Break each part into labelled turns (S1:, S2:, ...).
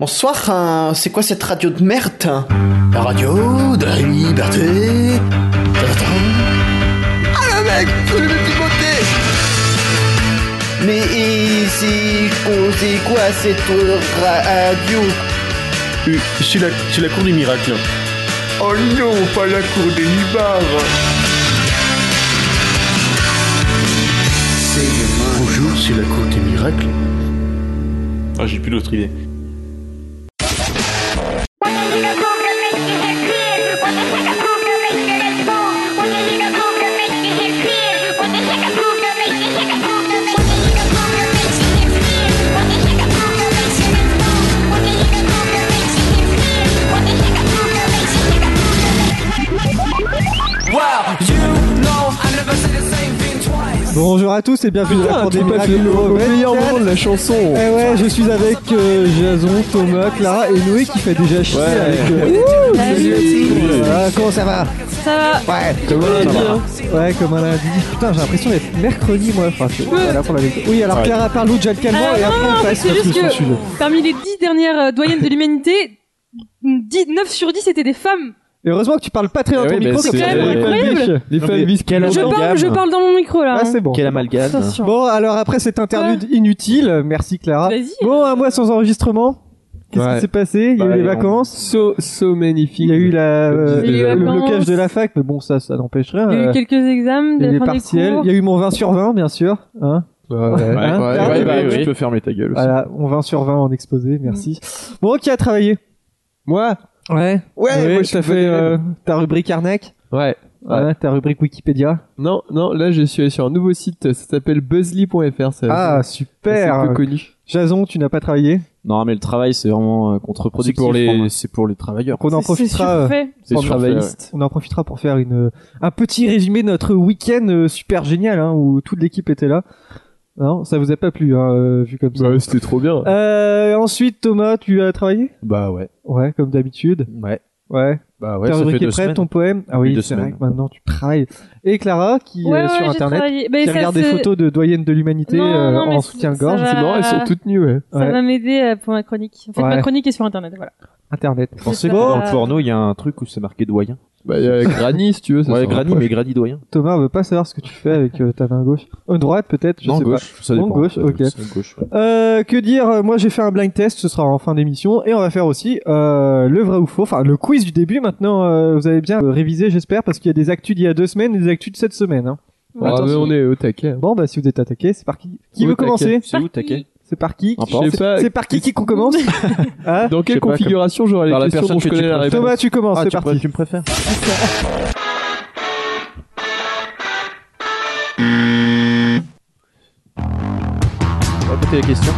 S1: Bonsoir, hein, c'est quoi cette radio de merde hein La radio de la liberté.
S2: Euh,
S1: Ah le mec, c'est le petit côté Mais et c'est quoi, c'est quoi cette radio
S2: Euh, C'est la, c'est la cour des miracles.
S1: Oh non, pas la cour des libards
S2: Bonjour, c'est la cour des miracles. Ah, j'ai plus d'autre idée.
S3: Bonjour à tous et bienvenue dans la Cour des Miracles. Au meilleur moment de la chanson. Et Eh ouais, je suis avec euh, Jason, Thomas, Clara et Noé qui fait déjà chier avec. euh, voilà, comment ça va
S4: Ça va
S5: hein.
S3: Ouais, comme un lundi. Putain, j'ai l'impression d'être mercredi moi. Enfin, c'est- voilà pour la vérité. Oui, alors Clara parle nous déjà le calmant
S4: Euh,
S3: et
S4: non,
S3: après
S4: non, non,
S3: on passe
S4: c'est
S3: parce
S4: juste
S3: que
S4: que-
S3: je suis le-
S4: Parmi les 10 dernières euh, doyennes de l'humanité, 10 9 sur 10 étaient des femmes.
S3: Et heureusement que tu parles pas très dans
S5: Eh
S3: ton
S5: oui,
S3: micro
S5: bah,
S3: comme
S5: c'est-
S3: ça,
S5: c'est
S3: les
S4: incroyable.
S3: fanbis- les
S5: Non, mais-
S3: fanbis qui
S5: Quel
S3: l'entendent.
S4: Je parle, je parle dans mon micro là.
S3: Ah,
S4: hein.
S3: c'est bon.
S5: Quel amalgame.
S4: Attention.
S3: Bon, alors après cette interlude inutile, merci Clara.
S4: Vas-y.
S3: Bon, ah, un mois sans enregistrement. Qu'est-ce
S5: Ouais.
S3: qui s'est passé Il y a eu
S5: Bah,
S3: les
S5: on-
S3: vacances.
S6: So, so
S3: Il
S6: magnifique.
S3: y a eu la, euh,
S6: Il y a eu les
S3: le
S4: vacances.
S3: blocage de la fac, mais bon, ça, ça n'empêche rien.
S4: Il y a eu
S3: Euh,
S4: quelques examens
S3: il y
S4: de
S3: a eu
S4: la
S3: les
S4: fin des
S3: partiels.
S4: cours.
S3: Il y a eu mon 20 sur 20, bien sûr. Hein
S6: Ouais,
S3: Hein
S5: ouais,
S3: Ah,
S5: ouais,
S3: oui,
S5: bah,
S3: oui.
S5: tu peux fermer ta gueule aussi.
S3: Voilà, mon 20 sur 20 en exposé, merci.
S4: Mm.
S3: Bon, qui a travaillé
S6: Moi
S3: Ouais.
S6: Ouais, moi,
S3: Ouais,
S6: je
S3: t'as
S6: suis
S3: fait
S6: bon
S3: euh, ta rubrique arnaque,
S6: Ouais.
S3: ouais, ta rubrique Wikipédia.
S6: Non, non, là je suis allé sur un nouveau site, ça s'appelle buzzly.fr. ça-
S3: Ah,
S6: C'est
S3: super
S6: peu connu.
S3: Jason, tu n'as pas travaillé.
S5: Non, mais le travail, c'est vraiment euh, contre-productif.
S6: C'est pour les-
S5: c'est pour les travailleurs.
S3: Donc on en
S4: C'est- c'est
S3: profitera. euh,
S4: surfait.
S5: C'est
S3: Pour
S5: surfait,
S6: travailliste.
S3: On en profitera pour faire une, un petit résumé de notre week-end euh, super génial hein, où toute l'équipe était là. Non, ça vous a pas plu hein, euh, vu comme ça.
S6: Bah, ouais, c'était trop bien.
S3: Euh, ensuite, Thomas, tu as travaillé
S5: Bah ouais.
S3: Ouais, comme d'habitude.
S5: Ouais.
S3: Ouais.
S5: Bah ouais,
S3: Ta
S5: ça
S3: rubrique
S5: fait
S3: est
S5: deux
S3: prête,
S5: semaines.
S3: ton poème. Ah
S5: Depuis
S3: oui,
S5: deux
S3: c'est vrai
S5: semaines.
S3: que maintenant tu travailles. Et Clara, qui
S4: Ouais,
S3: est sur
S4: ouais, j'ai
S3: internet,
S4: travaillé. Ben,
S3: qui
S4: ça,
S3: regarde des
S4: c'est-
S3: photos de doyennes de l'humanité
S4: Non,
S3: euh,
S4: non, mais
S3: en
S4: c'est-
S3: soutien-gorge.
S4: ça
S6: C'est marrant, elles sont toutes nues, ouais.
S4: Ça
S3: Ouais.
S4: va m'aider euh, pour ma chronique. En fait,
S3: Ouais.
S4: ma chronique est sur internet, voilà.
S3: Internet.
S5: Vous pensez
S4: C'est
S5: que dans
S4: pas-
S5: le porno, il y a un truc où c'est marqué doyen
S6: Bah, il y a Granny si tu veux. Ça
S5: Ouais,
S6: sera
S5: Granny,
S6: pas-
S5: mais Granny doyen.
S3: Thomas veut pas savoir ce que tu fais avec euh, ta main gauche. Euh, droite peut-être, je
S5: Non,
S3: sais pas.
S5: gauche. Ça
S3: Non,
S5: dépend.
S3: gauche,
S5: Ça-
S3: ok.
S5: c'est gauche, ouais.
S3: Euh, que dire euh, Moi, j'ai fait un blind test. Ce sera en fin d'émission, et on va faire aussi euh, le vrai ou faux, enfin le quiz du début. Maintenant, euh, vous avez bien euh, révisé, j'espère, parce qu'il y a des actus d'il y a deux semaines et des actus de cette semaine. hein.
S6: Ah,
S4: Attention.
S6: mais on est au taquet. hein.
S3: Bon, bah si vous êtes attaqué, c'est par qui Qui
S6: Au
S3: veut
S6: taquet.
S3: commencer
S5: C'est où, taquet
S3: C'est par qui
S5: Ah,
S6: Je sais
S3: C'est-
S6: pas.
S3: C'est par qui qui qu'on commence Hein
S6: Dans
S5: Je
S6: quelle
S5: sais pas,
S6: configuration j'aurai
S5: Par la
S6: les questions
S5: personne
S6: dont je
S5: que tu
S6: connais la
S5: préfères.
S6: réponse
S3: Thomas, tu commences.
S5: Ah,
S3: c'est
S5: tu,
S3: parti.
S5: pr- tu me préfères Répétez la question.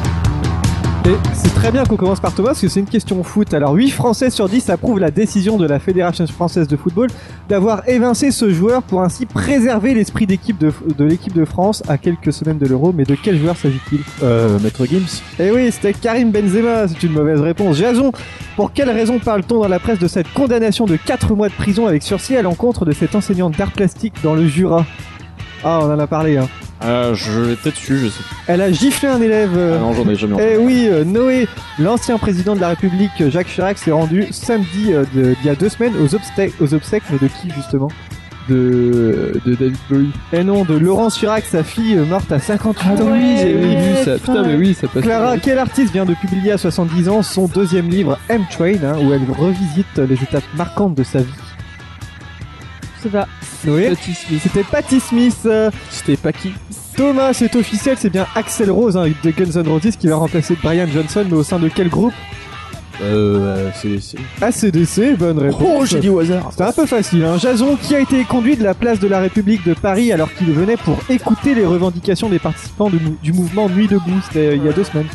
S3: Et c'est très bien qu'on commence par Thomas parce que c'est une question foot. Alors 8 Français sur 10 approuvent la décision de la Fédération française de football d'avoir évincé ce joueur pour ainsi préserver l'esprit d'équipe de, de l'équipe de France à quelques semaines de l'Euro. Mais de quel joueur s'agit-il
S5: Euh, Maître Gims
S3: Eh oui, c'était Karim Benzema, c'est une mauvaise réponse. Jason, pour quelle raison parle-t-on dans la presse de cette condamnation de 4 mois de prison avec sursis à l'encontre de cette enseignante d'art plastique dans le Jura Ah, on en a parlé, hein.
S5: Ah, je l'ai peut-être su, je sais.
S3: Elle a giflé un élève. euh,
S5: Ah non, j'en ai jamais entendu.
S3: Eh oui, euh, Noé, l'ancien président de la République euh, Jacques Chirac s'est rendu samedi euh, de- d'il y a deux semaines aux, obstè- aux obsèques, mais de qui justement
S5: euh,
S6: de, de David Bowie.
S3: Eh non, de Laurence Chirac, sa fille euh, morte à 58
S5: Ah
S3: ans.
S4: ouais,
S3: Eh
S6: J'ai
S3: oui.
S6: vu ça. Putain, mais oui, ça passe.
S5: Euh,
S3: Clara, quel artiste vient de publier à 70 ans son deuxième livre M-Train, hein, où elle revisite euh, les étapes marquantes de sa vie
S4: Je sais pas.
S3: Noé
S6: Patty Smith.
S3: C'était Patti Smith. euh,
S6: C'était pas qui
S3: Thomas, c'est officiel, c'est bien Axel Rose hein, de Guns N' Roses qui va remplacer Brian Johnson, mais au sein de quel groupe
S5: Euh, c'est. c'est-
S3: ACDC, bonne
S5: Euh,
S3: réponse.
S5: oh, au hasard
S3: C'était un peu facile, hein. Jason, qui a été conduit de la place de la République de Paris alors qu'il venait pour écouter les revendications des participants du, mou- du mouvement Nuit debout, c'était euh, il y a deux semaines.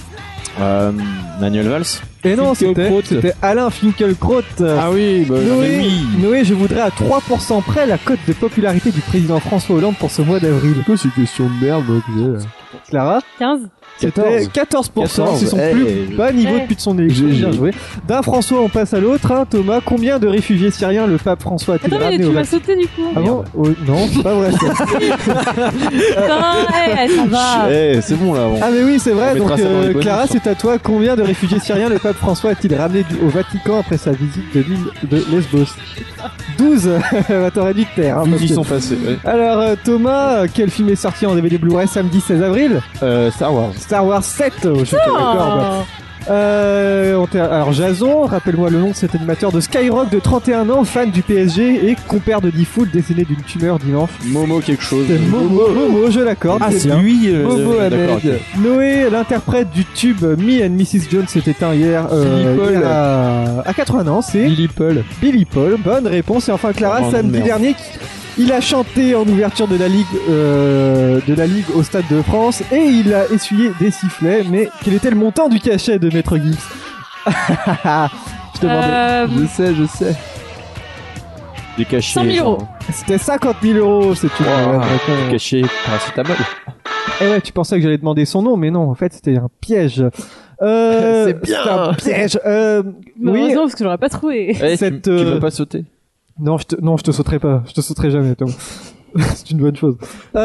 S5: Euh, Manuel Valls
S3: Et non, c'était
S6: Finkielkraut.
S3: c'était Alain Finkielkraut.
S5: Ah oui,
S6: euh,
S5: bah,
S3: Noé,
S5: oui.
S3: Noé, je voudrais à 3% près la cote de popularité du président François Hollande pour ce mois d'avril.
S6: C'est quoi ces questions de merde moi, que j'ai, là
S3: Clara,
S4: 15.
S3: c'était 14%. C'est son
S6: eh.
S3: plus
S5: Eh,
S3: bas niveau
S4: Ouais.
S3: depuis de son élection.
S5: GG.
S3: Bien joué. D'un François, on passe à l'autre. hein. Thomas, combien de réfugiés syriens le pape François a-t-il
S4: Attends, mais
S3: ramené
S4: tu
S3: au
S4: m'as
S3: Vatican
S4: sauté du coup.
S3: Ah bon Oh, Non, c'est pas vrai. ça.
S4: Putain, eh, ça va.
S5: Eh, c'est bon là. Bon.
S3: ah mais oui, c'est vrai.
S5: On
S3: Donc
S5: mettra ça dans les
S3: euh,
S5: bonus,
S3: Clara,
S5: hein.
S3: c'est à toi. Combien de réfugiés syriens le pape François a-t-il ramené du- au Vatican après sa visite de l'île de Lesbos 12. Bah, T'aurais dû te taire. hein, parce que-
S5: passés.
S3: Alors euh, Thomas, euh, quel film est sorti en DVD Blu-ray samedi 16 avril
S5: Euh, Star Wars.
S3: Star Wars 7. euh, je te l'accorde.
S4: Ah.
S3: Euh, on t'a- alors Jason, rappelle-moi le nom de cet animateur de Skyrock de 31 ans, fan du PSG et compère de Difool, décédé d'une tumeur dimanche.
S5: Momo quelque chose.
S3: C'est Momo, Momo, je l'accorde. c'est bien.
S5: lui. euh,
S3: Momo
S5: euh, d'accord,
S3: Ahmed. Noé, l'interprète du tube Me and Mrs. Jones s'est éteint hier, euh,
S6: Billy Paul.
S3: hier à, à 80 ans, c'est
S6: Billy Paul.
S3: Billy Paul. Bonne réponse. Et enfin Clara,
S5: Oh,
S3: samedi
S5: merde.
S3: dernier, qui- il a chanté en ouverture de la Ligue euh, de la Ligue au Stade de France et il a essuyé des sifflets. Mais quel était le montant du cachet de Maître Gibbs Je te demandais.
S4: Euh,
S6: Je sais, je sais.
S5: ok. Des cachets.
S4: 100 000
S5: genre,
S4: euros.
S3: C'était 50 000 euros, c'est tout.
S5: Wow.
S3: Ouais,
S5: Ah, Des
S3: ouais.
S5: Cachets paracétamol.
S3: Eh ouais, tu pensais que j'allais demander son nom, mais non, en fait, c'était un piège. Euh,
S6: C'est bien.
S3: c'est un piège. Euh, oui.
S4: Heureusement, parce que j'aurais pas trouvé.
S5: Eh, tu-
S3: Cette,
S5: tu,
S3: euh,
S5: veux pas sauter
S3: Non, je te, non, je te sauterai pas. Je te sauterai jamais, Tom. c'est une bonne chose.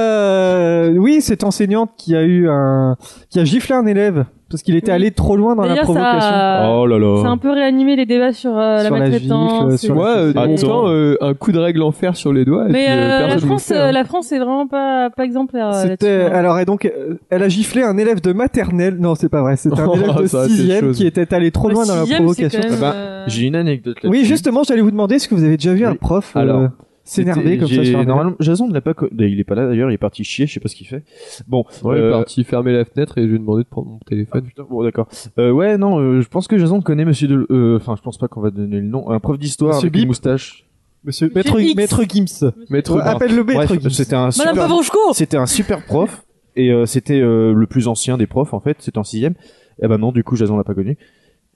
S3: Euh, oui, cette enseignante qui a eu un, qui a giflé un élève parce qu'il était
S4: Oui.
S3: allé trop loin dans la
S4: D'ailleurs,
S3: provocation.
S4: ça,
S3: Oh
S4: a-
S5: là
S4: ça a Euh, un peu réanimé les débats sur euh, la
S3: Sur la gifle,
S4: maltraitance.
S3: sur
S4: et-
S3: la-
S6: Moi, euh, de
S5: Attends.
S6: mon temps, euh, un coup de règle en fer sur les doigts. et
S4: Mais
S6: puis, euh,
S4: euh, la
S6: personne ne le
S4: France,
S6: fait,
S4: euh,
S6: hein.
S4: la France est vraiment pas, pas exemplaire. euh,
S3: C'était,
S4: là-dessus, hein.
S3: alors, et donc, euh, elle a giflé un élève de maternelle. Non, c'est pas vrai. C'était un
S6: Oh,
S3: élève de
S6: ça, c'est
S3: sixième
S6: chose.
S3: qui était allé trop
S4: Le
S3: loin dans la
S4: Bah, sixième, c'est
S3: provocation.
S4: quand même,
S5: Ah bah,
S4: euh,
S5: J'ai une anecdote là
S3: Oui, justement, j'allais vous demander, est-ce que vous avez déjà vu un
S5: Oui.
S3: prof euh,
S5: Alors,
S3: s'énerver comme ça sur un élève
S5: Normalement, Jason ne l'a pas. co- Il est pas là d'ailleurs, il est parti chier, je sais pas ce qu'il fait. Bon,
S6: Ouais, il est
S5: euh,
S6: parti fermer la fenêtre et je lui ai demandé de prendre mon
S5: Ah,
S6: téléphone.
S5: putain, bon d'accord. Euh, ouais non, euh, je pense que Jason connaît Monsieur de, euh, enfin je pense pas qu'on va donner le nom, un prof d'histoire
S3: Monsieur
S5: avec une
S3: Bip.
S5: moustache.
S3: Monsieur,
S4: Monsieur
S3: maître,
S4: X.
S3: maître Gims.
S6: Maître
S3: Ouais,
S6: Barbe.
S3: Appelle-le
S5: Bref,
S3: maître Gims.
S5: c'était un
S4: Madame
S5: super,
S4: Pavrouchko
S5: c'était un super prof et euh, c'était euh, le plus ancien des profs en fait, c'était en sixième. Et ben non, du coup Jason l'a pas connu.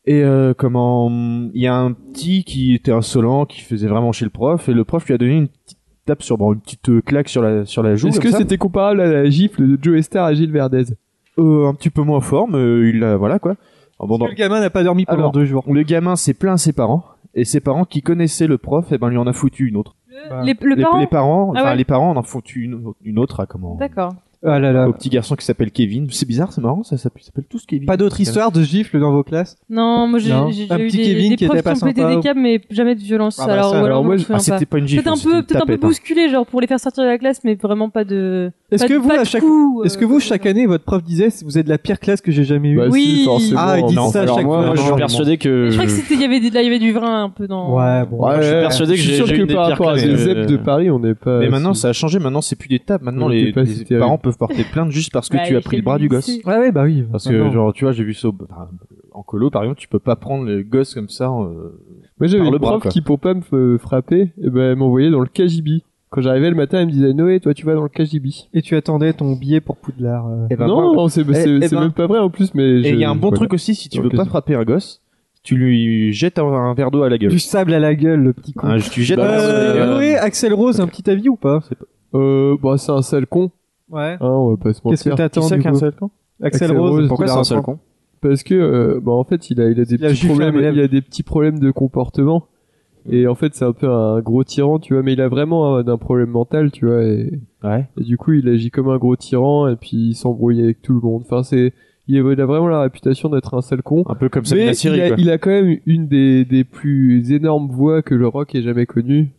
S5: Et euh, comment hum, il y a un petit qui était insolent, qui faisait vraiment chez le prof et le prof lui a donné une petite tape sur, bon, une petite euh, claque sur la sur la joue.
S6: Est-ce
S5: comme
S6: que
S5: ça.
S6: c'était comparable à la gifle de Joe Esther à Gilles Verdez
S5: Euh, un petit peu moins en forme, euh, il a, voilà quoi. En bon, dans-
S3: Le gamin n'a pas dormi pendant
S5: Alors,
S3: deux jours.
S5: Le gamin s'est plaint à ses parents, et ses parents qui connaissaient le prof, et ben lui en a foutu une autre.
S4: Les- Le
S5: les,
S4: parent
S5: les parents,
S4: Ah
S5: enfin
S4: ouais.
S5: les parents en ont foutu une, au- une autre à comment
S4: D'accord.
S3: Ah là
S4: Euh,
S3: là.
S5: Au petit garçon qui s'appelle Kevin. C'est bizarre, c'est marrant, ça s'appelle ils s'appellent tous Kevin.
S3: Pas d'autres histoires de gifles dans vos classes
S4: Non, moi j'ai
S3: Non.
S4: j'ai-
S3: Un
S4: j'ai eu
S3: petit
S4: des,
S3: Kevin
S4: des
S3: qui
S4: profs
S3: était pas
S4: qui ont pété
S3: sympa ou-
S4: des câbles, mais jamais de violence.
S3: Ah bah
S4: alors,
S3: ça, alors
S4: ou alors,
S5: moi,
S4: je me
S5: ah,
S4: souviens pas.
S5: c'était pas une gifle.
S4: Peut-être un
S5: c'était
S4: peu,
S5: une
S4: peut-être un peu
S5: tapette, hein.
S4: bousculé, genre pour les faire sortir de la classe, mais vraiment pas de.
S3: Est-ce
S4: pas
S3: que
S4: de-
S3: vous,
S4: pas
S3: à
S4: de
S3: chaque,
S4: coups,
S3: est-ce
S4: euh,
S3: que vous,
S4: pas de-
S3: chaque année, votre prof disait, vous êtes la pire classe que j'ai jamais eue
S6: Bah,
S4: Oui.
S6: si, forcément.
S3: Ah, ils disent
S5: Non,
S3: ça à
S5: alors
S3: chaque
S5: moi,
S3: fois.
S5: je suis
S3: Non,
S5: persuadé
S4: Je
S5: que.
S4: crois que c'était, il y avait des- là, il y avait du vrin un peu dans.
S3: Ouais, bon.
S5: Ouais, je suis
S6: Ouais,
S5: persuadé que
S6: je suis
S5: j'ai-
S6: sûr
S5: j'ai
S6: que
S5: une des
S6: par
S5: pires
S6: rapport à
S5: classes,
S6: The
S5: mais,
S6: Zep
S5: euh,
S6: de Paris, on n'est pas.
S5: Mais maintenant,
S6: si-
S5: ça a changé. Maintenant, c'est plus des tapes. Maintenant,
S6: On
S5: les,
S6: était pas
S5: les
S6: si terrible.
S5: parents peuvent porter plainte juste parce que
S4: Bah,
S5: tu as
S4: les
S5: pris le bras du gosse.
S4: lycée.
S3: Ouais, ouais, bah oui.
S5: Parce
S3: Ah,
S5: que,
S3: non.
S5: genre, tu vois, j'ai vu ça au- enfin, en colo, par exemple, tu peux pas prendre le gosse comme ça. euh,
S6: Moi, j'avais
S5: par
S6: une
S5: le bras,
S6: prof
S5: quoi.
S6: qui, pour pas me f- frapper, eh ben, elle m'envoyait dans le KGB. Quand j'arrivais le matin, elle me disait Noé, toi, tu vas dans le KGB.
S3: Et tu attendais ton billet pour Poudlard. euh.
S5: eh ben,
S6: non, non, c'est c'est-
S5: eh
S6: c'est
S5: ben-
S6: même pas vrai en plus, mais.
S5: Et
S6: je-
S5: il y a un bon
S6: voilà.
S5: truc aussi, si tu
S6: Dans
S5: veux
S6: le
S5: pas
S6: casino.
S5: frapper un gosse, tu lui jettes un, un verre d'eau à la gueule.
S3: Du sable à la gueule, le petit con.
S5: Hein, tu jettes
S6: Bah,
S5: un verre d'eau à la gueule.
S3: Euh, oui, Axel Rose, un petit avis ou pas
S6: Euh, bah, c'est un sale con,
S3: Ouais.
S6: hein, on va pas se mentir.
S3: Qu'est-ce que t'attends
S5: C'est ça
S3: du
S5: qu'un
S3: coup
S5: seul con
S3: Axel
S6: Axel
S3: Rose,
S6: Rose,
S5: Pourquoi
S3: il
S5: c'est
S3: a
S5: un seul
S3: apprend-
S5: con
S6: Parce que, euh, bah, en fait, il a, il a des
S3: Il a
S6: petits
S3: giflé un
S6: problèmes,
S3: élève.
S6: il a des petits problèmes de comportement. Et en fait, c'est un peu un gros tyran, tu vois, mais il a vraiment un, un problème mental, tu vois, et,
S5: Ouais.
S6: et du coup, il agit comme un gros tyran, et puis il s'embrouille avec tout le monde. Enfin, c'est, il a il a vraiment la réputation d'être un sale con.
S5: Un peu comme ça
S6: Mais
S5: la
S6: il,
S5: série,
S6: a,
S5: quoi.
S6: il a quand même une des, des plus énormes voix que le rock ait jamais connue.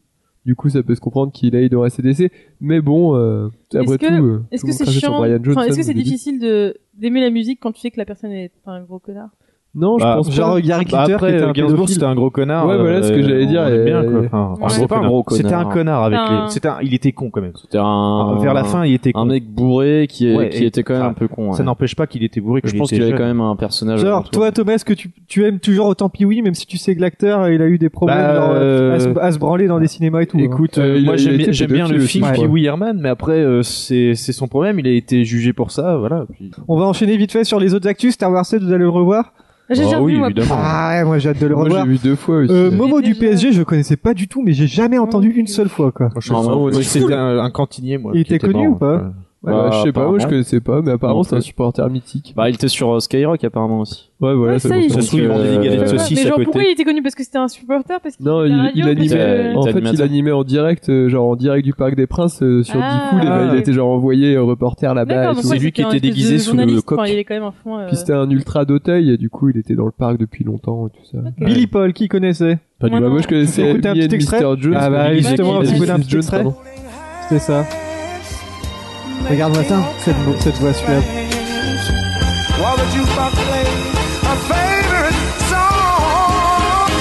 S6: Du coup, ça peut se comprendre qu'il aille dans ACDC. Mais bon, euh, après
S4: que-
S6: tout, euh,
S4: Est-ce
S6: tout
S4: que
S6: le monde
S4: c'est
S6: crachait sur
S4: chiant
S6: Brian
S4: Enfin, Est-ce
S6: Johnson
S4: que c'est
S6: au début.
S4: difficile de d'aimer la musique quand tu sais que la personne est enfin, un gros connard
S6: Non, je
S5: Bah,
S6: pense pas.
S3: Genre, Gary Glitter,
S5: Bah,
S3: qui
S5: après,
S3: était un
S5: euh, Gainsbourg,
S3: pédophile.
S5: c'était un gros connard.
S6: Ouais, voilà ce que
S5: euh,
S6: j'allais
S5: on
S6: dire,
S5: aime
S6: et-
S5: bien, quoi. Enfin,
S4: Ouais.
S5: c'était
S4: C'était
S7: pas un gros connard.
S5: C'était un connard avec
S4: Enfin,
S5: les. C'était un... Il était con quand même.
S7: C'était un.
S5: Vers la fin, il était
S7: Un
S5: con.
S7: mec bourré qui, est-
S5: Ouais,
S7: qui
S5: et-
S7: était quand même
S5: enfin,
S7: un peu con.
S5: Ça
S7: ouais.
S5: n'empêche pas qu'il était bourré.
S7: Je pense qu'il avait quand même un
S6: Ah,
S7: personnage.
S3: Genre,
S7: avant tout.
S3: toi, Thomas, est-ce que tu, tu aimes toujours autant Pee-Wee, même si tu sais que l'acteur, euh, il a eu des problèmes
S5: Bah,
S3: genre,
S5: euh,
S3: à, se, à se branler dans des cinémas et tout. hein.
S5: Écoute,
S6: Euh,
S5: euh,
S6: il
S5: moi
S6: a- il a
S5: j'aime
S6: été
S5: bien- j'aime bien le
S6: pédophile
S5: film
S6: aussi, je
S5: Pee-Wee Herman, mais après euh, c'est c'est son problème, il a été jugé pour ça, voilà. Puis-
S3: On va enchaîner vite fait sur les autres actus. Star Wars 7, vous allez le revoir
S4: J'ai jamais
S5: Ah oui,
S4: vu, moi.
S5: évidemment.
S3: Ah ouais, moi j'ai hâte de le
S6: Moi,
S3: revoir.
S6: j'ai vu deux fois aussi.
S3: Euh,
S6: Mais-
S3: Momo du
S4: Déjà-
S3: PSG, je connaissais pas du tout, mais j'ai jamais entendu une seule fois quoi.
S5: Moi, je
S7: Non,
S5: sais
S7: moi,
S5: pas.
S7: moi,
S5: Moi, c'était un, un cantinier, moi.
S3: Il
S5: qui
S3: était connu ou pas
S5: ouais.
S6: Ouais, bah,
S7: Bah,
S6: je sais pas, moi je
S7: apparemment.
S6: connaissais pas, mais apparemment
S7: Non
S6: c'est un
S7: plus.
S6: supporter mythique.
S7: Bah, il était sur euh, Skyrock apparemment aussi.
S6: Ouais, voilà,
S4: Ouais,
S6: c'est
S4: ça,
S6: bon.
S4: il-
S7: Donc,
S5: se trouve, il vendait des
S7: euh,
S5: galettes de saucisses
S4: mais
S5: à
S4: genre,
S5: côté.
S4: pourquoi il était connu Parce que c'était un supporter Parce qu'il
S6: Non,
S4: faisait la
S6: il,
S4: radio,
S6: il
S4: parce
S6: animait.
S4: que-
S6: En fait, il
S7: animateur.
S6: animait en direct, euh, genre en direct du Parc des Princes euh, sur
S4: Ah.
S6: Dicool. Et bah, il
S4: Ah.
S6: était genre envoyé euh, reporter là-bas.
S4: D'accord,
S6: et
S4: mais
S6: tout.
S4: moi,
S5: lui qui
S4: c'était un
S5: était
S4: espèce
S5: déguisé
S4: de
S5: sous le
S4: journaliste.
S5: coq.
S4: Enfin, il est quand même un fond. euh,
S6: Puis c'était un ultra d'Auteuil et du coup il était dans le parc depuis longtemps et tout ça.
S4: ok.
S3: Billy Paul, qui connaissait
S6: Pas du
S4: Moi,
S6: bah,
S4: non.
S6: moi je connaissais
S3: Écoutez un
S6: Amy and
S3: petit extrait.
S6: Mr. Jones.
S3: Ah bah,
S6: Amy
S3: justement,
S6: and
S3: on va
S6: Mrs.
S3: écouter un petit
S6: Jones,
S3: extrait.
S6: pardon.
S3: C'était ça. Regarde-moi ça, cette, vo- cette voix suave.
S8: Why would you fuck play a favorite song?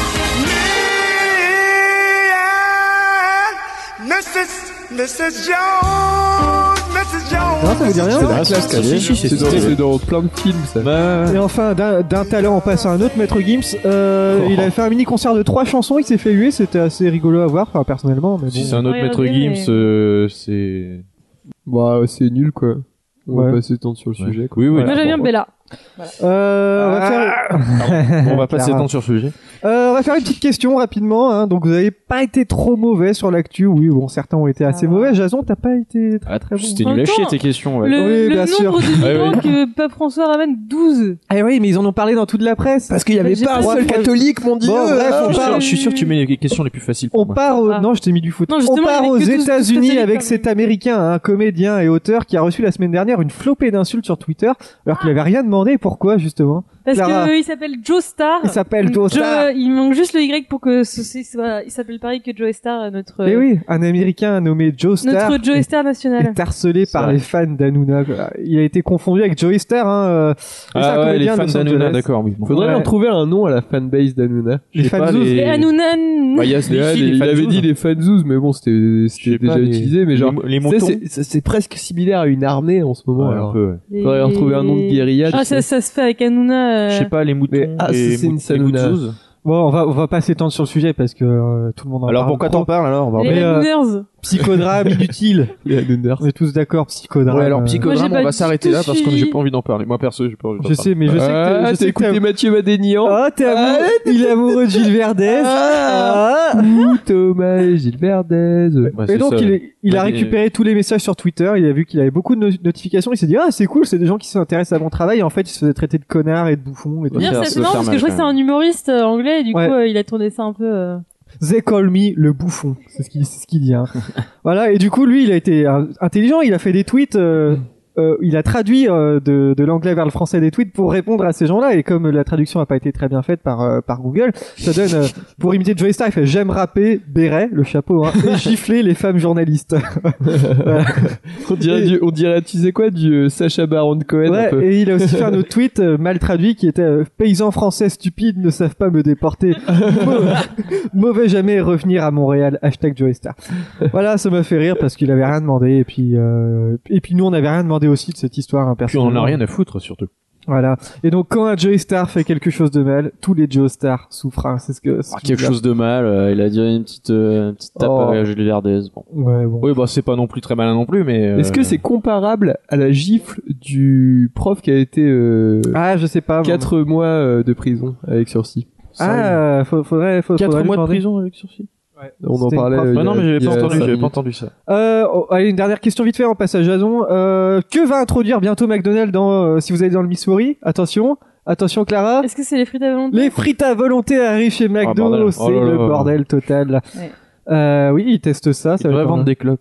S8: Me and Mrs. Mrs. Jones, Mrs. Jones.
S3: Non, ça vous dit rien hein,
S5: Ah, c'est stylé.
S6: C'est
S5: Si, si, c'est
S6: dans-
S5: stylé.
S6: C'est dans plein de films ça.
S3: Et enfin, d'un d'un talent en passant à un autre, Maître Gims, euh, il avait fait un mini concert de trois chansons, il s'est fait huer, c'était assez rigolo à voir, enfin personnellement, mais
S5: Si
S3: bon.
S5: c'est un autre Maître
S4: Regardez,
S5: Gims,
S4: mais-
S5: euh, c'est...
S6: Bah euh, c'est nul quoi. On
S3: Ouais.
S6: va passer tant sur le
S5: Ouais.
S6: sujet. quoi.
S5: Oui, oui.
S4: Moi, j'aime bien
S5: bon,
S4: Bella.
S3: Euh, on va faire,
S5: On va passer
S3: Clara.
S5: temps sur ce sujet.
S3: euh, on va faire une petite question rapidement. Hein. Donc vous avez pas été trop mauvais sur l'actu. Oui, bon, certains ont été assez
S4: Ah.
S3: mauvais. Jason, t'as pas été très très bon.
S7: C'était
S4: En
S7: nul à
S4: même
S7: chier
S4: temps,
S7: tes questions. Ouais.
S4: Le,
S3: Oui,
S4: le
S3: bien sûr.
S4: nombre de
S7: Ouais,
S4: vivants
S7: oui.
S4: que Pape François ramène, 12.
S3: Ah oui, mais ils en ont parlé dans toute la presse. Parce qu'il y
S4: avait J'ai pas un pas- seul
S3: catholique, mon dieu. Ah, Bon, bref,
S5: Je
S3: on
S5: suis,
S3: part,
S5: sûr, je suis sûr que tu mets les questions les plus faciles pour
S3: on
S5: moi.
S3: part au-
S4: Ah.
S3: Non, je t'ai mis du foot.
S4: Non,
S3: on
S4: justement,
S3: part
S4: il y
S3: aux
S4: avait que tous- tous
S3: États-Unis
S4: catholiques,
S3: avec
S4: quand
S3: cet
S4: même.
S3: Américain, un comédien et auteur, qui a reçu la semaine dernière une flopée d'insultes sur Twitter, alors qu'il avait rien demandé. Pourquoi justement
S4: Parce
S3: Clara.
S4: qu'il s'appelle Joe Star.
S3: Il s'appelle
S4: Ah. Joe-
S3: Joe Star.
S4: Il manque juste le Y pour que ce, ce soit- il s'appelle pareil que Joe Star, euh, notre,
S3: Eh oui, un Américain nommé Joe Star.
S4: notre Joe Star national.
S3: est harcelé
S7: C'est
S3: par
S7: vrai.
S3: les fans d'Hanouna. quoi. Il a été confondu avec Joey Star. Hein, euh, mais c'est un
S5: Ah ouais, les
S3: comédien
S5: fans
S3: de Los
S5: d'Anouna,
S3: Angeles.
S5: d'accord, oui. bon.
S6: Faudrait
S3: Ouais.
S6: leur trouver un nom à la fanbase d'Anouna.
S3: Les
S5: Je sais
S3: fans
S5: pas,
S3: zouzes.
S5: les-
S4: Et Anounan.
S5: Bah, il y a
S6: Il,
S5: les filles, les fans
S6: avait
S5: zouzes.
S6: dit les fanzoos, mais bon, c'était
S5: Je sais
S6: c'était
S5: pas,
S6: déjà
S5: les-
S6: utilisé, mais genre.
S5: les mo- les
S6: tu sais,
S5: montons.
S6: c'est- c'est c'est presque similaire à une armée en ce moment.
S5: Ouais,
S6: alors.
S5: un peu, ouais.
S4: Les-
S6: faudrait retrouver un nom de guérilla,
S4: Ah, ça,
S6: tu sais.
S4: ça se fait avec Hanouna. euh,
S5: Je sais pas, les moutons.
S6: mais- ah,
S5: et
S6: c'est une
S5: mout-
S6: salle
S5: les
S6: où la-
S5: moutzouzes.
S3: Bon, on va, on va pas s'étendre sur le sujet parce que euh, tout le monde en
S5: Alors
S3: parle.
S5: pourquoi
S3: trop.
S5: t'en parles alors on va en
S4: Les
S5: parler.
S3: Mais, euh,
S4: Hanouners.
S3: Psychodrame inutile.
S6: Les Hanouners.
S3: On est tous d'accord, psychodrame.
S5: Ouais, alors
S3: euh,
S4: Moi,
S5: psychodrame,
S4: j'ai
S5: on
S4: pas
S5: va
S4: du
S5: s'arrêter
S4: tout
S5: là parce que
S4: suivi.
S5: j'ai pas envie d'en parler. Moi perso, j'ai pas envie d'en
S3: Je
S5: parler.
S3: sais, mais je sais que t'es-
S6: Ah,
S3: je
S6: t'as
S3: sais que
S6: écouté
S3: t'es-
S6: Mathieu Madénian
S3: Ah, t'es amoureux, il est amoureux de Gilles Verdez. Ah.
S6: Ouh, Thomas et Gilbert Dez.
S5: Bah,
S3: Et
S5: c'est
S3: donc
S5: ça.
S3: il, est- il a
S5: Bah, des-
S3: récupéré tous les messages sur Twitter, il a vu qu'il avait beaucoup de no- notifications, il s'est dit ah c'est cool, c'est des gens qui s'intéressent à mon travail et en fait il se faisait traiter de connard et de bouffon et tout.
S7: Ouais.
S4: D'ailleurs,
S7: faire-
S4: ça,
S7: se
S4: c'est marrant
S7: faire
S4: parce que
S7: mal,
S4: je crois que
S7: quand
S4: c'est un humoriste euh, anglais et du
S3: Ouais.
S4: coup, euh, il a tourné ça un peu. euh,
S3: They call me le bouffon, c'est ce qu'il c'est ce qu'il dit. Hein. voilà, et du coup, lui, il a été euh, intelligent, il a fait des tweets, euh, euh, il a traduit euh, de, de l'anglais vers le français des tweets pour répondre à ces gens-là, et comme la traduction n'a pas été très bien faite par, euh, par Google, ça donne, euh, pour imiter Joey Star, il fait « J'aime rapper, béret, le chapeau, hein, et gifler les femmes journalistes
S6: On dirait, du, on dirait, tu sais quoi, du euh, Sacha Baron Cohen un
S3: Ouais,
S6: peu.
S3: et il a aussi fait un autre tweet euh, mal traduit qui était euh, Paysans français stupides ne savent pas me déporter. Mauvais, mauvais jamais revenir à Montréal. Hashtag Joey Star. Voilà, ça m'a fait rire parce qu'il avait rien demandé. Et puis, euh, et puis nous, on n'avait rien demandé aussi de cette histoire. Hein,
S5: Puis on en a rien à foutre surtout.
S3: Voilà. Et donc, quand un Joey Star fait quelque chose de mal, tous les Joe Star souffrent. hein, C'est ce que. c'est
S7: Ah,
S3: ce
S7: quelque
S3: qu'il a-
S7: chose de mal. euh, il a dit une petite, euh, une petite tape
S6: Oh.
S7: à Julie Verdez. Bon.
S3: Ouais, bon.
S5: Oui, bah c'est pas non plus très malin non plus, mais. euh,
S6: Est-ce que c'est comparable à la gifle du prof qui a été euh,
S3: Ah, je sais pas.
S6: 4 mois euh, de prison avec sursis
S3: Ah, faut- faudrait, faut- faudrait
S5: quatre
S3: lui
S5: mois de
S3: demander.
S5: prison avec sursis
S6: On en
S3: C'était une
S6: parlait.
S3: prof.
S6: euh,
S5: Ah
S6: il y
S5: non,
S6: a-
S5: mais
S6: il
S5: j'avais
S6: y
S5: pas
S6: a
S5: entendu,
S6: cinq
S5: j'avais pas
S6: minutes.
S5: entendu ça.
S3: Euh, oh, allez, une dernière question vite fait en passage à Jason. Euh, que va introduire bientôt McDonald's dans, euh, si vous allez dans le Missouri Attention, attention Clara.
S4: Est-ce que c'est les fruits d'Avalon
S3: Les frites à volonté arrivent chez McDo,
S5: bordel. Oh
S3: c'est
S5: là
S3: le
S5: là.
S3: bordel total.
S4: Ouais.
S3: Euh, oui, ils testent ça.
S5: Ils
S3: ça va
S5: devraient
S3: être
S5: vendre
S3: un-
S5: des clopes.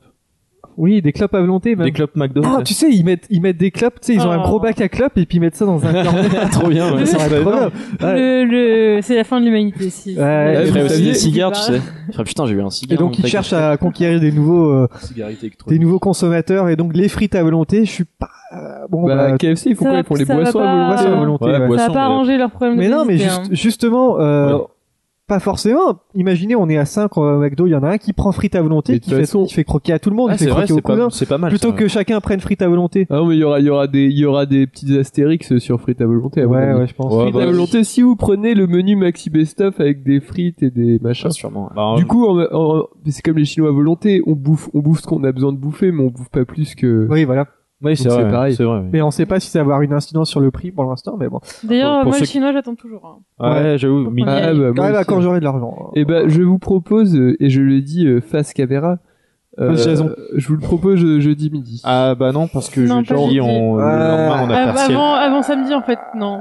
S3: Oui, des clopes à volonté même.
S5: Des clopes McDo.
S3: Ah, tu sais, ils mettent, ils mettent des clopes, tu sais, ils ont un
S4: Oh.
S3: gros bac à clopes et puis ils mettent ça dans un cornet.
S5: trop bien.
S4: ouais.
S3: Ça
S5: Ça
S3: serait trop bien. Ouais.
S4: Le, le... C'est la fin de l'humanité. Si.
S3: Ouais,
S7: Il
S3: vous
S7: ferait aussi
S3: saviez-
S7: des cigares, tu sais. Il ferait, putain, j'ai eu un cigare.
S3: Et donc
S7: mon
S3: ils
S7: mec.
S3: cherchent à conquérir des nouveaux, euh,
S5: Cigarette
S3: des
S5: électronique.
S3: nouveaux consommateurs et donc les frites à volonté, je suis pas. euh, Bon,
S6: Bah,
S3: bah,
S6: KFC, ils font
S4: Ça
S6: quoi
S4: va-
S6: Ils font les
S4: ça va
S6: boissons à
S4: pas-
S6: volonté.
S3: boisson à
S4: euh,
S3: volonté.
S5: ouais,
S3: ouais.
S4: Ça va
S5: Boisson,
S4: pas
S5: mais-
S4: arranger leurs problèmes
S3: Mais
S4: de
S3: non, mais
S4: désert,
S3: juste-
S4: hein.
S3: justement, euh,
S5: Ouais.
S3: pas forcément. Imaginez, on est à 5 au McDo, il y en a un qui prend frite à
S6: Mais
S3: volonté,
S6: de
S3: qui
S6: toute
S3: fait,
S6: façon-
S3: qui fait croquer à tout le monde,
S5: Ah,
S3: il fait
S5: c'est vrai,
S3: croquer
S5: c'est
S3: au cousin,
S5: pas- c'est pas mal.
S3: plutôt
S5: ça.
S3: que chacun prenne frite à volonté.
S6: Ah non, mais il y aura, il y aura des, il y aura des petits astérix sur frites à volonté. à mon
S3: Ouais,
S6: avis.
S3: ouais, je pense.
S5: Ouais,
S6: Frites
S5: bah,
S6: à volonté, si vous prenez le menu Maxi Best Of avec des frites et des machins.
S7: Ah, sûrement.
S5: Bah,
S6: Du coup, en- en- c'est comme les Chinois à volonté, on bouffe, on bouffe ce qu'on a besoin de bouffer, mais on bouffe pas plus que.
S3: Oui, voilà.
S5: oui, c'est
S6: donc c'est
S5: vrai.
S6: pareil.
S5: C'est vrai. oui.
S3: Mais on sait pas si ça va avoir une incidence sur le prix pour l'instant, mais bon.
S4: hein. D'ailleurs,
S5: Pour
S4: moi,
S5: ceux
S4: le
S5: qui-
S4: chinois, j'attends toujours. hein.
S5: Ouais, j'avoue. mignon.
S4: Ah,
S6: bah, moi
S3: Ouais, bah,
S6: aussi. ben,
S3: quand j'aurai de l'argent.
S6: Eh ben, je vous propose, euh, et je le dis euh, face caméra, Euh,
S5: Jason.
S6: je vous le propose je- jeudi midi.
S5: Ah bah non, parce que
S4: Non,
S5: non,
S4: pas jeudi.
S5: on, euh, le lendemain, on a
S4: Av-
S5: partiel.
S4: avant, avant samedi, en fait, non.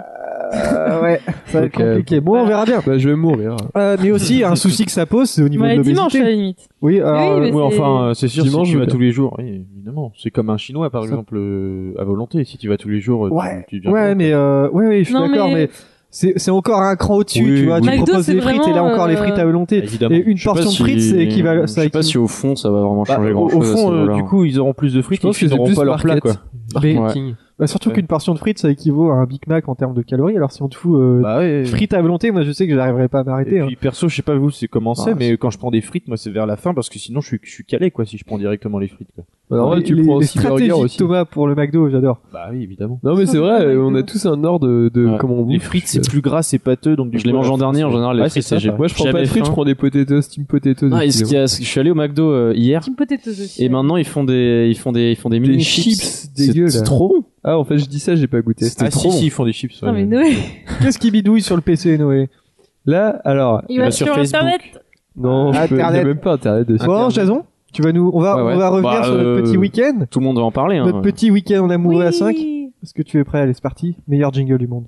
S3: Euh, ouais, ça va être
S6: Ok.
S3: compliqué. Bon, on verra bien.
S6: Bah, je vais mourir.
S3: Euh, mais aussi, un souci que ça pose, c'est au niveau
S4: Ouais,
S3: de
S4: dimanche, à
S3: l'obésité.
S4: la limite.
S3: Oui, alors,
S4: Oui, mais-
S3: euh,
S5: Oui, enfin, euh, c'est sûr,
S6: Dimanche,
S5: si tu
S6: je
S5: vas
S6: veux
S5: tous les jours, oui, évidemment. C'est comme un Chinois, par exemple, euh, à volonté. Si tu vas tous les jours, euh,
S3: Ouais.
S5: tu, tu deviens-
S3: ouais, mais euh, ouais, oui, je suis
S4: Non,
S3: d'accord,
S4: mais-
S3: mais, c'est c'est encore un cran au-dessus,
S5: Oui,
S3: tu vois.
S5: oui.
S3: Tu
S4: McDo,
S3: proposes
S4: c'est
S3: des frites et là
S4: vraiment,
S3: encore les
S4: euh,
S3: frites à volonté.
S5: bah, Évidemment.
S3: Et une
S7: Bah, Je sais pas
S3: portion de
S7: si-
S3: frites, c'est équivalent.
S7: Je sais pas si au fond ça va vraiment
S5: Bah,
S7: changer
S5: au,
S7: grand
S5: au
S7: chose.
S5: fond, euh, du coup, ils auront plus de frites,
S6: Je pense
S5: ils
S6: que c'est
S5: n'auront
S6: plus
S5: pas leur plat,
S6: market.
S5: quoi.
S3: Mais-
S7: hein. Ouais.
S3: Bah, surtout
S5: Ouais.
S3: qu'une portion de frites, ça équivaut à un Big Mac en termes de calories. Alors si on te fout euh,
S5: Bah ouais.
S3: frites à volonté, moi je sais que j'arriverai pas à
S5: Et
S3: m'arrêter. hein.
S5: puis perso, je sais pas vous, c'est comment c'est,
S7: Ah,
S5: mais quand je prends des frites, moi c'est vers la fin parce que sinon je suis, je suis calé quoi si je prends directement les frites. Quoi.
S3: hein.
S6: Bah, en vrai,
S3: Les-
S6: tu
S3: les,
S6: prends
S3: les
S6: aussi
S3: stratégies
S6: burger
S3: de
S6: aussi.
S3: Thomas pour le McDo, j'adore.
S5: Bah oui, évidemment.
S6: Non mais c'est vrai,
S4: Ouais.
S6: on a tous un ordre de, de
S7: Ouais.
S6: comment on
S5: Les
S6: bouffe.
S5: frites, c'est plus gras, c'est pâteux, donc du
S7: Je les
S5: coup,
S7: mange
S5: voilà,
S7: en dernier en général. Les
S5: Ouais,
S7: frites,
S5: c'est ça,
S7: c'est- j'ai
S5: pareil.
S6: Moi je prends
S7: jamais
S6: pas de frites,
S7: faim.
S6: je prends des potatoes, steam potatoes.
S7: Ah, et ce
S6: excusez-moi.
S7: qu'il y a- ce- je suis allé au McDo euh, hier
S4: Team potatoes aussi.
S7: et maintenant ils font des ils font des ils font des
S6: des
S7: mini chips.
S6: chips
S7: C'est-
S6: dégueu
S7: C'est
S6: là.
S7: trop bon.
S6: Ah en fait je dis ça, j'ai pas goûté.
S5: Ah si, si, ils font des chips.
S4: Non, mais
S5: ouais.
S4: Noé,
S3: Qu'est-ce qui bidouille sur le PC, Noé
S6: Là, alors
S4: il va
S5: va
S4: sur,
S5: Bah, sur
S4: internet.
S6: non, je peux- il y a
S3: Ah, Internet.
S6: même pas internet dessus.
S3: Bon, Jason, tu vas nous, on va,
S7: Ouais, ouais.
S3: on va revenir
S7: Bah,
S3: sur notre
S7: euh,
S3: petit week-end,
S7: Tout le monde va en parler. hein.
S3: notre petit week-end en amoureux à
S4: Oui.
S3: 5 Est-ce que tu es prêt Allez, c'est parti. Meilleur jingle du monde.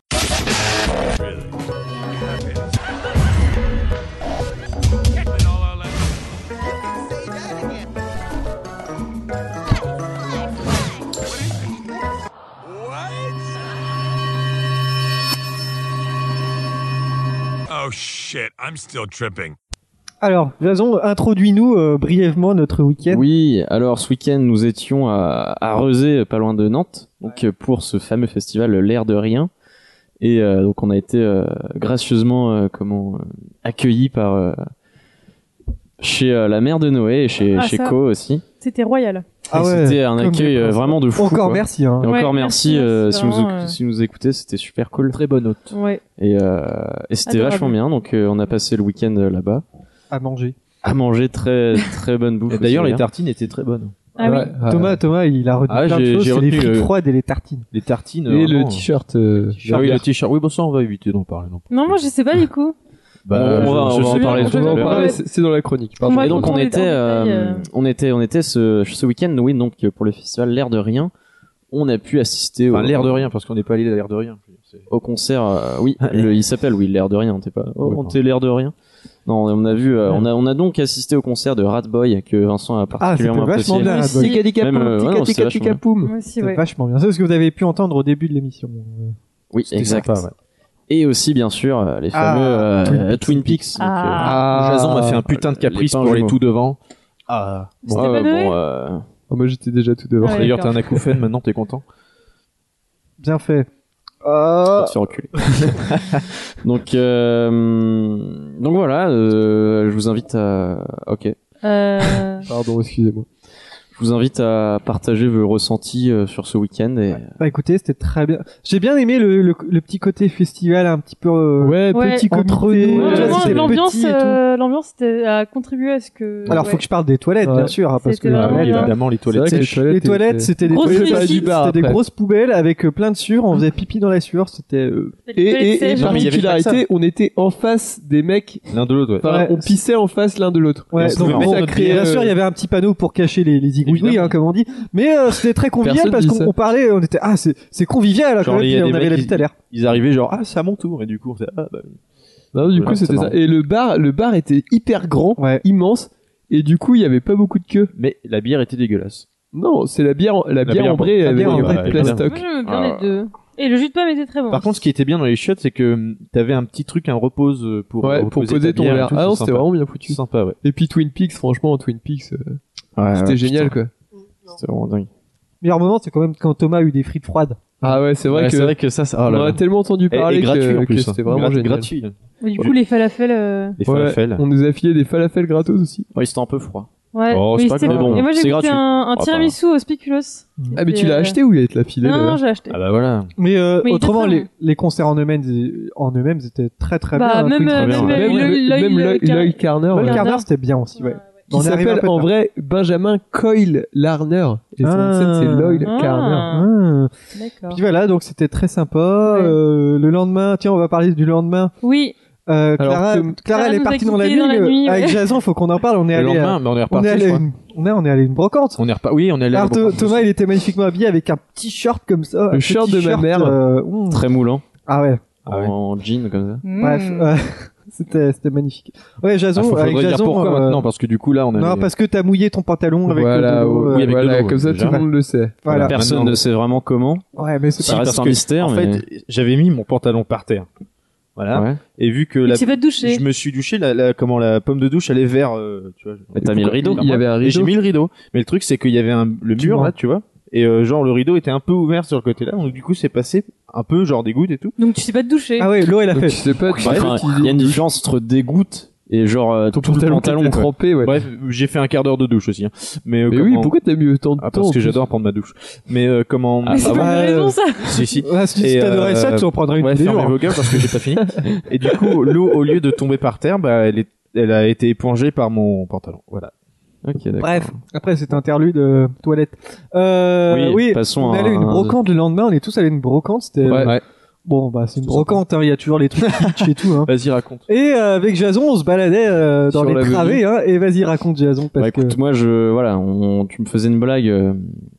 S8: Oh shit, I'm still tripping.
S3: Alors, Jason, introduis-nous euh, brièvement notre week-end.
S7: Oui, alors ce week-end nous étions à, à Rezé, pas loin de Nantes, donc euh, pour ce fameux festival euh, L'air de rien. Et euh, donc on a été euh, gracieusement euh, comment euh, accueillis par euh, chez euh, la mère de Noé et chez,
S4: Ah,
S7: chez
S4: ça.
S7: Co aussi.
S4: C'était royal.
S3: Ah
S7: Et
S3: ouais,
S7: C'était un
S3: comme
S7: accueil
S3: des
S7: euh,
S3: princes.
S7: vraiment de fou.
S3: Encore
S7: quoi.
S3: merci. Hein.
S7: Et
S4: Ouais,
S7: encore
S4: merci,
S7: merci, euh,
S4: merci,
S7: si, vous,
S4: vraiment, euh.
S7: si vous écoutez, c'était super cool. Très bonne hôte.
S4: Ouais.
S7: Et, euh, et c'était
S4: Adorable.
S7: vachement bien, donc euh, on a passé le week-end euh, là-bas
S3: À manger.
S7: à manger très très bonne bouffe.
S5: Et D'ailleurs,
S7: aussi,
S5: les
S7: hein.
S5: tartines étaient très bonnes.
S4: Ah oui.
S6: Ouais,
S7: Euh,
S6: ouais.
S3: Thomas, Thomas, il a retenu
S5: Ah,
S3: plein de
S5: j'ai-
S3: choses.
S5: j'ai
S3: C'est les
S5: retenu,
S3: frites
S5: euh,
S3: froides et les tartines.
S5: Les tartines.
S6: Et le
S5: vraiment.
S6: t-shirt euh,
S5: Ah oui, le t-shirt. Oui, bon, ça, on va éviter d'en parler. Non. euh,
S4: Non, moi je sais pas du coup.
S7: Bah, on va- on va en parler
S4: tout à
S6: on va en
S4: l'heure.
S6: parler,
S4: Ouais.
S6: Ah, c'est c'est dans la chronique. pardon.
S4: Ouais,
S7: et donc
S4: quand
S7: on
S4: on est
S7: était,
S4: en
S7: euh,
S4: détail, euh,
S7: on était, on était ce, ce week-end, oui, donc euh, pour le festival L'air de rien, on a pu assister
S5: Enfin,
S7: au,
S5: l'air de rien, parce qu'on n'est pas allé à l'air de rien. C'est-
S7: au concert. euh, oui, le- il s'appelle, oui, L'air de rien. T'es pas, oh,
S5: Oui,
S7: on
S5: pardon.
S7: t'est L'air de rien. Non, on a vu, euh, on a, on a donc assisté au concert de Ratboy que Vincent a
S3: Ah, c'était
S7: particulièrement
S3: vachement bien.
S7: apprécié.
S3: la bonne.
S7: Même, euh, ouais, non, c'était vachement bien.
S4: Moi aussi,
S3: C'était
S4: ouais.
S3: vachement bien. C'est ce que vous avez pu entendre au début de l'émission. Euh,
S7: Oui,
S5: c'était
S7: exact.
S5: sympa, ouais.
S7: Et aussi, bien sûr, euh, les
S3: Ah,
S7: fameux euh,
S3: Twin
S7: euh, Twin Peaks. donc, euh,
S4: Ah.
S5: Jason m'a fait un putain de
S7: les
S5: caprice
S7: pains
S5: pour aller
S7: jumeaux.
S5: tout devant. Ah.
S7: Bon,
S4: C'était
S7: ouais,
S4: pas Noé
S7: bon, euh,
S6: Oh, moi j'étais déjà tout devant.
S4: Ouais,
S5: D'ailleurs, t'as
S4: d'accord.
S5: un acouphène maintenant, t'es content
S3: Bien fait. Ah.
S7: va te faire enculer. donc, euh, donc voilà, euh, je vous invite à, ok,
S4: Euh,
S6: Pardon, excusez-moi.
S7: je vous invite à partager vos ressentis euh, sur ce week-end et
S3: Bah écoutez, c'était très bien. J'ai bien aimé le, le- le petit côté festival un petit peu. euh,
S6: Ouais,
S4: Ouais.
S6: petit
S3: Entre
S6: comité.
S3: nous,
S4: moi,
S3: Ouais,
S4: vraiment,
S3: c'était
S4: l'ambiance,
S3: petit et tout.
S4: euh, l'ambiance c'était- a contribué à ce que.
S3: Alors
S4: ouais.
S3: faut que je parle des toilettes,
S6: Ouais.
S3: bien sûr, hein, parce que
S4: C'était
S3: les
S4: vraiment
S3: toilettes,
S4: bien.
S5: Évidemment, les
S6: C'est vrai
S5: toilettes
S6: que
S5: sèches.
S3: Les toilettes,
S6: étaient-
S3: c'était des,
S4: Grosse
S3: toilettes-
S4: réussite.
S3: c'était
S6: euh, Du bar,
S3: des
S6: après.
S3: grosses poubelles avec euh, plein de sueur. On faisait pipi dans la sueur. C'était euh,
S4: C'était
S6: Et,
S4: le
S6: et, et
S4: PLC,
S5: Non, mais il y avait pas que ça.
S6: particularité, on était en face des mecs.
S5: L'un de l'autre, ouais.
S6: Enfin,
S3: Ouais.
S6: on pissait en face l'un de l'autre.
S3: ouais,
S5: on
S3: donc,
S5: pouvait
S3: bon,
S5: mettre
S3: on-
S5: notre
S6: pied,
S3: bien
S6: euh,
S3: sûr, il y avait un petit panneau pour cacher les, les igouilles,
S5: Évidemment.
S3: hein, comme on dit. Mais euh, c'était très convivial
S6: Personne
S3: parce
S6: dit
S3: qu'on
S6: ça.
S3: on parlait, on était ah c'est c'est convivial là,
S5: Genre,
S3: quand même.
S5: il y a
S3: puis
S5: des
S3: on avait
S5: mecs
S3: la
S5: qui-
S3: petite à l'air.
S5: ils arrivaient genre ah c'est à mon tour et du coup on faisait, ah, bah,
S6: Non, du
S5: Ouais,
S6: coup,
S5: c'est
S6: c'était ça.
S5: marrant.
S6: Et le bar, le bar était hyper grand,
S3: Ouais.
S6: immense. Et du coup, il y avait pas beaucoup de queue.
S5: mais la bière était dégueulasse.
S6: Non, c'est la bière, en- euh, la, bière,
S5: bière-
S6: ambrée,
S5: la
S6: avec
S3: bière
S6: un
S3: ambrée,
S6: peu de
S5: évidemment.
S4: Moi
S6: plastoc.
S4: j'aime bien
S7: Ah.
S4: les deux. Et le jus de pomme était très bon.
S5: Par contre ce qui était bien dans les shots c'est que hum, t'avais un petit truc un repose euh, pour
S6: Ouais,
S5: euh,
S6: pour
S5: reposer
S6: poser
S5: ta
S6: ton
S5: bière et
S6: verre.
S5: tout,
S6: Ah non,
S5: c'est
S6: c'était
S5: sympa.
S6: vraiment bien foutu.
S5: C'est sympa ouais.
S6: Et puis Twin Peaks, franchement, Twin Peaks,
S5: Ah
S6: euh, c'était
S7: ouais,
S6: génial
S7: putain,
S6: quoi.
S7: C'était vraiment euh, dingue.
S3: Meilleur moment, c'est quand même quand Thomas a eu des frites froides.
S6: Ah ouais, c'est vrai
S5: Ouais,
S6: que
S5: c'est vrai que ça ça oh là
S6: on a
S5: là.
S6: tellement entendu
S5: Et- et
S6: parler que-
S5: gratuit en
S6: que,
S5: plus.
S6: c'était vraiment
S5: Grat-
S6: génial.
S5: gratuit.
S4: Mais du coup, les falafels. euh,
S5: Les
S6: Ouais,
S5: falafels.
S6: on nous a filé des falafels gratos aussi.
S7: Ouais, c'était un peu froid.
S4: Ouais,
S5: Oh, c'est Ah,
S4: mais
S5: pas
S4: c'était
S5: grave.
S7: Mais bon,
S4: Et moi
S7: c'est
S4: j'ai goûté
S7: gratuit.
S4: un, un
S7: bah.
S4: tiramisu au spiculos.
S6: Ah mais tu
S4: C'était,
S6: l'as
S4: euh,
S6: acheté ou il te l'a filé
S4: Non,
S6: là
S4: non, j'ai acheté.
S5: Ah bah voilà.
S3: Mais, euh,
S4: Mais il était
S3: autrement,
S4: très
S3: les,
S4: bon.
S3: les concerts en eux-mêmes, ils- en eux-mêmes, ils étaient très très
S4: Bah,
S3: bien. hein,
S4: même,
S3: Très
S4: euh,
S3: bien,
S4: même,
S3: ouais.
S4: euh,
S3: Ouais.
S4: le- l'œil-
S6: même
S4: l'œil
S6: l'œil-
S4: Car-
S6: l'œil Carner,
S3: Paul
S6: ouais,
S4: Carner.
S3: Carner, c'était bien aussi, ouais.
S6: qui
S3: On est arrivé un
S6: s'appelle
S3: peu
S6: en
S3: tard.
S6: vrai Benjamin Coyle Larner. Et son
S3: Ah.
S6: nom de scène, c'est Lloyd
S4: Ah.
S6: Carner.
S3: Ah.
S4: D'accord.
S3: Puis voilà, donc c'était très sympa.
S4: Ouais.
S3: Euh, le lendemain, tiens, on va parler du lendemain.
S4: Oui,
S3: Euh,
S6: Alors,
S3: Clara,
S6: que-
S3: Clara, elle
S4: Clara
S3: est
S4: nous a
S3: partie dans la
S4: quittés
S3: ville
S4: dans la nuit,
S3: avec
S4: ouais.
S3: Jason. Faut qu'on en parle. On est
S5: Le
S3: allé, à...
S5: lendemain, mais on est
S3: on
S5: reparti.
S3: est
S5: je
S3: allé, à
S5: crois.
S3: une... on est- on est allé à une brocante.
S5: On est reparti. Oui, on est allé. à la
S3: Alors,
S5: banque.
S3: Thomas, il était magnifiquement habillé avec un petit short comme ça. un petit
S6: shirt de ma mère.
S3: euh, mm.
S7: Très moulant.
S3: Ah ouais.
S5: Ah ouais.
S7: En jean, comme ça.
S4: Hmm.
S3: Bref,
S4: Mm.
S3: euh, c'était c'était magnifique. Ouais,
S5: Ah,
S3: Jason.
S5: faut-
S3: avec
S5: faudrait dire
S3: Jason.
S5: pourquoi
S3: euh,
S5: maintenant parce que du coup là on a
S3: Non,
S5: les-
S3: parce que t'as mouillé ton pantalon avec
S6: voilà,
S3: le
S6: oh,
S3: dos, euh,
S5: oui, avec
S6: voilà,
S5: le dos,
S6: comme ça
S5: déjà.
S6: tout le monde le sait.
S3: voilà.
S7: Personne
S5: Maintenant.
S7: ne sait vraiment comment.
S3: Ouais, mais c'est
S5: Si,
S7: Ça
S3: pas...
S7: reste
S5: parce
S7: un
S5: que,
S7: mystère,
S5: En
S7: mais-
S5: fait, j'avais mis mon pantalon par terre. Voilà.
S7: Ouais.
S5: Et vu que la,
S4: Il s'est pas douché.
S5: je me suis douché, la, la- comment la pomme de douche allait vers, euh, tu vois.
S7: Et t'as mis le rideau.
S5: vers
S6: Il y
S5: moi.
S6: avait un
S5: Et j'ai
S6: rideau.
S5: mis le rideau. Mais le truc c'est qu'il y avait un, le
S3: Tu
S5: mur
S3: mens.
S5: là, tu vois. Et euh, genre le rideau était un peu ouvert sur le côté là, donc du coup c'est passé un peu genre des gouttes et tout.
S4: Donc tu sais pas te doucher.
S3: Ah ouais, l'eau, elle a
S6: Donc,
S3: fait.
S6: je sais pas, tu
S7: Enfin, Il y a une
S6: différence.
S7: différence entre dégoûte et genre euh,
S6: Ton
S7: tout le
S6: pantalon,
S7: pantalon.
S6: pantalon
S7: quoi.
S6: trempé, ouais.
S5: Bref, j'ai fait un quart d'heure de douche aussi. hein. Mais, euh,
S6: Mais
S5: comment-
S6: oui, pourquoi t'as mis autant de
S5: Ah,
S6: temps
S5: parce
S6: en
S5: que
S6: plus
S5: j'adore prendre ma douche. Mais euh, comment
S7: Ah,
S4: Mais c'est
S7: bah
S4: pas une
S5: ouais.
S4: raison ça.
S5: Si si.
S3: Ah, si
S5: Et,
S3: tu t'adorais
S5: euh,
S3: ça, tu en prendrais une
S5: Ouais,
S3: tous les
S5: fermez
S3: jours. hein.
S5: vos gueules parce que j'ai pas fini. Et du coup, l'eau, au lieu de tomber par terre, bah, elle, est, elle a été épongée par mon pantalon. Voilà.
S7: Ok, d'accord.
S3: Bref, après cette interlude euh, toilette. Euh,
S7: Oui,
S3: oui,
S7: passons
S3: on est
S7: à
S3: allé à une
S7: un-
S3: brocante le lendemain, on est tous allés à une brocante. C'était euh,
S6: Ouais.
S3: bon, bah c'est une brocante, hein, il y a toujours les trucs kitsch et tout. Hein.
S5: Vas-y, raconte.
S3: Et euh, avec Jason, on se baladait euh, dans
S6: Sur
S3: les
S6: l'avenue.
S3: travées. Hein, et vas-y, raconte Jason parce
S7: Bah, écoute,
S3: que
S7: moi, je, voilà, on- tu me faisais une blague. euh,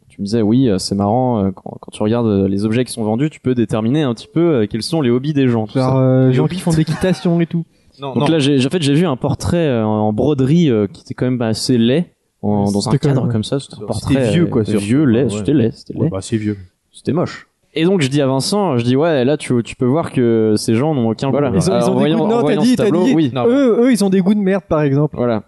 S7: tu me disais, oui, euh, c'est marrant. euh, Quand, quand tu regardes euh, les objets qui sont vendus, tu peux déterminer un petit peu euh, quels sont les hobbies des gens. tout ça.
S3: genre euh,
S5: Les
S3: gens qui font de l'équitation et tout.
S5: Non,
S7: Donc
S5: non.
S7: là, j'ai, j'ai- en fait, j'ai vu un portrait euh, en broderie euh, qui était quand même assez laid. en-
S3: C'était
S7: dans un
S3: quand
S7: cadre
S3: même, ouais.
S7: comme ça, c'était un
S5: C'était
S7: portrait
S5: vieux,
S7: euh,
S5: quoi, surtout.
S7: vieux, laid,
S5: Ouais.
S7: c'était laid, c'était laid.
S5: Ouais, bah, c'est vieux.
S7: c'était moche. Et donc je dis à Vincent, je dis ouais, là tu, tu peux voir que ces gens n'ont aucun
S5: Voilà.
S7: goût.
S3: Ils ont- ils
S7: Alors,
S3: ont
S7: en
S3: des
S7: voyant-
S3: goûts de-
S7: en
S3: non, t'as
S7: voyant
S3: dit,
S7: ce
S3: t'as
S7: tableau,
S3: dit.
S7: oui,
S5: Non,
S3: Eux, eux, ils ont des goûts de merde, par exemple.
S7: voilà.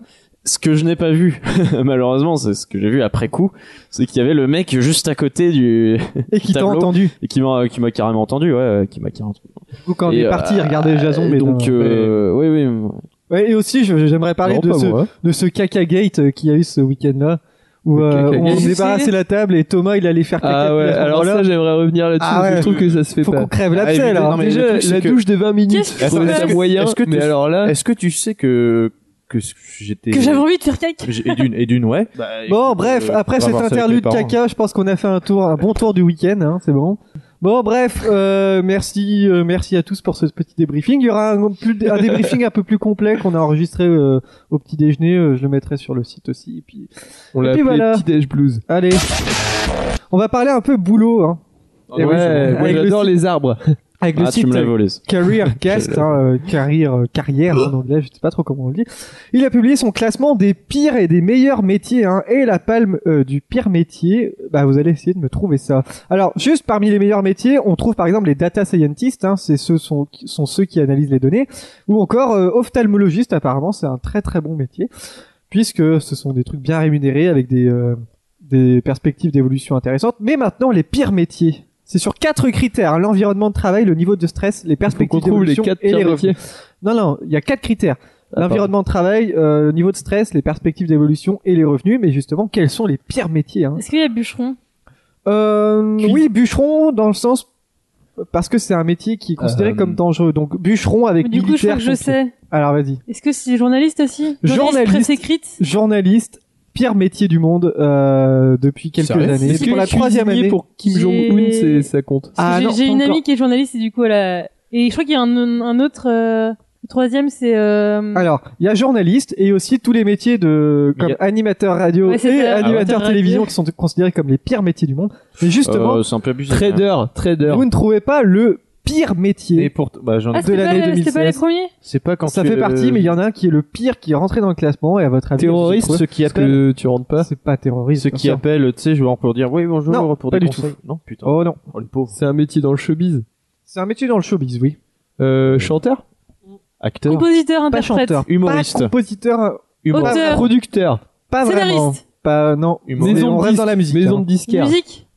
S7: Ce que je n'ai pas vu, malheureusement, c'est ce que j'ai vu après coup, c'est qu'il y avait le mec juste à côté du
S3: Et qui t'ont
S7: Tableau.
S3: entendu.
S7: et qui m'a qui m'a carrément entendu, ouais, euh, qui m'a carrément.
S3: Du coup, quand on
S7: Et,
S3: est
S7: euh,
S3: parti, ils regardaient Jason.
S7: et
S3: Mais
S7: donc,
S3: d'un-
S7: euh, oui, oui,
S3: Ouais, et aussi, je- j'aimerais parler
S6: Non,
S3: de
S6: pas
S3: ce,
S6: moi.
S3: de ce caca gate euh, qu'il y a eu ce week-end-là où
S6: Le
S3: euh,
S6: caca
S3: on
S6: gate.
S3: débarrassait la table et Thomas il allait faire caca.
S6: Ah ouais,
S3: depuis à ce
S6: alors
S3: moment-là.
S6: ça j'aimerais revenir là-dessus,
S3: Ah
S6: parce que
S3: ouais.
S6: je trouve que ça se fait
S3: faut
S6: pas.
S3: qu'on crève
S5: Ah,
S3: l'abcès
S5: évidemment,
S3: là.
S5: non, mais le
S6: Déjà,
S5: truc, c'est
S6: la
S5: que-
S6: douche de 20 minutes,
S4: Qu'est-ce
S5: que-
S6: je trouvais ça
S5: Est-ce que-
S6: moyen,
S5: est-ce que tu-
S6: mais alors là,
S5: Est-ce que tu sais que, que j'étais.
S4: Que j'avais envie de faire caca.
S5: J'ai- Et d'une, et d'une, ouais.
S3: Bon, bref, après cette interlude caca, je pense qu'on a fait un tour, un bon tour du week-end, hein, c'est bon. Bon, bref, euh, merci, euh, merci à tous pour ce petit débriefing. Il y aura un, plus- un débriefing un peu plus complet qu'on a enregistré euh, au petit déjeuner. euh, je le mettrai sur le site aussi. Et puis,
S6: on
S3: et
S6: l'a
S3: puis
S6: appelé
S3: voilà.
S6: petit déj blues.
S3: allez, on va parler un peu boulot, hein,
S6: Et
S3: oui,
S6: ouais,
S3: j'adore.
S6: Ah moi,
S3: Avec le
S6: j'adore
S3: site-
S6: les arbres.
S3: avec le
S7: Ah, tu
S3: site
S7: me l'as
S3: euh,
S7: volé. ça.
S3: Career Cast, hein, euh, carrière, euh, carrière en anglais, je sais pas trop comment on le dit. Il a publié son classement des pires et des meilleurs métiers hein, et la palme euh, du pire métier. Bah, vous allez essayer de me trouver ça. Alors, juste parmi les meilleurs métiers, on trouve par exemple les data scientists, hein, c'est ceux sont, sont ceux qui analysent les données, ou encore euh, ophtalmologiste. Apparemment, c'est un très très bon métier puisque ce sont des trucs bien rémunérés avec des euh, des perspectives d'évolution intéressantes. Mais maintenant, les pires métiers. C'est sur quatre critères hein, l'environnement de travail, le niveau de stress, les
S6: Faut qu'on
S3: perspectives
S6: trouve les
S3: d'évolution
S6: quatre
S3: et les
S6: pires
S3: revenus.
S6: métiers.
S3: Non, non, il y a quatre critères.
S6: Ah,
S3: L'environnement de travail, euh, le niveau de stress, les perspectives d'évolution et les revenus. Mais justement, quels sont les pires métiers hein
S4: Est-ce qu'il y a bûcheron
S3: Euh,
S6: Cuit-
S3: Oui, bûcheron dans le sens parce que c'est un métier qui est considéré
S6: Euh,
S3: comme dangereux. Donc bûcheron avec
S4: Mais Du coup, je
S3: militaire.
S4: crois que je
S3: pompier.
S4: sais.
S3: Alors vas-y.
S4: Est-ce que c'est journaliste aussi
S3: Journaliste.
S4: presse écrite
S3: Journaliste, pire métier du monde euh, depuis quelques
S5: Sérieux
S3: années.
S6: Est-ce que
S3: pour la
S6: cuisinier
S3: troisième année.
S6: pour Kim Jong-un,
S4: J'ai-
S6: c'est- ça compte
S3: Ah
S4: Parce que
S3: non,
S4: j'ai- J'ai
S3: pas
S4: une
S3: encore.
S4: amie qui est journaliste et du coup, elle a... Et je crois qu'il y a un, un autre... euh, Le troisième, c'est... euh,
S3: Alors, il y a journaliste et aussi tous les métiers de comme
S5: Il y
S3: animateur radio
S4: Ouais, c'est
S3: et
S4: ça.
S3: animateur
S4: Ah ouais.
S3: télévision qui sont considérés comme les pires métiers du monde. Mais justement,
S7: Euh, c'est un peu abusé.
S6: Trader, trader.
S3: vous ne trouvez pas le pire métier
S5: Et pour, bah, j'en
S4: Ah,
S3: de
S4: c'était pas,
S3: l'année
S4: le- c'était pas les
S3: 2016.
S4: premiers
S5: C'est pas quand
S3: Ça
S5: tu-
S3: fait partie, mais il y en a un qui est le pire qui est rentré dans le classement et à votre avis,
S6: Terroriste,
S3: vous y
S6: ce qui
S3: trouvez
S6: appelle... tu rentres pas.
S3: Parce que c'est pas terroriste.
S5: Ceux
S3: bien
S5: qui
S3: sûr.
S5: appellent, tu sais, genre pour dire oui, bonjour,
S3: Non,
S5: pour
S3: pas
S5: des
S3: du
S5: conseils. Non, putain.
S3: Oh non,
S5: Oh, le pauvre.
S6: C'est un métier dans le showbiz.
S3: c'est un métier dans le showbiz, oui.
S6: Euh, chanteur
S5: Acteur.
S4: Compositeur,
S3: Pas
S4: interprète.
S3: chanteur,
S5: Humoriste.
S3: pas
S4: euh,
S3: compositeur,
S5: Humoriste.
S4: Auteur.
S6: Producteur.
S3: pas vraiment,
S4: Scénariste.
S3: pas euh, non.
S5: Humoriste.
S3: Mais on
S6: de
S3: reste
S6: disques.
S3: dans la musique.
S6: Maison
S3: hein.
S6: de disquaire.
S4: Musique.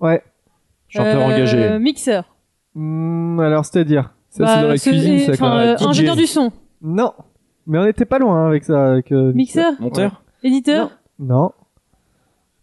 S5: Chanteur
S4: Euh,
S5: engagé.
S4: Mixeur.
S3: Hmm, alors, c'est-à-dire
S6: Ça,
S4: Bah,
S6: c'est dans la
S4: ce-
S6: cuisine, ça, quand
S4: enfin,
S6: même.
S4: euh, ingénieur
S5: DJ.
S4: du son.
S3: Non. Mais on n'était pas loin hein, avec ça. Avec, euh,
S4: Mixeur.
S7: Monteur.
S4: Éditeur.
S3: Non.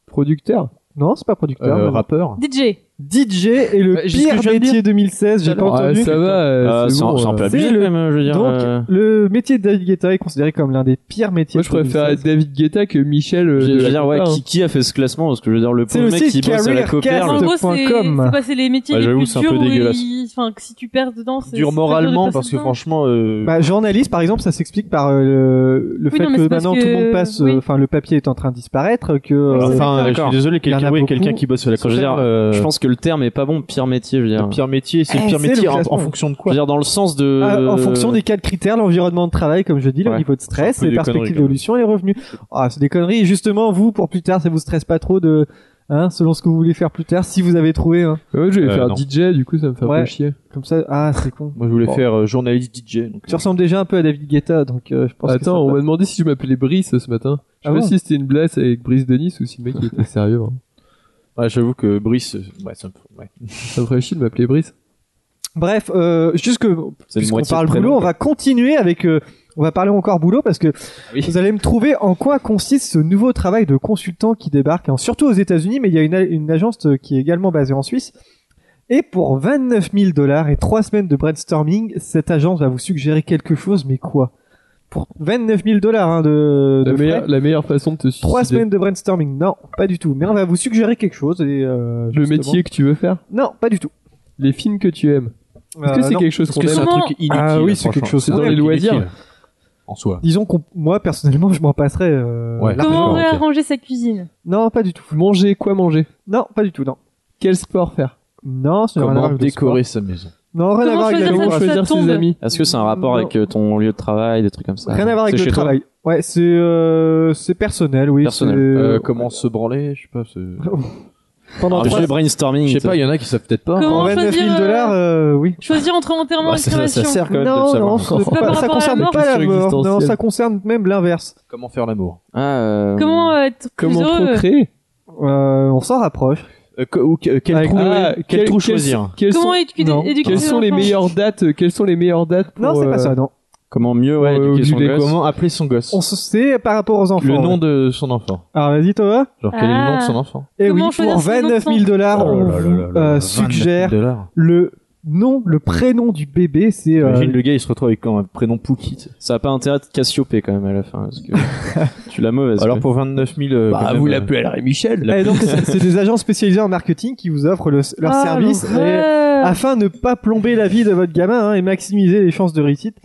S6: Producteur.
S3: Non, c'est pas producteur.
S5: Euh,
S3: mais non.
S5: rappeur.
S4: DJ.
S3: DJ est le
S7: Bah, c'est ce que
S3: pire
S7: je viens de
S3: métier 2016, j'ai pas
S6: Ah,
S3: entendu.
S6: ça va, euh,
S7: Euh,
S6: c'est
S7: c'est
S6: bon,
S7: un- c'est un
S6: euh.
S7: peu
S3: C'est
S7: abusé
S3: le-
S7: quand même, je veux dire.
S3: Donc,
S7: euh,
S3: le métier de David Guetta est considéré comme l'un des pires métiers.
S6: Moi, je
S3: de
S6: préfère
S3: 2016.
S6: être David Guetta que Michel. euh,
S7: je
S6: de
S7: veux
S6: la
S7: dire, ouais,
S6: Copa, hein.
S7: qui, qui a fait ce classement Parce que je veux dire, le
S3: C'est
S7: pauvre
S3: le
S7: mec qui
S3: site
S7: bosse à la
S3: Career Cast.
S4: En
S7: coperle.
S4: gros, c'est
S3: Cast.com.
S4: c'est pas- c'est les métiers
S7: Bah,
S4: les
S7: j'avoue,
S4: plus
S7: c'est un peu
S4: durs où
S7: dégueulasse.
S4: ils- Enfin, que si tu perds dedans, c'est.
S5: Dur
S4: c'est très dur
S5: moralement
S4: de
S5: parce
S4: passer
S5: que
S4: dedans.
S5: franchement, euh,
S3: Bah, journaliste, par exemple, ça s'explique par euh, le, le
S4: Oui,
S3: fait
S4: non, mais
S3: que
S4: c'est parce
S3: maintenant tout le monde
S4: que-
S3: passe, euh,
S4: oui.
S3: enfin le papier est en train de disparaître, que euh,
S4: c'est
S5: enfin,
S4: d'accord.
S5: je suis désolé,
S3: Il y en
S5: quelqu'un
S3: a
S5: oui,
S3: beaucoup.
S5: quelqu'un qui bosse à la
S7: Je veux
S5: coperle,
S7: dire,
S5: euh,
S7: Je pense que le terme est pas bon, pire métier, je veux dire.
S5: le pire métier, c'est
S3: Eh,
S5: le pire
S3: c'est le
S5: métier en- en
S3: classement.
S5: fonction de
S7: Je
S5: quoi
S7: veux dire, dans le sens de.
S3: Ah,
S6: Euh,
S3: en fonction des quatre critères, l'environnement de travail, comme je dis, le
S7: Ouais.
S3: niveau de stress,
S5: C'est un peu
S3: les
S5: des conneries,
S3: perspectives
S5: quand même.
S3: d'évolution, les revenus. Ah, c'est des conneries. Et Justement, vous, pour plus tard, ça vous stresse pas trop de, hein, selon ce que vous voulez faire plus tard, si vous avez trouvé, hein.
S6: Ouais, je vais
S5: Euh,
S6: faire
S5: non.
S6: DJ, du coup, ça me fait un
S3: Ouais.
S6: peu chier.
S3: Comme ça, ah, c'est con.
S5: Moi, je voulais
S3: Bon.
S5: faire euh, journaliste DJ. donc,
S3: Tu ressembles déjà un peu à David Guetta, donc euh, je pense que ça
S6: Attends, on
S3: va.
S6: m'a demandé si je m'appelais Brice euh, ce matin. Je
S3: Ah
S6: sais pas
S3: bon
S6: si c'était une blague avec Brice Denis ou si le mec il était sérieux. hein.
S5: Ouais, j'avoue que Brice, euh, ouais, ça me ouais.
S6: Ça me ferait chier de m'appeler Brice.
S3: Bref, euh, juste que
S7: C'est une
S3: puisqu'on
S7: moitié de
S3: parle
S7: prénom,
S3: boulot, on
S7: quoi.
S3: va continuer avec. euh, on va parler encore boulot parce que
S6: Ah
S5: oui.
S3: vous allez me trouver en quoi consiste ce nouveau travail de consultant qui débarque, hein, surtout aux États-Unis, mais il y a une, a- une agence euh, qui est également basée en Suisse. Et pour 29 000 dollars et 3 semaines de brainstorming, cette agence va vous suggérer quelque chose, mais quoi Pour 29 000 dollars hein, de, de
S6: La
S3: frais,
S6: meilleure, la meilleure façon de te suicider.
S3: trois semaines de brainstorming, non, pas du tout. Mais on va vous suggérer quelque chose. Et, euh,
S6: Le
S3: justement-
S6: métier que tu veux faire,
S3: Non, pas du tout.
S6: les films que tu aimes. Est-ce
S3: Euh,
S6: que c'est
S3: non.
S6: quelque chose qu'on
S5: Parce que c'est
S6: aime
S5: un
S4: Comment
S5: truc inutile.
S3: Ah oui,
S5: hein,
S3: c'est quelque
S5: franchement.
S3: chose-
S5: C'est
S6: dans
S5: un
S6: les
S5: truc
S6: loisirs.
S5: inutile, En soi.
S3: Disons qu'on, moi personnellement, je m'en passerais. euh,
S5: Ouais.
S3: largement.
S4: Comment
S5: D'accord, ok.
S4: réarranger sa cuisine
S3: Non, pas du tout.
S6: Manger, quoi manger
S3: Non, pas du tout, non.
S6: Quel sport faire
S3: Non, ça n'a rien à voir
S5: Comment
S3: avec le
S5: décorer sa maison
S3: sport. Non, rien à
S4: Comment
S3: voir avec
S4: choisir
S3: la
S4: sa
S6: Comment
S4: ça
S6: choisir
S4: tombe.
S6: ses amis
S7: Est-ce que c'est un rapport
S3: Non.
S7: avec euh, ton lieu de travail, des trucs comme ça
S3: Rien à voir avec
S7: C'est
S3: le
S7: chez toi
S3: travail. Ouais, c'est euh, c'est personnel, oui.
S7: Personnel.
S3: c'est-
S5: Euh, Comment se branler Je sais pas. c'est-
S3: pendant
S7: Un
S3: trois-
S7: jeu Ah, brainstorming.
S5: Je sais
S7: t'sais.
S5: pas, il y en a qui savent peut-être pas.
S4: Comment
S3: pendant 29 000
S4: choisir, euh,
S3: dollars, euh, oui.
S4: Choisir entre enterrement
S5: Bah,
S4: et
S5: ça, ça- ça
S4: crémation.
S5: sert quand même de le
S3: Non,
S5: savoir.
S3: non, c'est
S4: Pas par
S3: pas-
S4: rapport à
S3: ça
S4: la
S3: concerne
S4: mort.
S3: pas la
S6: Question
S3: mort. Non,
S6: existentielle.
S3: ça concerne même l'inverse.
S5: Comment faire l'amour
S7: Ah, euh,
S4: Comment euh, être plus
S6: Comment
S4: heureux
S6: procréer
S3: Euh, on s'en rapproche.
S5: Euh, que- ou que- Quel
S3: Avec-
S5: trou
S6: Ah,
S5: quel trou choisir
S6: quels
S4: Comment
S6: sont,
S4: éduquer
S3: Non.
S4: éduquer
S6: quelles
S4: ses
S6: sont les
S4: enfants Ah,
S6: meilleures dates euh, Quelles sont les meilleures dates pour
S3: non, c'est pas
S6: euh,
S3: ça, non.
S7: Comment mieux ouais,
S6: Euh,
S7: éduquer son
S6: du-
S7: gosse
S5: Comment appeler son gosse
S3: On se sait par rapport aux enfants.
S5: Le nom
S3: ouais.
S5: de son enfant.
S3: Alors, vas-y, Thomas.
S5: Genre, quel est le nom de
S4: Ah.
S5: son enfant
S3: Et Eh oui,
S4: Comment
S3: pour
S4: choisir ses
S3: 29 000
S4: enfants
S3: dollars, on
S5: Oh là là là
S3: vous
S5: là là,
S3: euh, suggère
S5: 29 dollars.
S3: le nom, le prénom du bébé. C'est euh,
S5: Imagine le gars, il se retrouve avec un prénom Pookie. tu sais.
S7: Ça a pas intérêt de Cassiopée quand même à la fin. Parce que tu l'as mauvaise.
S5: Alors
S7: quoi.
S5: pour 29 000. euh,
S3: Bah,
S5: quand même, euh,
S6: l'appellerez Michel.
S3: Et Eh, donc, c'est c'est des agents spécialisés en marketing qui vous offrent le- leur
S4: Ah,
S3: service et-
S4: l'horreur.
S3: afin de ne pas plomber la vie de votre gamin hein, et maximiser les chances de réussite.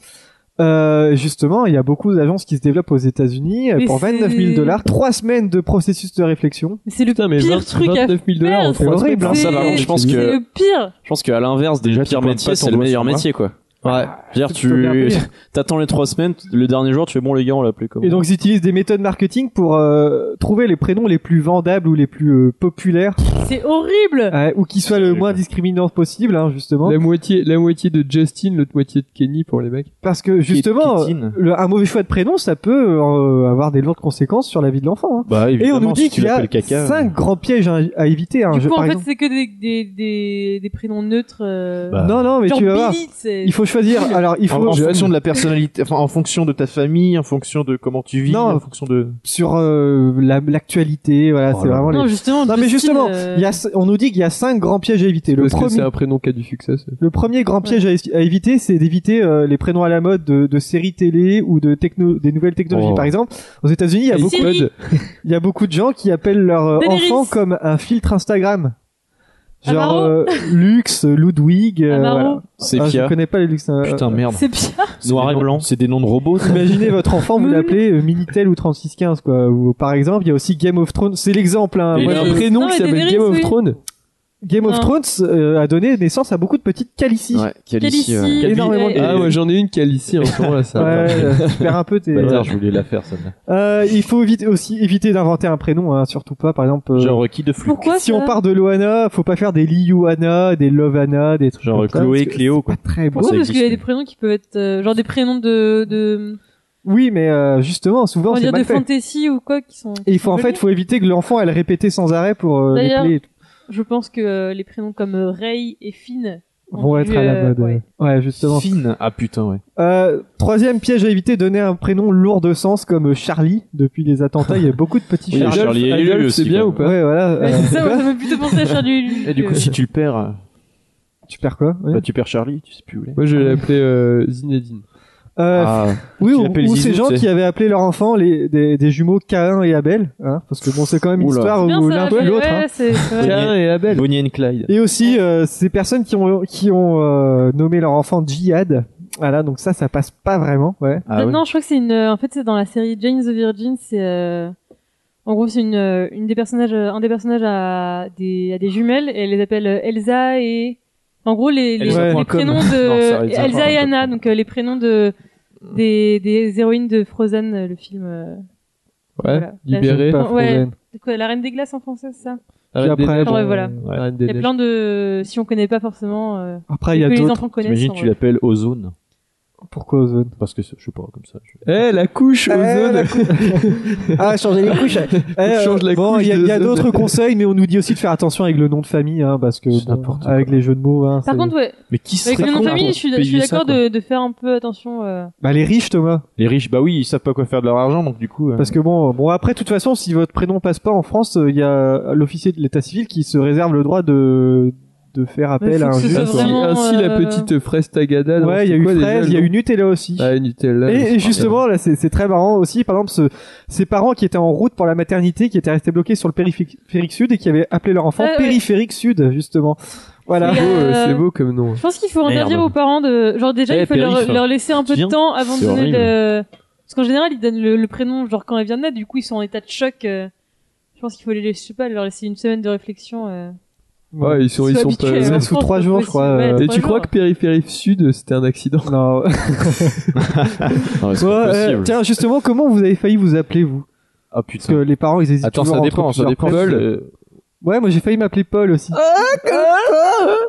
S3: Euh, justement, il y a beaucoup d'agences qui se développent aux États-Unis euh,
S4: Mais
S3: pour 29 000
S4: c'est-
S3: dollars, trois semaines de processus de réflexion.
S4: Mais C'est le
S6: Putain, mais
S4: pire
S6: 20
S4: truc à
S6: 29 000 dollars,
S4: faire,
S6: on
S3: C'est
S6: fait
S3: horrible. hein.
S7: Ah, ça, par
S4: c'est-
S7: contre, je pense
S4: C'est
S7: que
S4: le pire.
S7: je pense qu'à l'inverse des
S5: Déjà, tu
S7: pires
S5: pointes pas
S7: métiers,
S5: ton
S7: c'est le
S5: doigt
S7: meilleur
S5: sur moi.
S7: métier quoi.
S6: Ouais.
S7: Je veux dire,
S3: C'est plutôt bien
S7: tu
S3: payé.
S7: t'attends les trois semaines, le dernier jour, tu fais bon les gars, on l'a appelé comment
S3: Et donc, ils utilisent des méthodes marketing pour euh, trouver les prénoms les plus vendables ou les plus euh, populaires
S4: C'est horrible.
S3: euh, ou qui soient le moins discriminants possible, hein, justement.
S6: La moitié, la moitié de Justin, l'autre moitié de Kenny pour les mecs.
S3: Parce que justement,
S5: Kétine.
S3: le- un mauvais choix de prénom, ça peut euh, avoir des lourdes conséquences sur la vie de l'enfant. hein. Et
S5: Bah,
S3: on
S5: évidemment,
S3: nous dit
S5: si tu
S3: qu'il y a
S5: l'appelles caca. euh,
S3: cinq grands pièges à, à éviter. Hein,
S4: Du
S3: je-
S4: coup,
S3: par
S4: en fait,
S3: exemple.
S4: c'est que des, des, des, des prénoms neutres. euh,
S5: Bah,
S3: Non, non, mais
S4: genre
S3: tu vas voir.
S4: Billy, c'est-
S3: Il faut choisir. Alors, il
S5: En,
S3: faut
S5: en fonction de la personnalité, enfin en fonction de ta famille, en fonction de comment tu vis,
S3: Non.
S5: en fonction de.
S3: sur euh, la- l'actualité. voilà,
S5: Oh
S3: c'est
S5: là
S3: vraiment.
S4: Non,
S3: les-
S4: justement.
S3: Non, mais
S4: Justin,
S3: justement,
S4: euh,
S3: il y a, c- on nous dit qu'il y a cinq grands pièges à éviter. Le
S6: Parce que
S3: premier,
S6: c'est un prénom qui a du succès. ça.
S3: le premier grand piège à es- à, éviter, c'est d'éviter euh, les prénoms à la mode de, de séries télé ou de techno, des nouvelles technologies.
S5: Oh.
S3: Par exemple, aux États-Unis, il y a
S4: Et
S3: beaucoup,
S4: Siri.
S6: Code.
S3: il y a beaucoup de gens qui appellent leur euh,
S4: Daenerys. Ah,
S3: enfant comme un filtre Instagram. Genre
S4: Amaro.
S3: euh, Lux, Ludwig. euh,
S4: Amaro.
S3: voilà.
S7: C'est
S3: Ah, je
S7: pire.
S3: connais pas les Lux. euh,
S5: Putain merde.
S4: C'est pire.
S5: C'est des noms- C'est des noms de robots. ça.
S3: Imaginez votre enfant, vous
S4: Oui.
S3: l'appelez euh, Minitel ou 3615, quoi. Ou par exemple, il y a aussi Game of Thrones. C'est l'exemple. Hein.
S6: Il y
S3: Moi,
S6: a
S4: mais-
S6: un prénom
S4: non,
S6: qui
S4: mais
S6: s'appelle
S4: Daenerys,
S6: Game of
S4: oui.
S6: Thrones.
S3: Game of
S4: Ah.
S3: Thrones euh, a donné naissance à beaucoup de petites calicies.
S7: Ouais, Calici,
S3: euh,
S4: Calici.
S7: ouais.
S3: Énormément de-
S4: Et-
S6: Ah, moi j'en ai une qui a ici en ce moment là.
S3: Ouais,
S6: Ça.
S3: euh, tu perds un peu tes.
S7: Bâtard, je voulais la faire celle-là.
S3: Euh, il faut éviter aussi éviter d'inventer un prénom, hein, surtout pas. Par exemple, euh,
S5: Genre qui de flou.
S4: Pourquoi
S3: si
S4: ça
S3: on part de Loana, faut pas faire des Liuana, des Lovana, des trucs
S5: Genre
S3: comme ça,
S5: Chloé,
S3: parce que
S5: Cléo quoi.
S3: c'est pas Très beau.
S4: Pourquoi
S5: ça
S4: Parce qu'il y a
S5: existe.
S4: des prénoms qui peuvent être euh, genre des prénoms de de
S3: Oui, mais euh, justement, souvent
S4: comment
S3: c'est
S4: dire de
S3: mal fait.
S4: fantasy ou quoi qui sont.
S3: Et il faut en fait, faut éviter que l'enfant elle répéter sans arrêt pour euh, les
S4: D'ailleurs,
S3: plaies.
S4: Je pense que euh, les prénoms comme euh, Ray et Finn
S3: vont
S4: Plus,
S3: être à la
S4: euh,
S3: mode.
S4: ouais.
S3: euh. Ouais, justement.
S5: Fine. Ah putain, ouais.
S3: Euh, troisième piège à éviter, donner un prénom lourd de sens comme Charlie. Depuis les attentats, il y a beaucoup de petits
S7: Oui,
S3: Charlie.
S7: Charlie et
S6: Adolphe,
S7: Lulu aussi,
S6: c'est bien
S7: quand
S6: ou
S7: même.
S6: pas
S3: Ouais, voilà.
S4: Ouais,
S3: euh,
S4: c'est ça, moi, ça me fait plutôt penser à Charlie.
S7: Et du coup,
S4: que-
S7: si tu le perds, euh,
S3: tu perds quoi Ouais.
S5: bah, tu perds Charlie, tu sais plus où il est.
S6: Moi, je vais l'appeler euh, Zinedine.
S3: Euh,
S7: ah,
S3: Oui,
S5: Tu
S3: ou,
S5: l'appelles
S3: ou
S5: Zizou,
S3: ces gens
S5: tu sais.
S3: qui avaient appelé leur enfant les, des, des jumeaux Cain et Abel, hein, parce que bon, c'est quand même une
S7: Oula.
S3: histoire
S4: Bien
S3: où
S4: ça,
S3: l'un
S4: mais
S3: tue l'autre.
S4: ouais,
S3: hein.
S4: c'est c'est vrai.
S7: Cain
S6: et Abel.
S7: Bonnie and Clyde.
S3: Et aussi euh, ces personnes qui ont qui ont euh, nommé leur enfant Jihad. Voilà, donc ça, ça passe pas vraiment. Ouais.
S5: Ah ouais.
S4: Euh, Non, je crois que c'est une. En fait, c'est dans la série Jane the Virgin. C'est euh, en gros, c'est une euh, une des personnages, euh, un des personnages à des à des jumelles. Et elle les appelle euh, Elsa et en gros les les,
S5: Elsa
S4: les
S5: point com.
S4: prénoms
S5: Non, ça
S4: de
S5: arrête, ça
S4: Elsa
S5: arrête.
S4: et Anna. Donc euh, les prénoms de des des héroïnes de Frozen, euh, le film. euh,
S6: Ouais,
S4: Voilà.
S6: libéré.
S3: Pas
S4: Ouais.
S3: Frozen.
S4: C'est quoi, la Reine des Glaces en français, c'est ça
S6: Arrête
S3: Puis après,
S6: des
S4: bon, Ouais,
S5: euh,
S4: voilà.
S6: neiges. Arrête des
S4: Il y a
S6: neiges.
S4: plein de. Si on connaît pas forcément. Euh,
S5: Ah,
S3: Après, il y a
S4: que les
S3: d'autres.
S4: enfants connaissent.
S5: T'imagines,
S4: en
S5: tu
S4: vrai.
S5: l'appelles Ozone.
S3: Pourquoi Ozone
S5: Parce que, c'est- je sais pas, comme ça. je-
S6: Eh, la couche ozone.
S3: Ah, changer les couches.
S6: euh, Change la
S3: bon,
S6: couche
S3: il y a, il y a
S6: d'ozone.
S3: d'autres conseils, mais on nous dit aussi de faire attention avec le nom de famille, hein, parce que
S5: C'est
S3: bon,
S5: n'importe quoi.
S3: avec les jeux de mots. Hein,
S4: Par
S3: c'est-
S4: contre, ouais.
S5: Mais qui
S4: Avec
S5: serait
S4: le nom
S5: con
S4: de
S5: pour
S4: famille, je suis, je suis
S5: payer ça,
S4: d'accord
S5: quoi
S4: de, de faire un peu attention. euh.
S3: bah, les riches, Thomas.
S5: Les riches, bah oui, ils savent pas quoi faire de leur argent, donc du coup. euh,
S3: Parce que bon, bon après, de toute façon, si votre prénom passe pas en France, euh, il y a l'officier de l'état civil qui se réserve le droit de, de faire appel
S4: faut
S3: à
S4: que
S3: un
S4: ce
S3: juge.
S4: soit
S6: Ainsi,
S4: vraiment,
S6: ainsi la
S4: euh,
S6: petite fraise tagada.
S3: Ouais, il y a eu fraise, il y a eu Nutella aussi.
S6: Ah, une Nutella.
S3: Et,
S6: c'est
S3: et justement, là, c'est c'est très marrant aussi. Par exemple, ce- ces parents qui étaient en route pour la maternité, qui étaient restés bloqués sur le périphérique périphérique sud et qui avaient appelé leur enfant
S4: Ah Ouais, ouais.
S3: périphérique sud, justement. Voilà.
S6: beau,
S4: Et,
S6: euh,
S4: euh,
S6: C'est beau comme nom.
S4: Je pense qu'il faut
S5: Merde.
S4: interdire aux parents de. Genre, déjà,
S5: Eh,
S4: il faut leur,
S5: périph'.
S4: leur laisser un peu de
S5: Viens.
S4: temps avant de
S5: C'est
S4: donner
S5: horrible.
S4: le. Parce qu'en général, ils donnent le, le prénom, genre quand elle vient de naître, du coup, ils sont en état de choc. euh. Je pense qu'il faut les laisser, je sais pas, leur laisser une semaine de réflexion. euh.
S6: Ouais, Ah, ils sont, ils sont
S4: habitués,
S6: pas.
S4: hein,
S3: sous
S4: je pense,
S3: trois
S4: c'est
S3: jours, je
S4: possible.
S3: crois,
S4: Ouais,
S3: euh.
S6: Et
S4: trois
S6: tu crois
S4: jours.
S6: que périphérie sud, c'était un accident
S3: Non.
S7: Non, c'est
S3: Ouais,
S7: pas
S3: euh,
S7: possible.
S3: tiens, justement, comment vous avez failli vous appeler, vous
S5: Ah
S3: Parce que
S5: putain.
S3: les parents, ils hésitent
S5: Attends,
S3: toujours
S5: ça
S3: entre
S5: dépend, ça
S3: plusieurs
S5: dépend.
S3: prénoms.
S5: Euh,
S3: Ouais, moi j'ai failli m'appeler Paul aussi.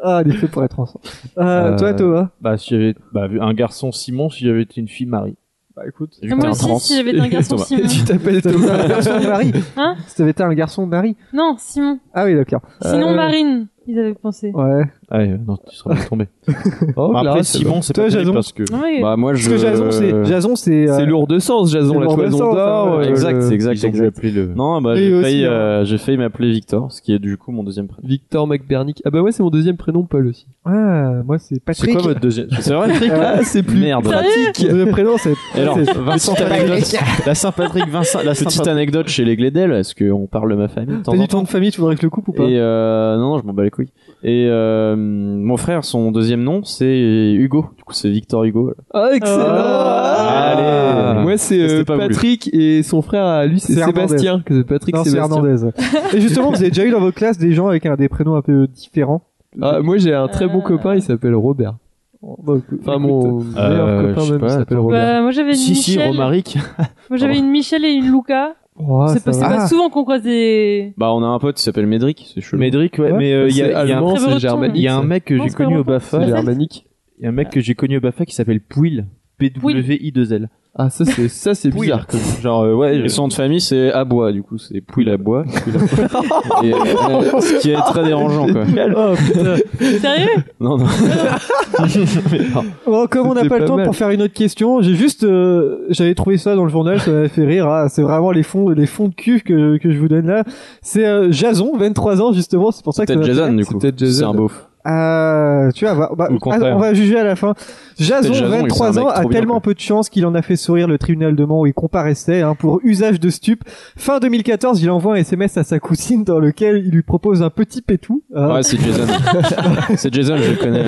S3: Ah, des faits pour être ensemble. Euh,
S5: Euh,
S3: Toi, Thomas
S5: Bah, si j'avais, bah, vu un garçon Simon, si j'avais été une fille Marie.
S3: Bah écoute.
S4: Ah, Moi aussi, si j'avais été un garçon
S5: Thomas.
S4: Simon.
S3: Tu t'appelles Thomas un garçon de Marie
S4: Hein
S3: Si t'avais été un garçon de Marie
S4: Non, Simon.
S3: Ah oui, d'accord.
S4: Sinon,
S3: Euh,
S4: Marine, ils avaient pensé.
S3: Ouais.
S5: Ah, ouais, non, tu serais bien tombé.
S6: Oh,
S5: Après,
S6: Clara, c'est
S5: Simon, c'est
S3: Toi,
S5: pas terrible
S3: Jason.
S5: parce que.
S4: Ouais,
S7: Bah, moi, je.
S3: Parce que Jason, c'est. Jason, c'est.
S6: bon.
S3: euh,
S6: C'est lourd de sens,
S3: c'est
S6: Jason, la
S3: lourd de
S6: toison
S3: sens,
S6: d'or.
S3: hein,
S6: euh,
S7: Oh, Exact, c'est exact,
S5: Ils ont dû
S7: exact.
S5: appeler le.
S7: Non, bah,
S3: Et
S7: j'ai
S3: aussi,
S7: failli,
S3: hein.
S7: euh, j'ai failli m'appeler Victor, ce qui est du coup mon deuxième prénom.
S6: Victor McBernick. Ah bah ouais, c'est mon deuxième prénom, Paul aussi.
S3: Ah, moi c'est
S5: C'est
S3: Patrick.
S5: quoi votre deuxième C'est vrai
S3: Ah,
S6: c'est
S7: Merde.
S3: Mon deuxième prénom, c'est.
S7: Et Alors,
S3: c'est-
S7: Vincent, anecdote. La Saint-Patrick, Vincent, la petite anecdote chez les Glédel, est-ce qu'on parle de ma famille de temps
S3: T'as
S7: en
S3: du temps de famille, tu voudrais que le couple ou pas
S7: Et euh, non, non, je m'en bats les couilles. Et euh, mon frère, son deuxième nom, c'est Hugo. Du coup, c'est Victor Hugo.
S6: Ah, excellent
S7: Ah. Allez.
S6: Moi, c'est
S7: C'était
S6: euh,
S7: pas voulu.
S6: Patrick et son frère à lui, c'est
S3: C'est
S6: Sébastien. que c'est Patrick
S3: Non, c'est
S6: Sébastien.
S3: Hernandez. Et justement, vous avez déjà eu dans vos classes des gens avec un des prénoms un peu différents
S6: Ah, moi, j'ai un très bon
S4: Euh.
S6: copain, il s'appelle Robert.
S3: Bah,
S6: Enfin, mon meilleur
S5: euh,
S6: copain,
S5: je sais
S6: même, il
S5: pas,
S6: s'appelle
S5: attends.
S6: Robert.
S4: Bah, moi j'avais une
S7: Si, si,
S4: Michel.
S7: Romaric.
S4: moi j'avais une Michel et une Luca.
S3: Oh,
S4: c'est pas, c'est
S3: va.
S4: pas
S3: Ah,
S4: souvent qu'on croise des.
S7: Bah, on a un pote qui s'appelle Médric, c'est chelou. Bah,
S5: Médric, ouais,
S3: Ouais,
S5: mais euh, il y, a-
S6: c'est
S5: il y a un-
S6: allemand,
S4: Très
S6: c'est
S4: breton,
S6: germanique.
S5: il y a un
S6: ça.
S5: mec que
S4: Non,
S5: j'ai
S4: c'est
S5: connu au
S4: breton.
S5: BAFA.
S4: C'est
S5: Il y a un-
S6: germanique.
S5: il y a un mec que j'ai connu au BAFA qui s'appelle Pouille. P-W-I-2-L.
S6: Ah, ça, c'est, ça, c'est bizarre.
S5: comme- Genre, euh, ouais.
S7: Et
S5: je-
S7: son nom de famille, c'est Abois, du coup, c'est Pouille Abois. Et, euh, ce qui est très dérangeant, quoi.
S6: Oh,
S4: Sérieux
S7: Non, non.
S3: Bon, comme on n'a
S6: C'était
S3: pas le
S6: pas
S3: temps
S6: mal.
S3: pour faire une autre question, j'ai juste, euh, j'avais trouvé ça dans le journal, ça m'avait fait rire. Ah, c'est vraiment les fonds, les fonds de cul que, que je vous donne là. C'est euh, Jason, 23 ans justement, c'est pour ça que.
S7: Peut-être
S3: ça m'a
S7: Jason, du
S6: C'est
S7: coup.
S6: peut-être
S7: C'est
S6: Jason.
S7: un beauf.
S3: Euh, tu vas voir. Bah,
S5: Ou le contraire.
S3: ah, on va juger à la fin. Jason,
S7: Jason, il est
S3: 23
S7: un
S3: ans,
S7: mec
S3: a
S7: trop bien,
S3: tellement
S7: quoi.
S3: peu de chance qu'il en a fait sourire le tribunal de Mans où il comparaissait hein, pour usage de stup. Fin 2014, il envoie un SMS à sa cousine dans lequel il lui propose un petit pétou. hein.
S7: Ouais, c'est Jason. c'est Jason, je le connais.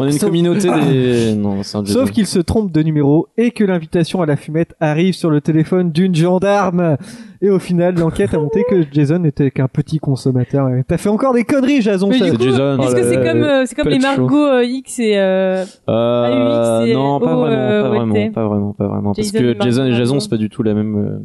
S7: On a une
S3: Sauf-
S7: communauté des. Non, c'est un Jason.
S3: Sauf qu'il se trompe de numéro et que l'invitation à la fumette arrive sur le téléphone d'une gendarme. Et au final, l'enquête a monté que Jason n'était qu'un petit consommateur. Et T'as fait encore des conneries, Jason.
S4: Mais
S3: ça-
S4: du
S7: C'est
S4: coup, Est-ce
S7: Jason.
S4: que
S7: Oh là
S4: c'est
S7: là,
S4: comme, euh, c'est comme
S7: pas
S4: les
S7: de chance.
S4: Margot euh, X et. Euh...
S7: Euh,
S4: AUX et
S7: non, pas
S4: O,
S7: vraiment,
S4: euh,
S7: pas
S4: OLT.
S7: vraiment, pas vraiment, pas vraiment. Parce
S4: Jason et
S7: que
S4: Marc
S7: Jason et
S4: Martin.
S7: Jason, c'est pas du tout la même, euh,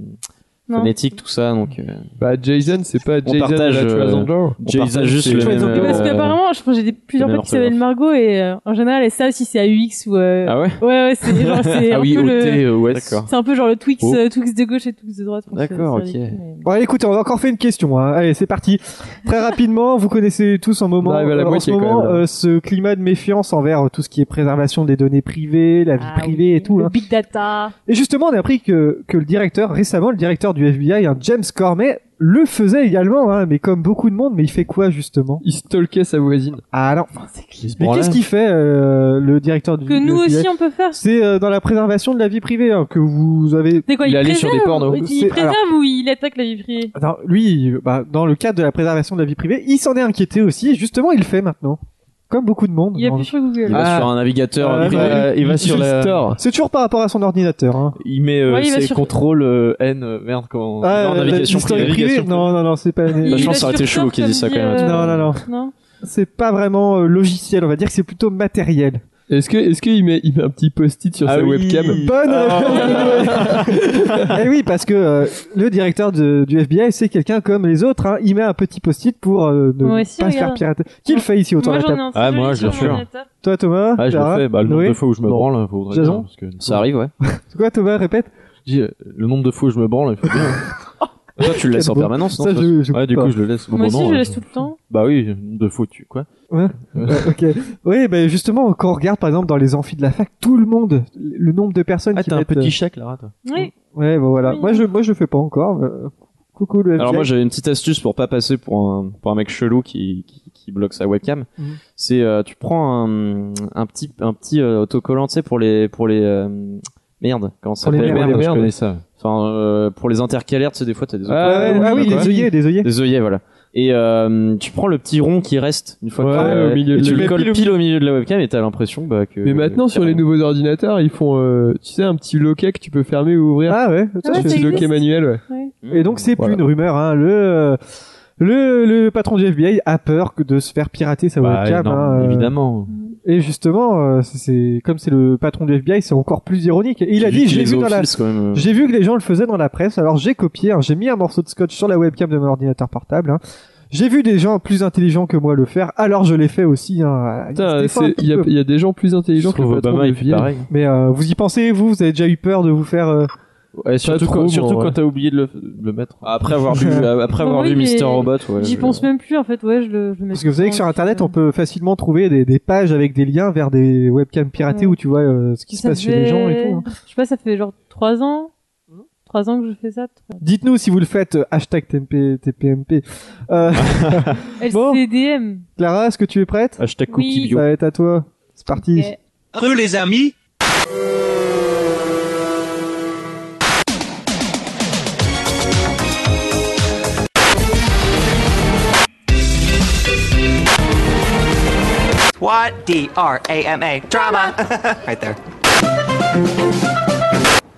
S4: Non.
S7: phonétique, tout ça. Donc, euh,
S6: Bah, Jason, c'est pas
S7: On
S6: Jason
S7: partage,
S6: de la Tueuse
S7: euh,
S6: en genre.
S7: Jason,
S5: partage
S7: juste
S5: ces-
S7: le
S5: Ouais,
S7: même.
S5: donc,
S4: Mais parce
S7: euh,
S4: qu'apparemment, je pense que j'ai des- plusieurs
S7: même
S4: potes qui s'appellent Margot et euh, en général, les salles, si c'est à UX ou. euh,
S7: Ah ouais.
S4: Ouais, ouais, c'est genre, c'est
S7: Ah
S4: un
S7: oui,
S4: peu le.
S7: OT, OS.
S5: D'accord.
S4: C'est un peu genre le Twix,
S7: Oh.
S4: euh, Twix de gauche et Twix de droite. donc,
S7: D'accord,
S4: euh, c'est
S7: ok.
S4: ridicule, mais-
S3: Bon, allez, écoutez, on va encore faire une question. hein. Allez, c'est parti. Très rapidement, vous connaissez tous en moment,
S6: On arrive à la
S3: en ce
S6: moitié, quand
S3: moment,
S6: même, là.
S3: euh, ce climat de méfiance envers euh, tout ce qui est préservation des données privées, la vie
S4: Ah
S3: privée
S4: oui,
S3: et tout.
S4: le
S3: hein.
S4: Big data.
S3: Et justement, on a appris que, que le directeur, récemment, le directeur du FBI, hein, James Cormet, le faisait également, hein, mais comme beaucoup de monde, mais il fait quoi justement
S6: Il stalkait sa voisine.
S3: Ah non. Mais
S7: Bon,
S3: qu'est-ce
S7: là-
S3: qu'il fait, euh, le directeur du
S4: Que nous
S3: du FBI?
S4: aussi, on peut faire.
S3: C'est euh, dans la préservation de la vie privée hein, que vous avez.
S4: C'est quoi,
S6: Il
S4: il,
S6: est allé sur
S4: préserve,
S6: des pornos.
S4: ou-
S3: C'est-
S4: Il préserve ou il attaque la vie privée
S3: Non, lui, il- bah, dans le cadre de la préservation de la vie privée, il s'en est inquiété aussi. Et justement, il le fait maintenant, comme beaucoup de monde.
S4: Il y a
S3: Non,
S4: plus sur Google.
S7: Il va
S6: Ah.
S7: sur un navigateur.
S3: Euh,
S7: il
S5: il,
S7: va-
S5: va, il va sur la-
S6: store.
S3: C'est toujours par rapport à son ordinateur. Hein.
S5: euh, Il met euh,
S4: Ouais, il va
S5: ses
S4: sur-
S5: contrôles euh, N, euh, merde, comment...
S3: Ah,
S5: Non,
S3: euh,
S5: navigation
S3: l'historique
S5: privée. Bah,
S3: privée. Non, non, non, c'est pas.
S4: Il
S7: Franchement,
S4: va
S7: ça
S4: sur
S7: aurait été chelou
S4: Surf,
S7: qu'ils disent ça,
S4: comme
S7: quand même.
S4: dit, euh,
S3: Non, non, non.
S4: Non.
S3: C'est pas vraiment euh, logiciel. On va dire que c'est plutôt matériel.
S6: Est-ce que, est-ce qu'il met, il met un petit post-it sur
S5: Ah
S6: sa
S5: oui.
S6: webcam
S3: Bonne.
S5: Ah.
S3: Et oui, parce que euh, le directeur de- du FBI, c'est quelqu'un comme les autres. Hein. Il met un petit post-it pour euh, ne
S4: Moi aussi,
S3: pas se faire
S4: regarde.
S3: pirater. Qui le fait ici autour
S4: Moi,
S3: de la
S4: j'en ai
S3: table
S4: un.
S5: Ah, moi, je
S4: sur
S5: l'ai sûr.
S4: mon ordinateur.
S3: Toi, Thomas.
S5: Ah, je le
S3: Clara
S5: fais. Bah, le nombre
S3: Noé
S5: de fois où je me
S3: Bon.
S5: branle, faudrait
S3: Jason
S5: bien, parce que-
S7: Ça arrive, ouais.
S3: C'est quoi, Thomas Répète.
S5: Je dis, euh, le nombre de fois où je me branle, il faut bien.
S7: Toi, tu le laisses en
S3: Bon,
S7: permanence, non
S3: Ça,
S7: toi
S3: je, je
S5: Ouais, du
S3: coupe
S5: coup,
S3: pas.
S5: je le laisse. au
S4: Moi aussi,
S5: moment,
S4: je
S5: euh,
S4: laisse tout le temps.
S5: Bah oui, le nombre de fois où tu, quoi.
S3: Ouais, Euh, ok. Oui, bah justement, quand on regarde par exemple dans les amphis de la fac, tout le monde, le nombre de
S5: Ah,
S7: Ah,
S3: personnes qui mettent,
S4: euh,
S5: chèque, là, toi.
S4: Oui.
S3: euh, Ouais, bah voilà.
S4: Oui.
S3: Moi, je, moi, je le fais pas encore. euh, Coucou le
S7: Alors
S3: FBI.
S7: moi j'avais une petite astuce pour pas passer pour un, pour un mec chelou qui, qui, qui bloque sa webcam.
S3: Mhm.
S7: C'est euh, tu prends un, un petit un petit euh, autocollant tu sais pour les pour les euh, merde comment ça
S3: Pour les
S7: s'appelle
S3: merdes,
S7: je
S3: merde.
S7: connais ça. Enfin euh, pour les intercalaires tu sais des fois t'as des
S3: Ah,
S7: autocollants.
S3: ouais, ah oui,
S7: Quoi
S3: des œillets, des œillets.
S7: des œillets voilà. Et euh, tu prends le petit rond qui reste une fois
S6: Ouais,
S7: que t'as- euh,
S6: au milieu
S7: et
S6: de
S7: tu
S6: la-
S7: le
S6: pile
S7: colles
S6: au-
S7: pile au milieu de la webcam et t'as l'impression bah, que
S6: Mais maintenant, sur les nouveaux ordinateurs, ils font, euh, tu sais, un petit loquet que tu peux fermer ou ouvrir.
S3: Ah ouais.
S4: Ah
S6: un
S4: ouais, ça
S6: petit loquet
S4: existe.
S6: manuel, ouais.
S3: Et donc, c'est
S6: Voilà.
S3: plus une rumeur. Hein. Le, le, le patron du FBI a peur que de se faire pirater sa
S5: Bah,
S3: webcam.
S5: énorme,
S3: hein, euh,
S5: évidemment.
S3: Et justement, euh, c'est- c'est comme c'est le patron du FBI, c'est encore plus ironique. Et il a dit, j'ai vu dans la
S7: Office, quand
S6: hein.
S7: même. euh,
S3: J'ai vu que les gens le faisaient dans la presse, alors j'ai copié, hein, j'ai mis un morceau de scotch sur la webcam de mon ordinateur portable. hein. J'ai vu des gens plus intelligents que moi le faire, alors je l'ai fait aussi. hein.
S6: Putain,
S3: C'était
S6: c'est-
S3: fort un petit
S6: il y a,
S3: peu.
S6: il y a des gens plus intelligents
S5: Je
S6: que le
S5: trouve
S6: patron
S5: Obama,
S6: de
S5: il fait
S6: Vienne.
S5: pareil.
S3: Mais euh, vous y pensez, vous Vous avez déjà eu peur de vous faire... euh,
S7: ouais,
S5: Surtout,
S7: surtout
S5: quand,
S6: trop,
S5: surtout
S6: bon,
S5: quand
S6: ouais.
S5: t'as oublié de le, de le mettre.
S7: après avoir vu après avoir
S4: Oui,
S7: vu
S4: mais
S7: Mister Robot ouais,
S4: J'y
S7: je-
S4: pense même plus en fait. Ouais, je le. Je le mets
S3: Parce que vous savez que
S4: tout
S3: sur
S4: le temps,
S3: Internet,
S4: je-
S3: on peut facilement trouver des, des pages avec des liens vers des webcams piratées
S4: Ouais.
S3: où tu vois euh, ce qui se
S4: Ça
S3: passe chez les gens et
S4: fait-
S3: tout. hein.
S4: Je sais pas, ça fait genre 3 ans. 3 ans que je fais ça.
S3: Dites-nous si vous le faites, euh, hashtag TMP, TPMP. Euh, Bon.
S4: LCDM.
S3: Clara, est-ce que tu es prête
S5: Hashtag
S4: Oui.
S5: cookie
S3: Ça
S5: bio.
S3: va être bah, à toi. C'est parti.
S4: Ok.
S1: Re les amis
S9: What? D R A M A. Drama. right there.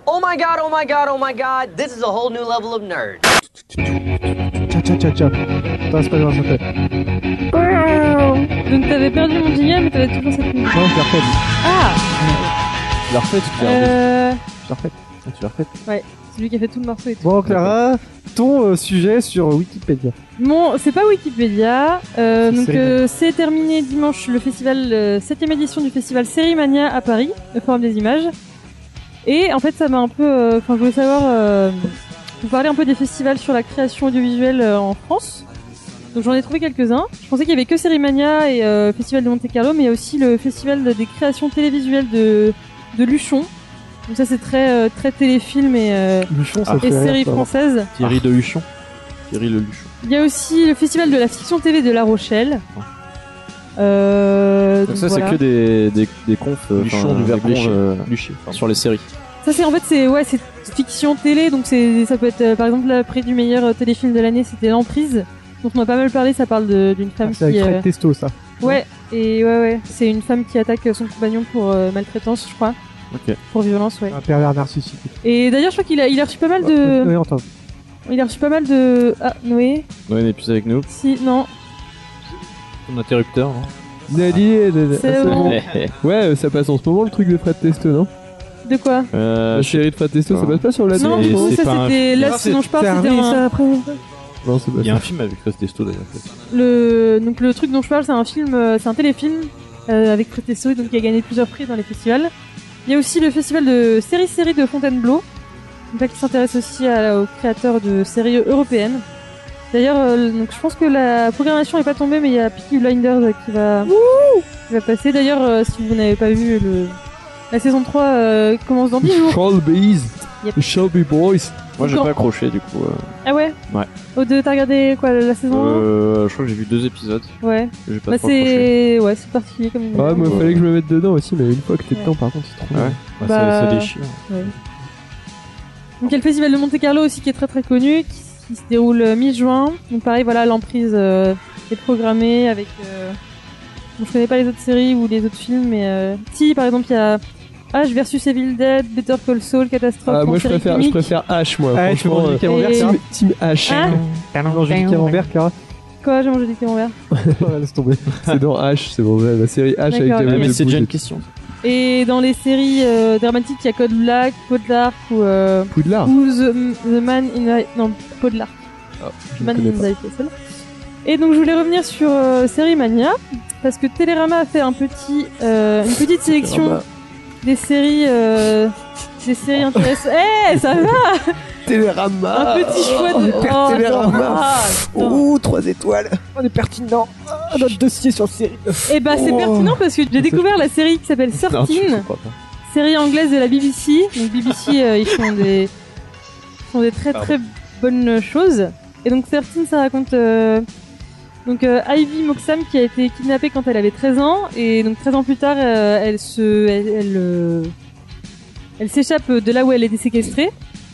S9: Oh my god, oh my god, oh my god. This is a whole new level of nerd.
S3: Tcha tcha tcha tcha. Attends, c'est pas grave, ça fait.
S4: Donc t'avais perdu mon jingle, mais t'avais toujours cette musique.
S3: Non, je l'ai refait.
S4: Ah
S5: Je la refais, tu te la refais.
S4: euh,
S3: Je l'ai refait.
S5: Tu la refais.
S4: Celui qui a fait tout le morceau et tout.
S3: Bon, Clara, ton euh, sujet sur Wikipédia.
S4: Bon, c'est pas Wikipédia. Euh,
S3: C'est
S4: donc
S3: Série
S4: euh, c'est terminé dimanche le festival, euh, 7ème édition du festival Série Mania à Paris, le Forum des Images. Et en fait, ça m'a un peu. euh, Enfin, je voulais savoir. Euh, vous parler un peu des festivals sur la création audiovisuelle euh, en France. Donc j'en ai trouvé quelques-uns. Je pensais qu'il y avait que Série Mania et euh, Festival de Monte Carlo, mais il y a aussi le Festival de- des créations télévisuelles de, de Luchon. Donc ça, c'est très, euh, très téléfilm et, euh,
S3: Luchon, ça
S4: et
S3: fait rire,
S4: série
S3: ça.
S4: française.
S7: Ah.
S5: Thierry de Huchon. Thierry le Luchon.
S4: Il y a aussi le festival de la fiction TV de La Rochelle. Euh,
S7: Donc
S4: donc
S7: ça,
S4: voilà.
S7: c'est que des, des, des confs. euh,
S5: Luchon
S7: enfin,
S5: du
S7: des
S5: verbe
S7: confs,
S5: lécher.
S7: euh,
S5: Luché. pardon.
S7: sur les séries.
S4: Ça c'est en fait c'est ouais c'est fiction télé donc c'est ça peut être euh, par exemple là, prix du meilleur euh, téléfilm de l'année c'était L'emprise dont on a pas mal parlé ça parle de- d'une femme
S3: Ah, C'est avec
S4: qui euh,
S3: Fred Testo, ça.
S4: ouais et ouais ouais c'est une femme qui attaque euh, son compagnon pour euh, maltraitance je crois
S5: Ok.
S4: pour violence ouais
S3: Un pervers narcissique.
S4: et d'ailleurs je crois qu'il a il a reçu pas mal de
S3: Oui, entends.
S4: il a reçu pas mal de ah Noé
S7: Noé n'est plus avec nous.
S4: si non
S5: Ton interrupteur. hein.
S6: Nadie, Nadie,
S4: C'est
S6: ah, c'est
S4: bon.
S6: bon.
S7: Eh, eh.
S6: Ouais, euh, ça passe en ce moment le truc de Fred Testo, non
S4: De quoi
S7: Euh,
S6: La
S7: je sais-
S6: série de Fratesto, ça passe pas sur la
S4: Non,
S7: Ah, c'est-
S6: télé,
S4: non,
S7: c'est
S4: ça
S7: pas un
S4: c'était.
S7: film.
S4: Là,
S3: Non,
S4: ce dont je parle,
S3: Ah, c'est
S4: c'était
S3: terminé,
S4: un.
S3: ça,
S6: Non, c'est pas
S5: Il y
S6: ça.
S5: a un film avec Chris Testo d'ailleurs.
S4: Le... Donc, le truc dont je parle, c'est un film, euh, c'est un téléfilm euh, avec Pretesso, donc qui a gagné plusieurs prix dans les festivals. Il y a aussi le festival de séries-séries de Fontainebleau, donc là, qui s'intéresse aussi à- aux créateurs de séries européennes. D'ailleurs, euh, donc, je pense que la programmation est pas tombée, mais il y a Peaky Blinders euh, qui va, qui va passer. D'ailleurs, euh, si vous n'avez pas vu, le... la saison 3 euh, commence dans 10 jours.
S6: Charles Bees,
S4: Yep.
S6: Shelby Boys.
S7: Moi, j'ai
S4: Encore.
S7: pas accroché du coup. euh.
S4: Ah ouais
S7: Ouais.
S4: Au deux, t'as regardé quoi, la saison
S7: Euh, je crois que j'ai vu deux épisodes.
S4: 1 Ouais.
S7: J'ai pas
S4: Bah
S7: trop accroché.
S4: c'est ouais, c'est particulier comme.
S6: Ah, moi,
S7: Ouais.
S6: fallait que je me mette dedans aussi, mais une fois que t'es
S4: Ouais.
S6: dedans, par contre, c'est trop.
S7: Ouais.
S5: Bah,
S4: Bah,
S5: ça, ça déchire.
S4: Donc il y a le festival de Monte Carlo aussi qui est très très connu, qui, qui se déroule euh, mi-juin. Donc pareil, voilà, l'emprise euh, est programmée avec. Euh... bon, je connais pas les autres séries ou les autres films, mais euh... si par exemple il y a H versus Evil Dead, Better Call Saul, Catastrophe.
S6: Ah,
S4: en
S6: moi, je
S4: série
S6: préfère, je
S4: comique.
S6: préfère H, moi.
S3: Ah, je fais
S6: franchement,
S3: manger
S6: euh,
S3: des camemberts,
S4: et-
S3: Clara.
S6: Team- Team H.
S4: Hein
S3: Manger
S10: ben,
S3: des camemberts, Clara.
S4: Quoi, j'ai mangé des camemberts.
S3: Ouais, Laisse tomber.
S6: C'est dans H, c'est bon, ouais, la série H avec
S4: D'accord,
S6: Jamel
S4: ok.
S7: Mais
S6: Debbouze
S7: c'est déjà
S6: et
S7: une
S6: tout.
S7: question.
S4: Et dans les séries euh, dramatiques, il y a Code Black, Poudlard ou. Euh...
S6: Poudlard.
S4: Ou The, The Man in the... Non, Poudlard.
S6: Je
S4: Man
S6: connais
S4: in the
S6: pas.
S4: High Castle. Et donc je voulais revenir sur euh, Série Mania, parce que Télérama a fait un petit, euh, une petite sélection
S6: Télérama.
S4: des séries... euh, des séries
S6: Oh.
S4: intéressantes. Eh, ça va
S1: Télérama
S4: Un petit choix de...
S6: Oh,
S1: on perd Télérama.
S4: ah, attends.
S1: Ouh, 3 étoiles
S3: On est pertinent. Ah, notre dossier sur série.
S4: Eh ben c'est
S1: Oh.
S4: pertinent parce que j'ai découvert la série qui s'appelle
S5: Non, tu
S4: Sortine,
S5: comprends pas.
S4: série anglaise de la BBC. Donc BBC, euh, ils font des, ils font des très très bonnes choses. Et donc Sortine, ça raconte euh, donc euh, Ivy Moxham qui a été kidnappée quand elle avait 13 ans et donc 13 ans plus tard, euh, elle se, elle, elle, euh, elle s'échappe de là où elle était séquestrée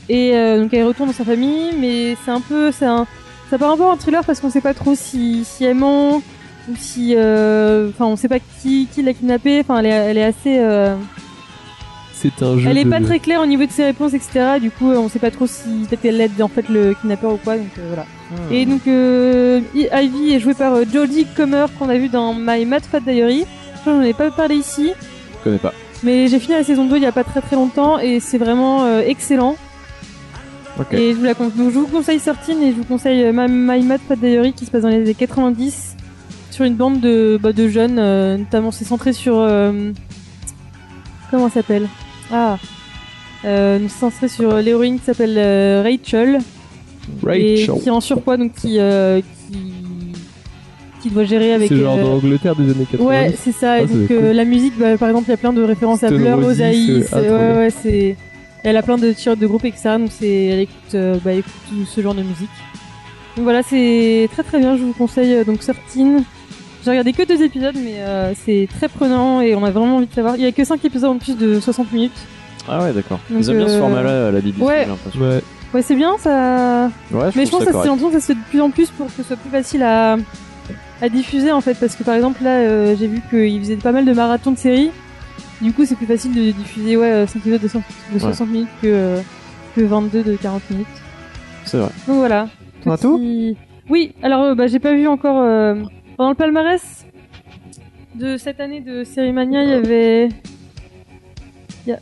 S4: et euh, donc elle retourne dans sa famille. Mais c'est un peu, c'est un, ça part un peu en thriller parce qu'on sait pas trop si, si elle ment ou si, euh, enfin, on sait pas qui, qui l'a kidnappée. Enfin, elle est, elle est assez, euh,
S6: C'est un jeu.
S4: elle est
S6: de-
S4: pas très claire au niveau de ses réponses, etc. Du coup, euh, on sait pas trop si peut-être elle aide en fait le kidnappeur ou quoi. Donc euh, voilà. Et donc euh, I- Ivy est jouée par euh, Jodie Comer qu'on a vu dans My Mad Fat Diary. Je crois que j'en ai pas parlé ici,
S7: Je connais pas.
S4: mais j'ai fini la saison 2 il y a pas très très longtemps et c'est vraiment euh, excellent.
S7: Ok.
S4: Et je vous, la con- donc, je vous conseille Sortine et je vous conseille euh, My, My Mad Fat Diary qui se passe dans les années 90 sur une bande de, bah, de jeunes, euh, notamment c'est centré sur... euh, comment ça s'appelle Ah euh, nous centré sur euh, l'héroïne qui s'appelle euh, Rachel, et
S6: Rachel.
S4: qui est en surpoids donc qui euh, qui, qui doit gérer avec
S6: C'est genre
S4: euh,
S6: dans l'Angleterre des années 80.
S4: ouais c'est ça
S6: Ah,
S4: et
S6: ça
S4: donc
S6: doit être
S4: euh, la musique bah, par exemple il y a plein de références à
S6: Stone
S4: Blur
S6: Roses,
S4: Osaïs
S6: euh, ah, trop
S4: ouais
S6: bien.
S4: ouais c'est elle a plein de t-shirts de groupe etc donc c'est elle écoute euh, bah elle écoute tout ce genre de musique donc voilà c'est très très bien je vous conseille euh, donc Sortine j'ai regardé que deux épisodes mais euh, c'est très prenant et on a vraiment envie de savoir il y a que cinq épisodes en plus de 60 minutes
S7: Ah ouais, d'accord.
S4: Donc,
S7: Ils aiment bien ce
S4: euh,
S7: format-là à la BBC,
S4: ouais.
S7: j'ai l'impression.
S6: Ouais.
S4: ouais c'est bien ça
S7: hein, Ouais,
S4: Mais je pense
S7: ça
S4: que ça, c'est en que ça se fait de plus en plus pour que ce soit plus facile à, à diffuser en fait. Parce que par exemple, là, euh, j'ai vu qu'ils faisaient pas mal de marathons de séries. Du coup, c'est plus facile de diffuser ouais, 5 épisodes de, 100 de 60 minutes que, euh, que 22 de 40 minutes.
S7: C'est vrai.
S4: Donc voilà.
S3: T'en as tout
S4: Petit- Oui, alors euh, bah, j'ai pas vu encore. euh, Pendant le palmarès de cette année de Série Mania, il y avait. il y a-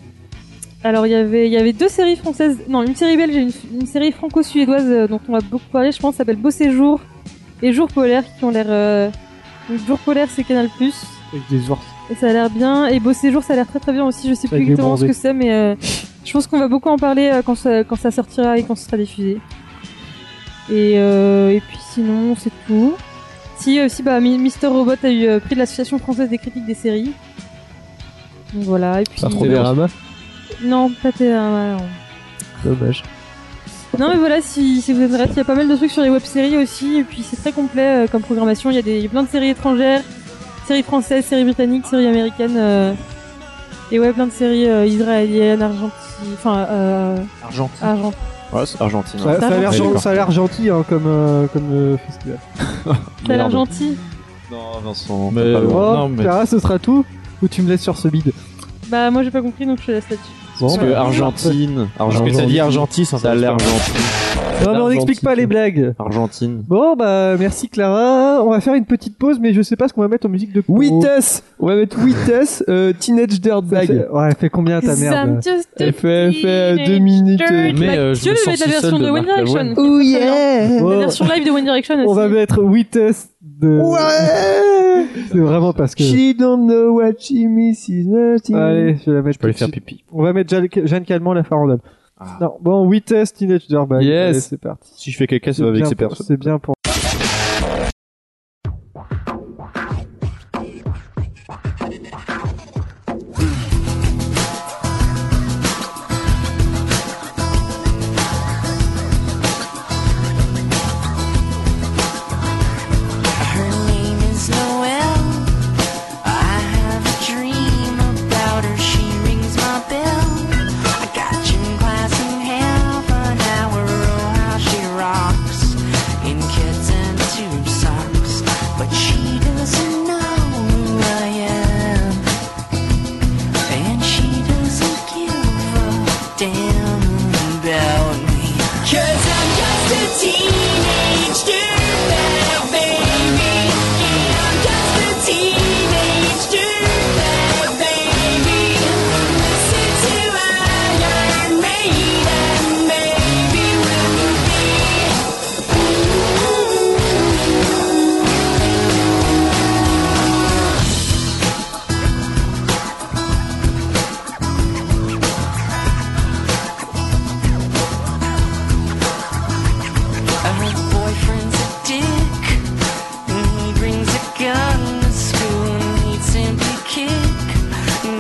S4: Alors il y avait il y avait deux séries françaises, non une série belge et une, une série franco-suédoise euh, dont on va beaucoup parler, je pense, s'appelle Beau séjour et Jour polaire qui ont l'air. euh, donc, Jour polaire c'est Canal Plus
S3: Avec des ours.
S4: et ça a l'air bien et Beau séjour ça a l'air très très bien aussi. Je sais plus
S3: Avec les
S4: exactement ce
S3: bronzés.
S4: que c'est mais euh, je pense qu'on va beaucoup en parler euh, quand ça, quand ça sortira et quand ce sera diffusé. Et, euh, et puis sinon, c'est tout. Si euh, aussi, bah, Mi- Mister Robot a eu euh, prix de l'association française des critiques des séries. Donc voilà. Et puis
S6: Par Télérama.
S4: non, pas Télérama, non.
S6: Dommage.
S4: Non mais voilà, si, si vous êtes il y a pas mal de trucs sur les web-séries aussi, et puis c'est très complet euh, comme programmation, il y a des il y a plein de séries étrangères, séries françaises, séries britanniques, séries américaines, euh, et ouais, plein de séries euh, israéliennes, argentines, enfin, euh,
S7: Argentine.
S4: argent-
S7: Ouais, c'est Argentine. hein.
S3: Ça, ça a l'air
S7: Ouais,
S3: gen-
S7: d'accord.
S3: ça a l'air gentil hein, comme, euh, comme euh, festival.
S4: ça a l'air
S7: Merde.
S4: gentil.
S7: Non, Vincent.
S5: Mais,
S7: t'as pas le droit.
S3: Bon,
S5: non, mais-
S3: Oh, Clara, ce sera tout Ou tu me laisses sur ce bide
S4: Bah moi j'ai pas compris donc je te laisse là-dessus.
S7: Parce que Argentine.
S5: Parce que t'as dit
S7: Argentine.
S5: Argentis,
S7: Ça a l'air gentil.
S3: Non, mais on n'explique pas les blagues.
S7: Argentine.
S3: Bon, bah, merci Clara. On va faire une petite pause, mais je sais pas ce qu'on va mettre en musique de
S6: Witness On va mettre Witness, euh, Teenage
S3: Ça
S6: Dirtbag.
S3: fait- Ouais, elle fait combien Ah, ta merde
S6: Elle fait, elle fait euh, deux minutes. euh,
S7: Mais euh,
S4: Tu
S7: je
S4: veux
S7: me
S4: lui
S7: sens
S4: mettre
S7: si
S4: la version
S7: seul de
S4: de One
S7: Marc
S4: Direction
S7: Lavoine.
S4: qui est très bien. La
S3: Bon,
S4: version live de One Direction
S3: Oh. On va
S4: aussi.
S3: mettre Witness de.
S6: Ouais
S3: C'est vraiment parce que.
S6: She don't know what she misses, nothing.
S3: Allez, je vais la mettre.
S5: Je peux aller
S3: tout de
S5: faire
S3: suite.
S5: pipi.
S3: On va mettre Jeanne, Jeanne Calment, la farandole.
S5: Ah.
S3: Non, bon, Witness, Teenage Dirtbag.
S6: Yes.
S3: Allez, c'est parti.
S5: Si je fais caca, ça va avec
S3: bien
S5: ces
S3: pour-
S5: personnes.
S3: C'est bien pour.
S10: Her name is Noelle. I have a dream about her. She rings my bell. I got gym class in half an hour. Oh, how she rocks in kids and tube socks. But she doesn't know who I am, and she doesn't give a damn about me. 'Cause I'm just a teenage dirtbag baby. Yeah, I'm just a teenage dirtbag baby. Listen to Iron Maiden, maybe will you be? Her boyfriend's a dick. And he brings a gun to school and he'd simply kick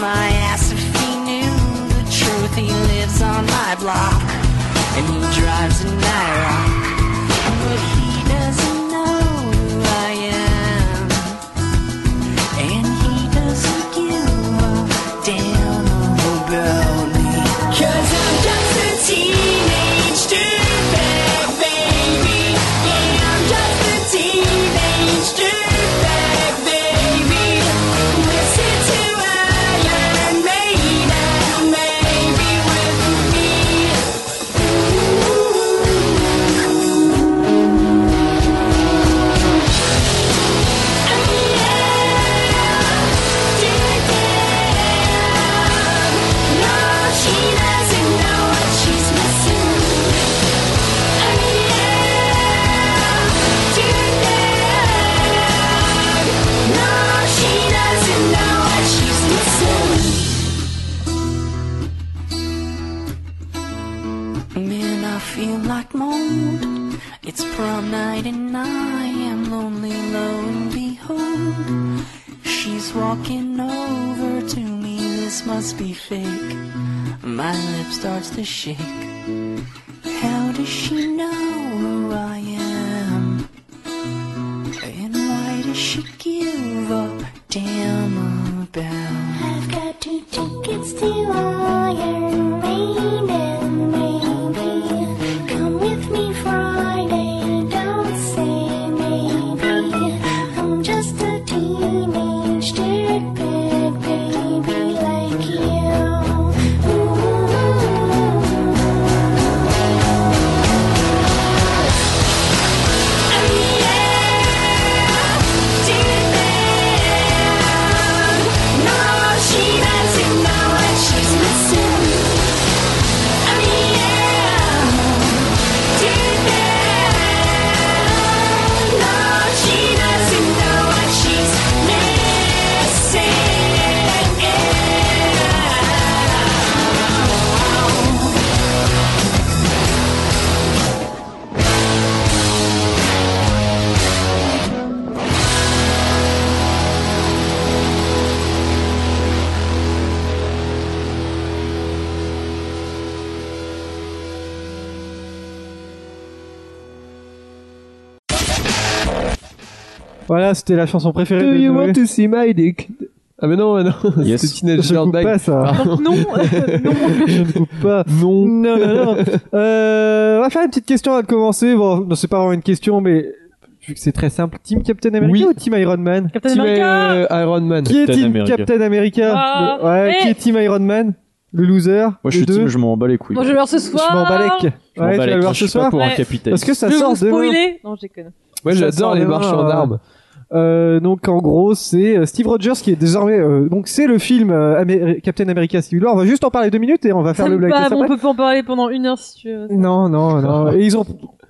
S10: my ass if he knew the truth. He lives on my block and he drives a Nyrock. But he doesn't know who I am. And he doesn't give a damn about me. Cause I'm just a teenage dirtbag baby. Yeah, I'm just a teenage dirtbag baby. Listen to Iron Maiden, maybe with me. Man, I feel like mold. It's prom night and I am lonely, lo and behold. She's walking over to me, this must be fake. My lip starts to shake. How does she know who I am? And why does she give a damn about? I've got two tickets to Iron Maiden, maybe. Come with me Friday, don't say maybe. I'm just a teenage dirtbag baby like you. Oh,
S3: Voilà, c'était la chanson préférée
S6: Do
S3: de
S6: you
S3: Noé.
S6: want to see my dick? Ah, mais non, mais non.
S7: Yes.
S6: C'est Teenage
S3: Je coupe pas
S6: Dirtbag.
S3: ça.
S4: Donc non, non.
S3: Je ne coupe pas.
S6: Non.
S3: Non, non, non. Euh, on va faire une petite question à commencer. Bon, non, c'est pas vraiment une question, mais vu que c'est très simple, Team Captain America
S6: Oui.
S3: ou Team Iron Man
S4: Captain
S6: Team,
S4: America
S6: euh, Iron Man.
S3: Qui est
S5: Captain
S3: Team
S5: America.
S3: Captain America
S4: Ah,
S3: Ouais,
S4: et-
S3: qui est Team Iron Man le loser.
S7: Moi, je
S3: les
S7: suis
S3: deux.
S7: team, je m'en bats les couilles.
S4: Moi, je vais le voir ce
S3: Je m'en
S4: soir.
S3: balèque. Ouais,
S7: Je m'en bats
S3: tu vas
S7: les
S3: le
S7: couilles,
S3: voir
S7: je
S3: ce
S7: suis pas
S3: soir.
S7: pour un
S4: Ouais.
S7: capitaine.
S3: Parce que ça
S4: je vais
S3: sort
S4: vous
S3: demain.
S4: spoiler. Non, je déconne.
S6: Moi,
S3: Ça
S6: j'adore
S3: sort
S6: les
S3: demain,
S6: marchands
S3: euh,
S6: d'armes.
S3: Euh, donc en gros, c'est euh, Steve Rogers qui est désormais. euh, donc c'est le film euh, Améri- Captain America Civil War. On va juste en parler deux minutes et on va faire
S4: Ça
S3: le
S4: me
S3: blague.
S4: pas, on peut pas en parler pendant une heure si tu veux.
S3: Non, non, non. Et ils ont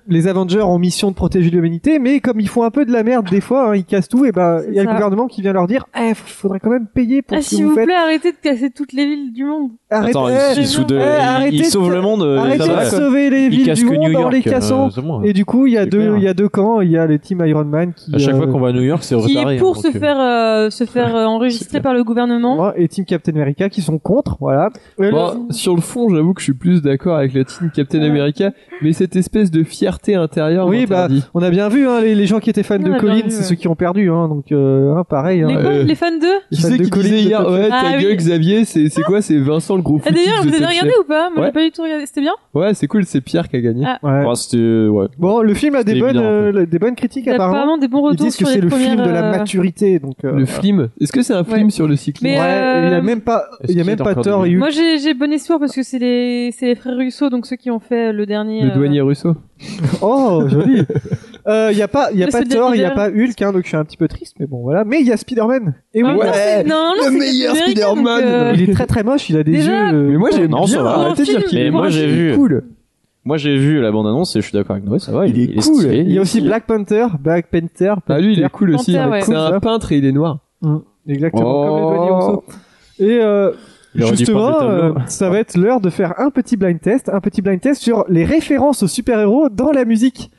S3: les Avengers ont mission de protéger l'humanité, mais comme ils font un peu de la merde des fois, hein, ils cassent tout. Et ben,
S4: C'est
S3: il y a le
S4: ça.
S3: gouvernement qui vient leur dire, eh, faudrait quand même payer pour
S4: Ah,
S3: ce que
S4: s'il
S3: vous,
S4: vous
S3: faites.
S4: plaît, arrêtez de casser toutes les villes du monde.
S3: Arrêtez,
S7: Attends,
S3: eh,
S7: ils, ils soudent-
S3: eh,
S7: ils-
S3: arrêtez
S7: ils
S3: de-
S7: sauvent le monde. euh,
S3: arrêtez
S7: ça va,
S3: de
S7: quoi.
S3: sauver les
S7: Ils
S3: villes
S7: cassent
S3: du
S7: que
S3: monde
S7: New
S3: en
S7: York.
S3: les
S7: euh,
S3: cassant.
S7: c'est bon.
S3: Et du coup, il y a
S7: C'est
S3: deux,
S7: clair.
S3: il y a deux camps. Il y a le team Iron Man qui
S7: À chaque
S3: euh,
S7: fois qu'on va à New York, c'est
S4: Qui
S7: retardé.
S4: est pour
S7: hein,
S4: se
S7: donc, euh,
S4: faire, euh, se faire euh, enregistrer par le gouvernement.
S3: hein, et Team Captain America qui sont contre, voilà. Et le-
S6: Bon, Bah, sur le fond, j'avoue que je suis plus d'accord avec la team Captain America, mais cette espèce de fierté intérieure
S3: Oui, bah,
S6: m'interdit.
S3: on a bien vu hein, les, les gens qui étaient fans
S4: On
S3: de
S4: a bien
S3: Colin,
S4: vu,
S3: c'est
S4: ouais.
S3: ceux qui ont perdu, hein, donc euh, hein, pareil. Hein,
S4: Les, quoi,
S6: euh,
S4: les fans d'eux
S3: les
S6: qui
S3: fans
S6: c'est
S3: de
S6: qui
S3: Colin
S6: disait
S3: de
S6: hier
S3: Top
S6: ouais
S4: Chef.
S6: ta
S4: Ah oui.
S6: gueule Xavier c'est c'est quoi c'est Vincent le gros fou
S4: Ah, D'ailleurs, vous avez regardé ou pas Moi,
S6: Ouais.
S4: j'ai pas du tout regardé. C'était bien
S6: ouais c'est cool c'est Pierre qui a gagné
S4: Ah.
S3: Ouais.
S7: ouais, c'était, euh, ouais.
S3: Bon, le film a des
S7: C'était
S3: bonnes,
S7: évident, en
S3: euh, des bonnes critiques
S4: Il y a
S3: apparemment.
S4: apparemment des bons
S3: Ils
S4: retours
S3: disent que
S4: sur
S3: c'est
S4: les
S3: le
S4: premières.
S3: film de la
S4: euh,
S3: maturité, donc. euh,
S6: le film est-ce que c'est un film
S4: Ouais.
S6: sur le cyclisme
S4: Mais,
S3: ouais,
S4: euh,
S3: il y a même pas,
S7: Est-ce
S3: il y a
S7: qu'il
S3: même
S7: est
S3: pas
S7: encore
S3: tort. Il y a eu
S4: Moi, j'ai j'ai bon espoir parce que c'est les, c'est les frères Russo, donc ceux qui ont fait le dernier.
S6: le
S4: euh,
S6: douanier russo
S3: Oh, joli. Euh, Il y a pas, il y a
S4: Le
S3: pas
S4: soldat
S3: Thor, il y a
S4: d'hiver.
S3: pas Hulk, hein, donc je suis un petit peu triste, mais bon voilà. Mais il y a Spider-Man. Et
S4: en
S3: oui,
S4: même temps, c'est-
S3: ouais.
S4: non, non,
S1: Le
S4: c'est
S1: meilleur
S4: Captain America,
S6: Spider-Man.
S4: donc, euh,
S3: il est très très moche, il a des
S4: Déjà,
S3: yeux. euh,
S6: mais moi j'aime
S7: non, ça
S6: bien
S7: va.
S6: arrêtez de dire qu'il est
S7: Mais moi,
S6: moche,
S7: j'ai
S6: il est
S7: vu.
S6: cool
S7: Moi, j'ai vu la bande-annonce et je suis d'accord avec Noé, ça va.
S3: il est cool.
S7: stylé,
S3: il y a aussi
S7: stylé.
S3: Black Panther, Black Panther.
S6: ah lui il est cool
S7: hein.
S6: aussi
S4: Panthère, ouais.
S6: c'est
S3: Cool, ça.
S6: un peintre et il est noir
S3: Exactement comme les douaniers Rousseau.
S6: Oh.
S3: Et euh,
S7: Il aurait dû
S3: justement,
S7: prendre le tableau.
S6: hein.
S3: euh, ça va être l'heure de faire un petit blind test, un petit blind test sur les références aux super-héros dans la musique.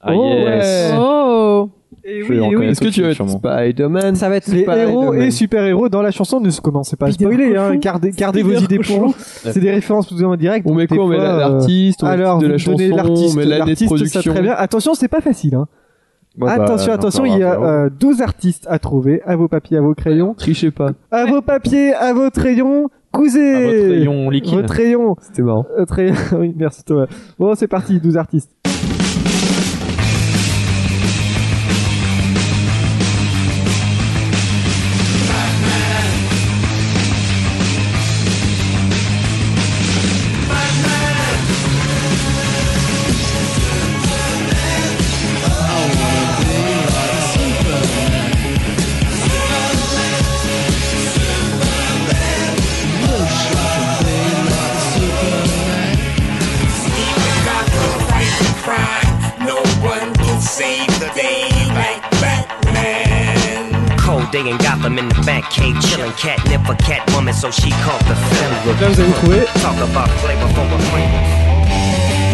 S7: Ah,
S3: Oh,
S7: yes.
S4: Oh
S3: Et
S7: Je vais en connaître
S6: est-ce que
S7: tout
S6: tu
S7: de
S6: veux
S7: suite,
S6: être
S7: sûrement.
S6: Spider-Man
S3: Ça va être les
S6: Spider-Man.
S3: héros et super-héros dans la chanson. Ne se- commencez pas à spoiler, hein. gardez, gardez vos idées pour vous. C'est des références plus ou moins directes.
S6: on met
S3: donc
S6: quoi on
S3: des
S6: met
S3: fois,
S6: la-
S3: euh,
S6: l'artiste on met le
S3: Alors,
S6: titre
S3: vous
S6: de la bah,
S3: me
S6: chanson
S3: donnez
S6: on
S3: l'artiste,
S6: met l'année de
S3: l'artiste, ça
S6: production
S3: très bien. Attention, c'est pas facile. Hein. attention, attention, il y a euh, 12 artistes à trouver. À vos papiers, à vos crayons.
S6: trichez pas
S3: À vos papiers, à vos crayons. Cousez
S7: À votre rayon liquide.
S3: Votre rayon.
S6: c'était marrant
S3: Euh, très... oui, merci Thomas. Bon, c'est parti, 12 artistes.
S11: Cold day in Gotham in the back cave, chillin' cat nip a cat woman, so she called the fella.
S3: Là, vous avez trouvé.
S11: Talk about flavor for a flavor.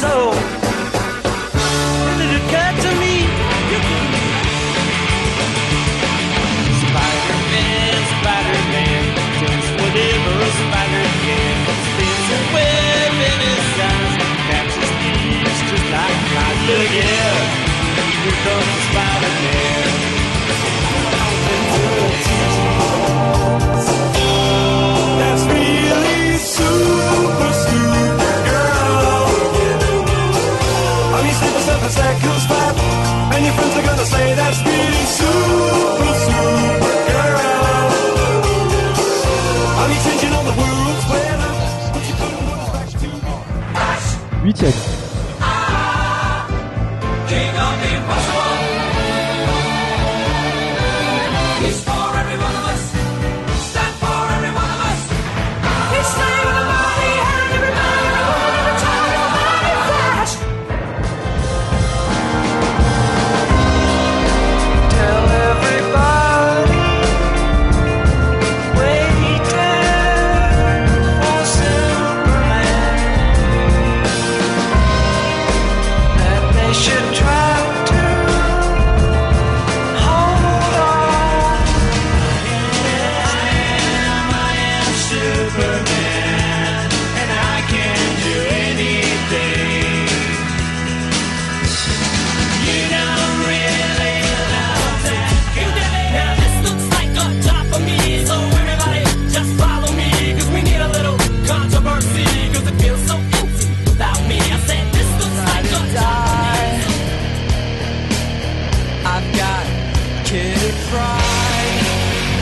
S11: So, did it occur to me? You
S12: Kitty Pride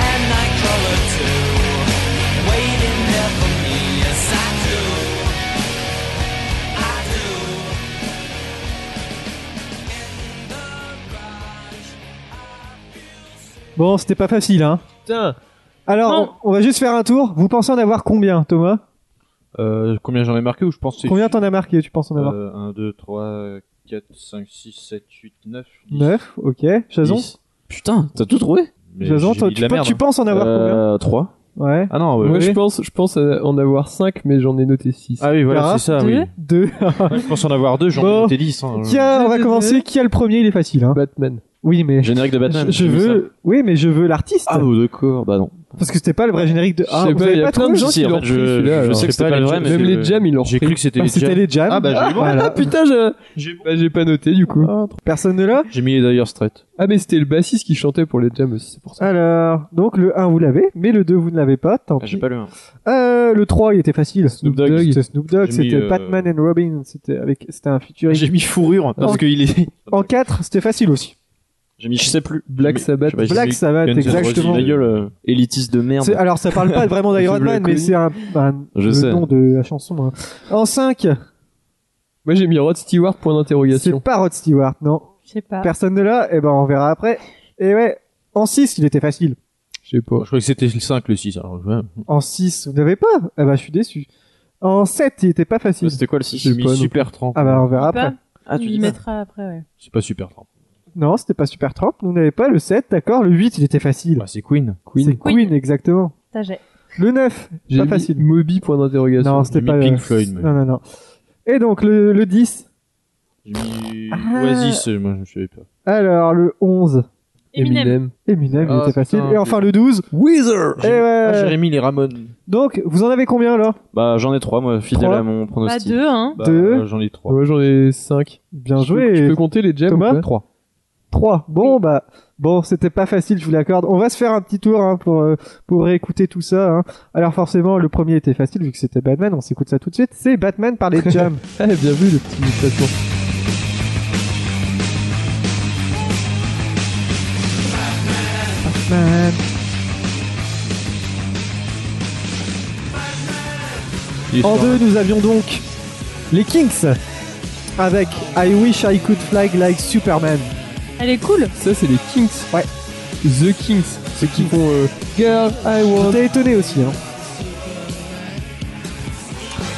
S12: and Nightcrawler too, waiting there for me as I do. I do.
S3: Bon, c'était pas facile, hein.
S6: Putain.
S3: Alors, on, on va juste faire un tour. Vous pensez en avoir combien, Thomas
S5: Euh, combien j'en ai marqué ou je pense que c'est- euh,
S3: Combien t'en as marqué, tu penses en
S7: Euh,
S3: avoir
S5: 1, 2, 3, 4, 5, 6, 7, 8, 9.
S3: 9, ok. Jason
S7: Putain, t'as tout trouvé
S3: Jason, toi, tu, pe- tu penses en avoir combien
S7: hein. Euh, 3.
S3: Ouais.
S5: hein. Ah non,
S6: Moi, je pense, je pense à en avoir 5, mais j'en ai noté 6.
S5: Ah oui, voilà, c'est ça, oui.
S3: 2.
S5: Ouais, je pense en avoir deux, j'en
S3: Bon.
S5: ai noté 10. hein.
S3: Qui a- on va commencer. Qui a le premier Il est facile. Hein.
S6: Batman.
S3: Oui, mais.
S7: Générique de Batman.
S3: Je, je
S7: j'ai vu
S3: veux. Oui, mais je veux l'artiste.
S7: ça. Ah, ou de corps, bah non.
S3: Parce que c'était pas le vrai générique de.
S6: Je
S3: Ah,
S6: sais
S3: vous
S6: pas,
S3: avez
S6: il y a plein de
S3: trouvé
S6: gens
S7: Si,
S6: qui
S7: en
S6: l'ont
S7: fait, je,
S6: repris, celui-là,
S7: je
S6: alors.
S7: sais que c'était pas le vrai, mais
S6: Même
S7: c'est
S6: les
S5: Euh,
S7: le-
S6: jams, ils l'ont
S7: J'ai
S6: repris.
S7: cru que c'était
S3: Ah,
S7: les
S3: c'était
S7: jams.
S3: les jams.
S5: Ah, bah, j'ai eu bon.
S3: voilà.
S6: Ah putain, je- bah, j'ai pas noté du coup.
S3: Ah, Personne ne l'a.
S5: J'ai mis les Dire Straits.
S6: Ah mais c'était le bassiste qui chantait pour les jams aussi, c'est pour ça.
S3: Alors, donc le 1 vous l'avez, mais le 2 vous ne l'avez pas. Tant
S7: Ah,
S3: pis.
S7: J'ai pas le 1.
S3: Euh, le 3 il était facile.
S6: Snoop Dogg.
S3: C'était Snoop Dogg,
S5: J'ai
S3: c'était
S5: mis, euh,
S3: Batman and Robin, c'était avec, c'était un featuring.
S5: J'ai mis Fourrure parce
S3: Oh.
S5: qu'il est.
S3: En 4 c'était facile aussi.
S7: J'ai mis, je sais plus.
S6: Black Sabbath.
S7: Bah, j'ai
S3: Black
S7: mis
S3: Sabbath,
S7: Guns N' Roses,
S3: Ah, exactement.
S7: La gueule euh, élitiste de merde.
S3: C'est- Alors ça parle pas vraiment d'Iron
S7: Je l'ai
S3: Man, mais
S7: connu.
S3: c'est un, un-
S7: Je
S3: le
S7: sais.
S3: nom de la chanson. hein. En 5
S6: Moi j'ai mis Rod Stewart point
S3: c'est
S6: d'interrogation.
S3: pas Rod Stewart, non.
S4: Je sais pas.
S3: Personne ne l'a. Et ben on verra après. Et ouais. En 6, il était facile.
S6: Je sais pas.
S5: Bon, je croyais que c'était le 5, le 6. Alors, ouais.
S3: En 6, vous n'avez pas Eh ben, je suis déçu. En 7, il était pas
S5: Bah,
S3: facile.
S7: C'était quoi le
S5: J'ai
S7: 6
S5: mis Super 30.
S3: Ah bah, on verra
S4: Dis
S3: après.
S4: pas.
S7: Ah,
S4: il y mettra après, ouais.
S5: C'est pas Super 30.
S3: Non, c'était pas Super Trump. Nous n'avez pas le 7, d'accord. Le 8, il était facile.
S5: Bah, c'est Queen.
S3: C'est
S6: Queen.
S3: Queen, exactement.
S4: Ça, j'ai.
S3: Le 9,
S6: J'ai
S3: pas
S6: mis
S3: facile.
S6: Moby point d'interrogation.
S3: Non, c'était
S5: mis
S3: pas
S5: Pink
S3: euh,
S5: Floyd, mais-
S3: Non, non, non. Et donc, le, le 10.
S5: J'ai mis
S3: Ah.
S5: Oasis, euh, moi je savais pas.
S3: Alors, le 11. Eminem,
S5: Ah,
S3: il était facile.
S5: putain,
S3: Et enfin, le 12.
S5: Weezer
S3: Et ouais.
S5: Ah, j'aurais mis les Ramones.
S3: Donc, vous en avez combien, là
S7: Bah, j'en ai 3, moi, fidèle
S3: Trois.
S7: à mon
S4: Pas
S7: pronostic.
S4: deux, hein.
S5: Bah,
S3: Deux.
S5: J'en ai 3.
S6: Moi j'en ai 5.
S3: Bien
S6: Tu
S3: joué.
S6: peux compter les jams
S3: Thomas
S6: ou pas
S5: 3.
S3: 3. Bon, bah, bon, c'était pas facile, je vous l'accorde. On va se faire un petit tour hein, pour, euh, pour réécouter tout ça. hein. Alors, forcément, le premier était facile vu que c'était Batman. On s'écoute ça tout de suite. C'est Batman par les jams.
S6: Ah bien vu le petit classement.
S3: Batman. En deux, nous avions donc les Kings avec I Wish I Could Fly Like Superman.
S4: Elle est cool.
S6: Ça c'est les Kings.
S3: Ouais.
S6: The Kings. Ceux qui font euh, Girl I Want.
S3: J'étais étonné aussi. Hein.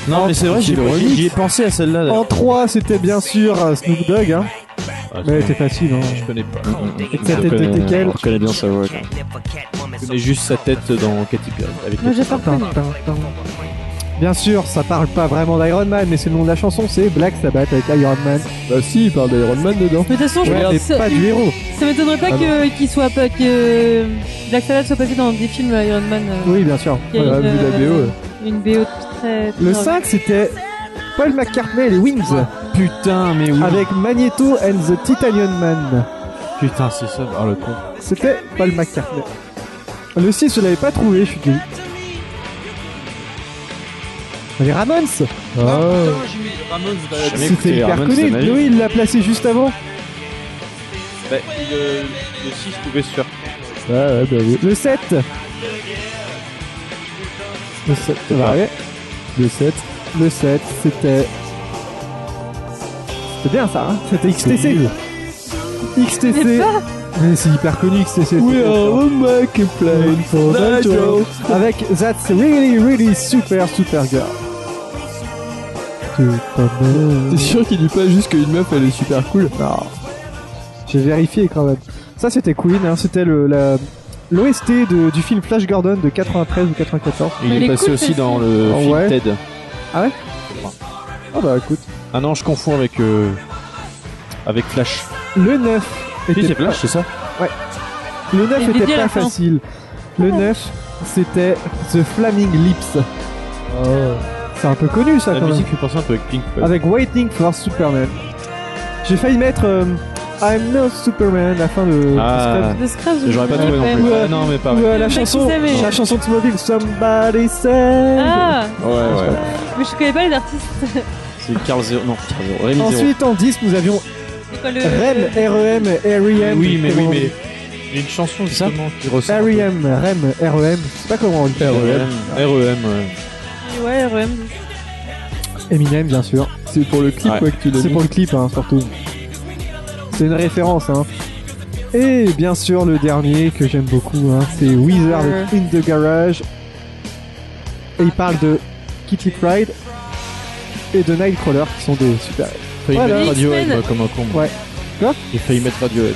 S5: Non, mais c'est vrai, j'y
S6: le
S5: ai-
S6: remix.
S5: j'y ai pensé à celle-là.
S3: En 3, c'était bien sûr euh, Snoop Dogg. Hein.
S5: Ah,
S3: Mais
S5: je-
S3: c'était facile. Hein.
S5: Je connais pas.
S3: que sa tête de teckel.
S7: Je connais bien sa voix. quoi.
S5: Je connais juste sa tête dans Katy Perry. Avec
S4: Moi,
S5: les-
S4: j'ai pas reconnu.
S3: Bien sûr, ça parle pas vraiment d'Iron Man, mais c'est le nom de la chanson, c'est Black Sabbath avec Iron Man.
S6: Bah si, il parle d'Iron Man dedans.
S4: Mais de toute façon, je
S3: Ouais,
S4: pense
S3: mais pas
S4: que
S3: du héros.
S4: ça m'étonnerait pas que qu'il soit pas que Black Sabbath soit passé dans des films Iron Man. euh,
S3: Oui, bien sûr.
S4: qui a
S6: Ouais,
S4: une,
S6: Ah, vu la BO,
S4: euh,
S6: ouais.
S4: Une BO très.
S3: Le
S4: très-
S3: 5, c'était Paul McCartney et les Wings.
S5: Putain, mais oui.
S3: Avec Magneto and the Titanium Man.
S5: Putain, c'est ça. Ah, le con.
S3: C'était Paul McCartney. Le 6, je l'avais pas trouvé, je suis désolé. Les Ramones
S6: Ah,
S7: J'ai jamais écouté
S3: C'était
S7: les
S3: hyper
S7: Ramones de
S3: connu.
S7: ma vie.
S3: Noé, il l'a placé juste avant.
S5: Bah, le, 6 pouvait se faire.
S6: ouais, ouais, bah oui.
S3: Le 7. Le 7, ça va arriver.
S6: Le 7.
S3: Le 7, c'était. C'était bien ça, hein C'était XTC.
S4: Mais
S3: XTC.
S4: pas
S3: Mais c'est hyper connu XTC.
S6: We are a Mac
S3: Playing for the show. Avec That's Really Really Super Super Girl.
S6: T'es sûr qu'il dit pas juste qu'une meuf elle est super cool
S3: Non. J'ai vérifié quand même. Ça c'était Queen, hein, c'était le la l'OST de- du film Flash Gordon de 93 ou 94.
S5: Il
S4: Mais
S5: est
S4: les
S5: passé
S4: couilles,
S5: aussi
S4: c'est
S5: dans le
S3: Ah
S5: film
S3: ouais.
S5: Ted.
S3: Ah bah écoute.
S5: Ah non, je confonds avec. euh, avec Flash.
S3: Le 9
S5: Si,
S3: était
S5: c'est Flash, c'est ça
S3: le 9
S4: Et Ah
S3: était
S4: dédié à
S3: pas
S4: la fin.
S3: facile. Le 9 c'était The Flaming Lips. C'est un peu connu ça
S5: Oh. La
S3: quand même.
S5: musique fait penser un peu avec Pink Floyd.
S3: Avec Waiting for Superman. J'ai failli mettre euh, I'm Not Superman la fin de
S5: Ah.
S4: De Scrubs.
S5: J'aurais pas trouvé non plus.
S3: Ouais.
S5: Ah non, mais
S3: ou
S5: pareil.
S3: la
S4: Je sais
S3: chanson
S4: qui c'est, mais-
S3: la chanson de Smallville Somebody Say
S4: Ah,
S7: Ouais, ouais.
S4: mais je connais pas les artistes.
S7: C'est Carl Zero. Non, Carl Zero. Rémi Zero.
S3: Ensuite en 10 nous avions E
S4: C'est quoi le.
S3: REM, REM, REM.
S5: Oui, mais oui, mais. Il y a une chanson justement qui ressort.
S3: R.E.M. REM, REM, je sais pas comment on dit.
S5: REM. REM, E ouais.
S4: Ouais, REM.
S3: Eminem, bien sûr.
S6: C'est pour le clip
S5: Ouais.
S6: quoi, que tu l'as
S3: C'est
S6: mis.
S3: pour le clip, hein, surtout. C'est une référence, hein. Et bien sûr, le dernier que j'aime beaucoup, hein, c'est Wizard
S4: Euh.
S3: avec In the Garage. Et il parle de Kitty Pride et de Nightcrawler qui sont des super.
S5: Failli
S3: Voilà.
S5: mettre Radiohead
S4: X-Men.
S5: moi, comme un con. moi.
S3: Ouais,
S5: J'ai failli mettre Radiohead.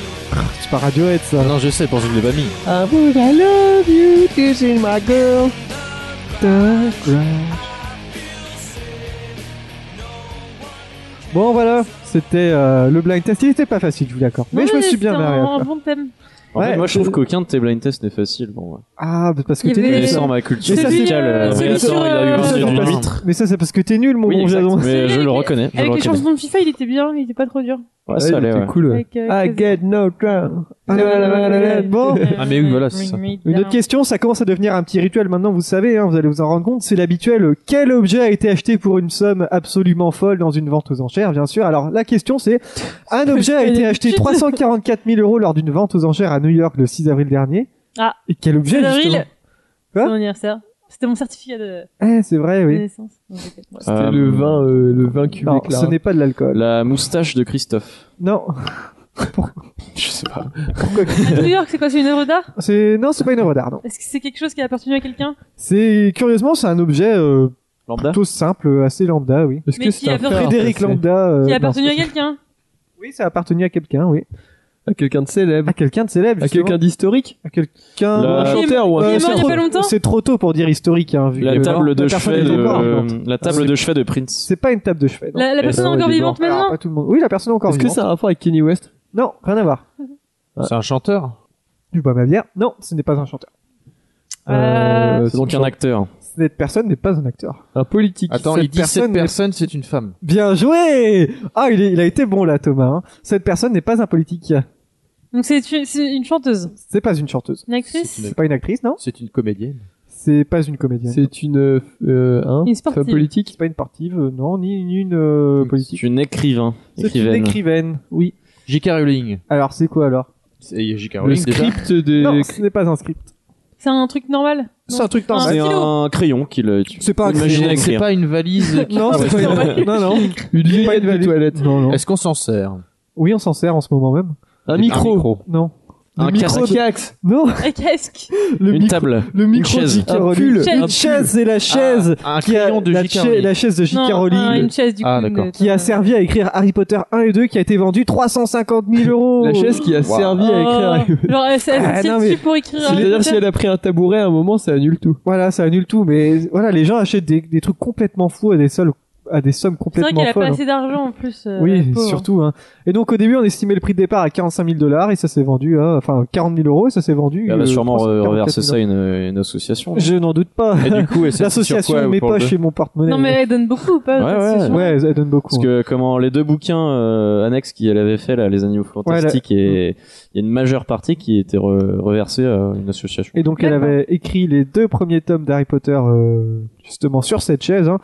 S3: c'est pas Radiohead ça.
S5: Ah Non, je sais, pour que je l'ai pas mis.
S3: I would I love you, kissing my girl. The Grudge. Bon voilà, c'était euh, le blind test. Il était pas facile, je vous l'accorde. Mais
S4: Ouais,
S3: je me suis bien
S4: c'était
S3: marré. à
S4: un, un
S3: faire.
S4: bon thème.
S7: En
S3: Ouais,
S7: fait, moi, je
S3: euh,
S7: trouve qu'aucun de tes blind tests n'est facile. Bon, ouais.
S3: Ah, bah, parce que
S4: Il y
S3: t'es
S4: avait-
S3: nul.
S7: Mais
S3: ça.
S7: sans ma culture
S3: Mais ça, c'est-
S7: musicale, euh,
S4: celui
S7: mais attends,
S4: sur,
S7: il a eu
S4: euh,
S7: un sur
S4: sur
S7: une
S4: le-
S7: huître.
S3: Mais ça, c'est parce que t'es nul, mon
S7: Oui,
S3: bon
S7: exact,
S3: Jason.
S7: mais je
S4: Avec-
S7: le reconnais. Je le
S4: Avec les
S7: reconnais.
S4: chansons de FIFA, il était bien, il était pas trop dur.
S7: Ouais, ça allait,
S6: c'était
S7: ouais.
S6: cool. ouais.
S4: Avec,
S3: Ah,
S4: euh,
S6: I
S4: quelques-
S6: get no drum.
S4: Ah,
S3: Bon.
S4: euh,
S7: Ah, mais oui, voilà, c'est ça.
S3: Une autre question, ça commence à devenir un petit rituel maintenant, vous savez, hein, vous allez vous en rendre compte, c'est l'habituel. euh, Quel objet a été acheté pour une somme absolument folle dans une vente aux enchères, bien sûr Alors la question c'est, un objet a
S4: Je
S3: été
S4: connais
S3: acheté
S4: tout.
S3: 344 000 euros lors d'une vente aux enchères à New York le 6 avril dernier.
S4: Ah.
S3: Et quel objet
S4: C'est
S3: justement
S4: avril.
S3: Quoi
S4: C'est mon anniversaire. C'était mon certificat de
S3: Eh, c'est vrai,
S4: de
S3: oui.
S4: naissance. Non, t'inquiète, ouais.
S6: C'était
S7: Euh,
S6: le vin, euh, le vin cubé.
S3: Non,
S6: Clara.
S3: ce n'est pas de l'alcool.
S7: La moustache de Christophe.
S3: Non,
S7: Je sais pas.
S4: À New York, c'est quoi C'est une œuvre d'art
S3: c'est non, c'est pas une œuvre d'art. Non,
S4: Est-ce que c'est quelque chose qui a appartenu à quelqu'un
S3: c'est curieusement c'est un objet euh,
S7: Lambda.
S3: plutôt simple, euh, assez lambda, oui.
S6: Est-ce
S4: Mais
S6: que
S4: qui
S6: c'est
S4: a
S6: un
S4: fait
S6: frère
S3: Frédéric
S6: c'est-
S3: lambda. euh,
S4: Qui a
S3: non,
S4: appartenu à
S3: c'est-
S4: quelqu'un
S3: Oui, ça a appartenu à quelqu'un, oui.
S6: À quelqu'un de célèbre.
S3: À quelqu'un de célèbre.
S6: À
S3: justement.
S6: quelqu'un d'historique.
S3: À quelqu'un.
S7: La-
S6: Un
S7: Euh,
S6: chanteur ou
S4: Il
S6: un.
S4: est
S3: c'est
S4: mort il y a
S3: trop-
S4: pas longtemps
S3: C'est trop tôt pour dire historique, hein, vu
S7: La
S3: que-
S7: table de
S3: la personne
S7: cheveu
S3: est encore
S7: de euh,
S3: vivante. Ah,
S7: la table de cheveu de Prince.
S3: C'est pas une table de chevet. non.
S4: La, la
S7: Eh
S4: personne est
S7: ben,
S4: encore
S7: il est
S4: vivante
S7: mort.
S3: Alors,
S4: maintenant
S3: pas tout le monde. Oui, la personne est encore
S6: Est-ce que
S3: vivante.
S6: ça a un rapport avec Kenny West
S3: Non, rien à voir.
S5: C'est un chanteur
S3: Du bois ma bière. Non, ce n'est pas un chanteur.
S4: Euh,
S7: C'est donc un acteur.
S3: Cette personne n'est pas un acteur.
S6: Un politique.
S5: Attends,
S3: Cette
S5: il dit
S3: personne
S5: cette
S3: n'est-
S5: personne, c'est une femme.
S3: Bien joué Ah, il, est- il a été bon là, Thomas. hein. Cette personne n'est pas un politique.
S4: Donc c'est une, c'est une chanteuse,
S3: C'est pas une chanteuse.
S4: une actrice,
S5: C'est
S3: C'est pas une actrice, non
S5: C'est une comédienne.
S3: C'est pas une comédienne. C'est
S6: C'est une. euh, euh, hein,
S4: Une sportive.
S6: femme politique.
S3: pas une sportive, euh, non, ni, ni une euh,
S7: C'est
S3: politique.
S7: une écrivain.
S3: C'est une
S7: Écrivaine.
S3: écrivaine, oui.
S5: J.K. Rowling.
S3: Alors, c'est quoi alors
S5: C'est J.K.
S6: Le
S5: Rowling déjà.
S6: script des.
S3: Non, ce n'est pas un script.
S4: c'est un truc normal.
S3: C'est un truc
S4: Un
S7: C'est
S4: stylo.
S7: un crayon qu'il a utilisé.
S3: C'est pas un
S7: Imaginez
S5: Donc, C'est
S7: écrire.
S5: pas une valise. qui-
S3: Non, c'est pas une... Non, non.
S6: Une
S3: Pas
S6: lignette
S3: une
S6: de
S3: valise.
S6: toilette.
S3: Non, non.
S5: Est-ce qu'on s'en sert
S3: Oui, on s'en sert en ce moment même. Ah,
S6: Un micro.
S3: Non.
S7: Un
S3: Le micro
S7: casque.
S3: de- Non,
S4: Un casque.
S3: le
S7: Une
S3: micro-
S7: table.
S3: Le micro
S7: chaise.
S3: de J.K.
S6: Un
S3: Rowling.
S6: pull.
S4: Chaise.
S3: Une chaise, c'est la chaise.
S5: Un
S3: qui a-
S5: crayon de
S3: la,
S5: J.K.
S3: cha-
S5: Rowling.
S3: la chaise de J.K.
S4: Non,
S3: Rowling.
S4: un- une chaise du coup.
S5: Ah,
S4: une-
S5: d'accord.
S3: Qui a servi à écrire Harry Potter 1 et 2, qui a été vendu 350 000 euros.
S6: La chaise qui a
S5: Wow.
S6: servi à écrire.
S4: Oh,
S6: un-
S4: Genre, elle s'est
S3: Ah,
S4: assise
S3: non, mais-
S4: dessus pour écrire. un
S6: C'est-à-dire si
S4: letter.
S6: elle a pris un tabouret à un moment, ça annule tout.
S3: Voilà, ça annule tout. Mais voilà, les gens achètent des, des trucs complètement fous à des, seuls- à des sommes
S4: C'est vrai
S3: complètement
S4: qu'elle a pas
S3: folles.
S4: assez d'argent en plus. euh,
S3: Oui,
S4: la pauvre.
S3: surtout. hein. Et donc au début, on estimait le prix de départ à 45 000 dollars et ça s'est vendu, à- enfin 40 000 euros et ça s'est vendu.
S7: Elle va
S3: euh,
S7: Ah bah, sûrement re-
S3: 344 000
S7: reverser ça à une, une association.
S3: Je n'en doute pas.
S7: Et du coup, elle s'est assise sur
S3: L'association
S7: quoi
S3: de mes
S7: pour le
S3: poches
S7: deux
S3: et mon porte-monnaie.
S4: Non mais elle donne beaucoup ou pas
S7: Ouais,
S4: ça, c'est
S7: ouais.
S4: sûr.
S3: Ouais, elle donne beaucoup.
S7: Parce
S3: hein.
S7: que Euh, comment les deux bouquins euh, annexes qu'elle avait fait là, les animaux fantastiques et il y a une majeure partie qui était re- reversée à une association.
S3: Et donc elle
S4: D'accord.
S3: avait écrit les deux premiers tomes d'Harry Potter euh, justement sur cette chaise. hein.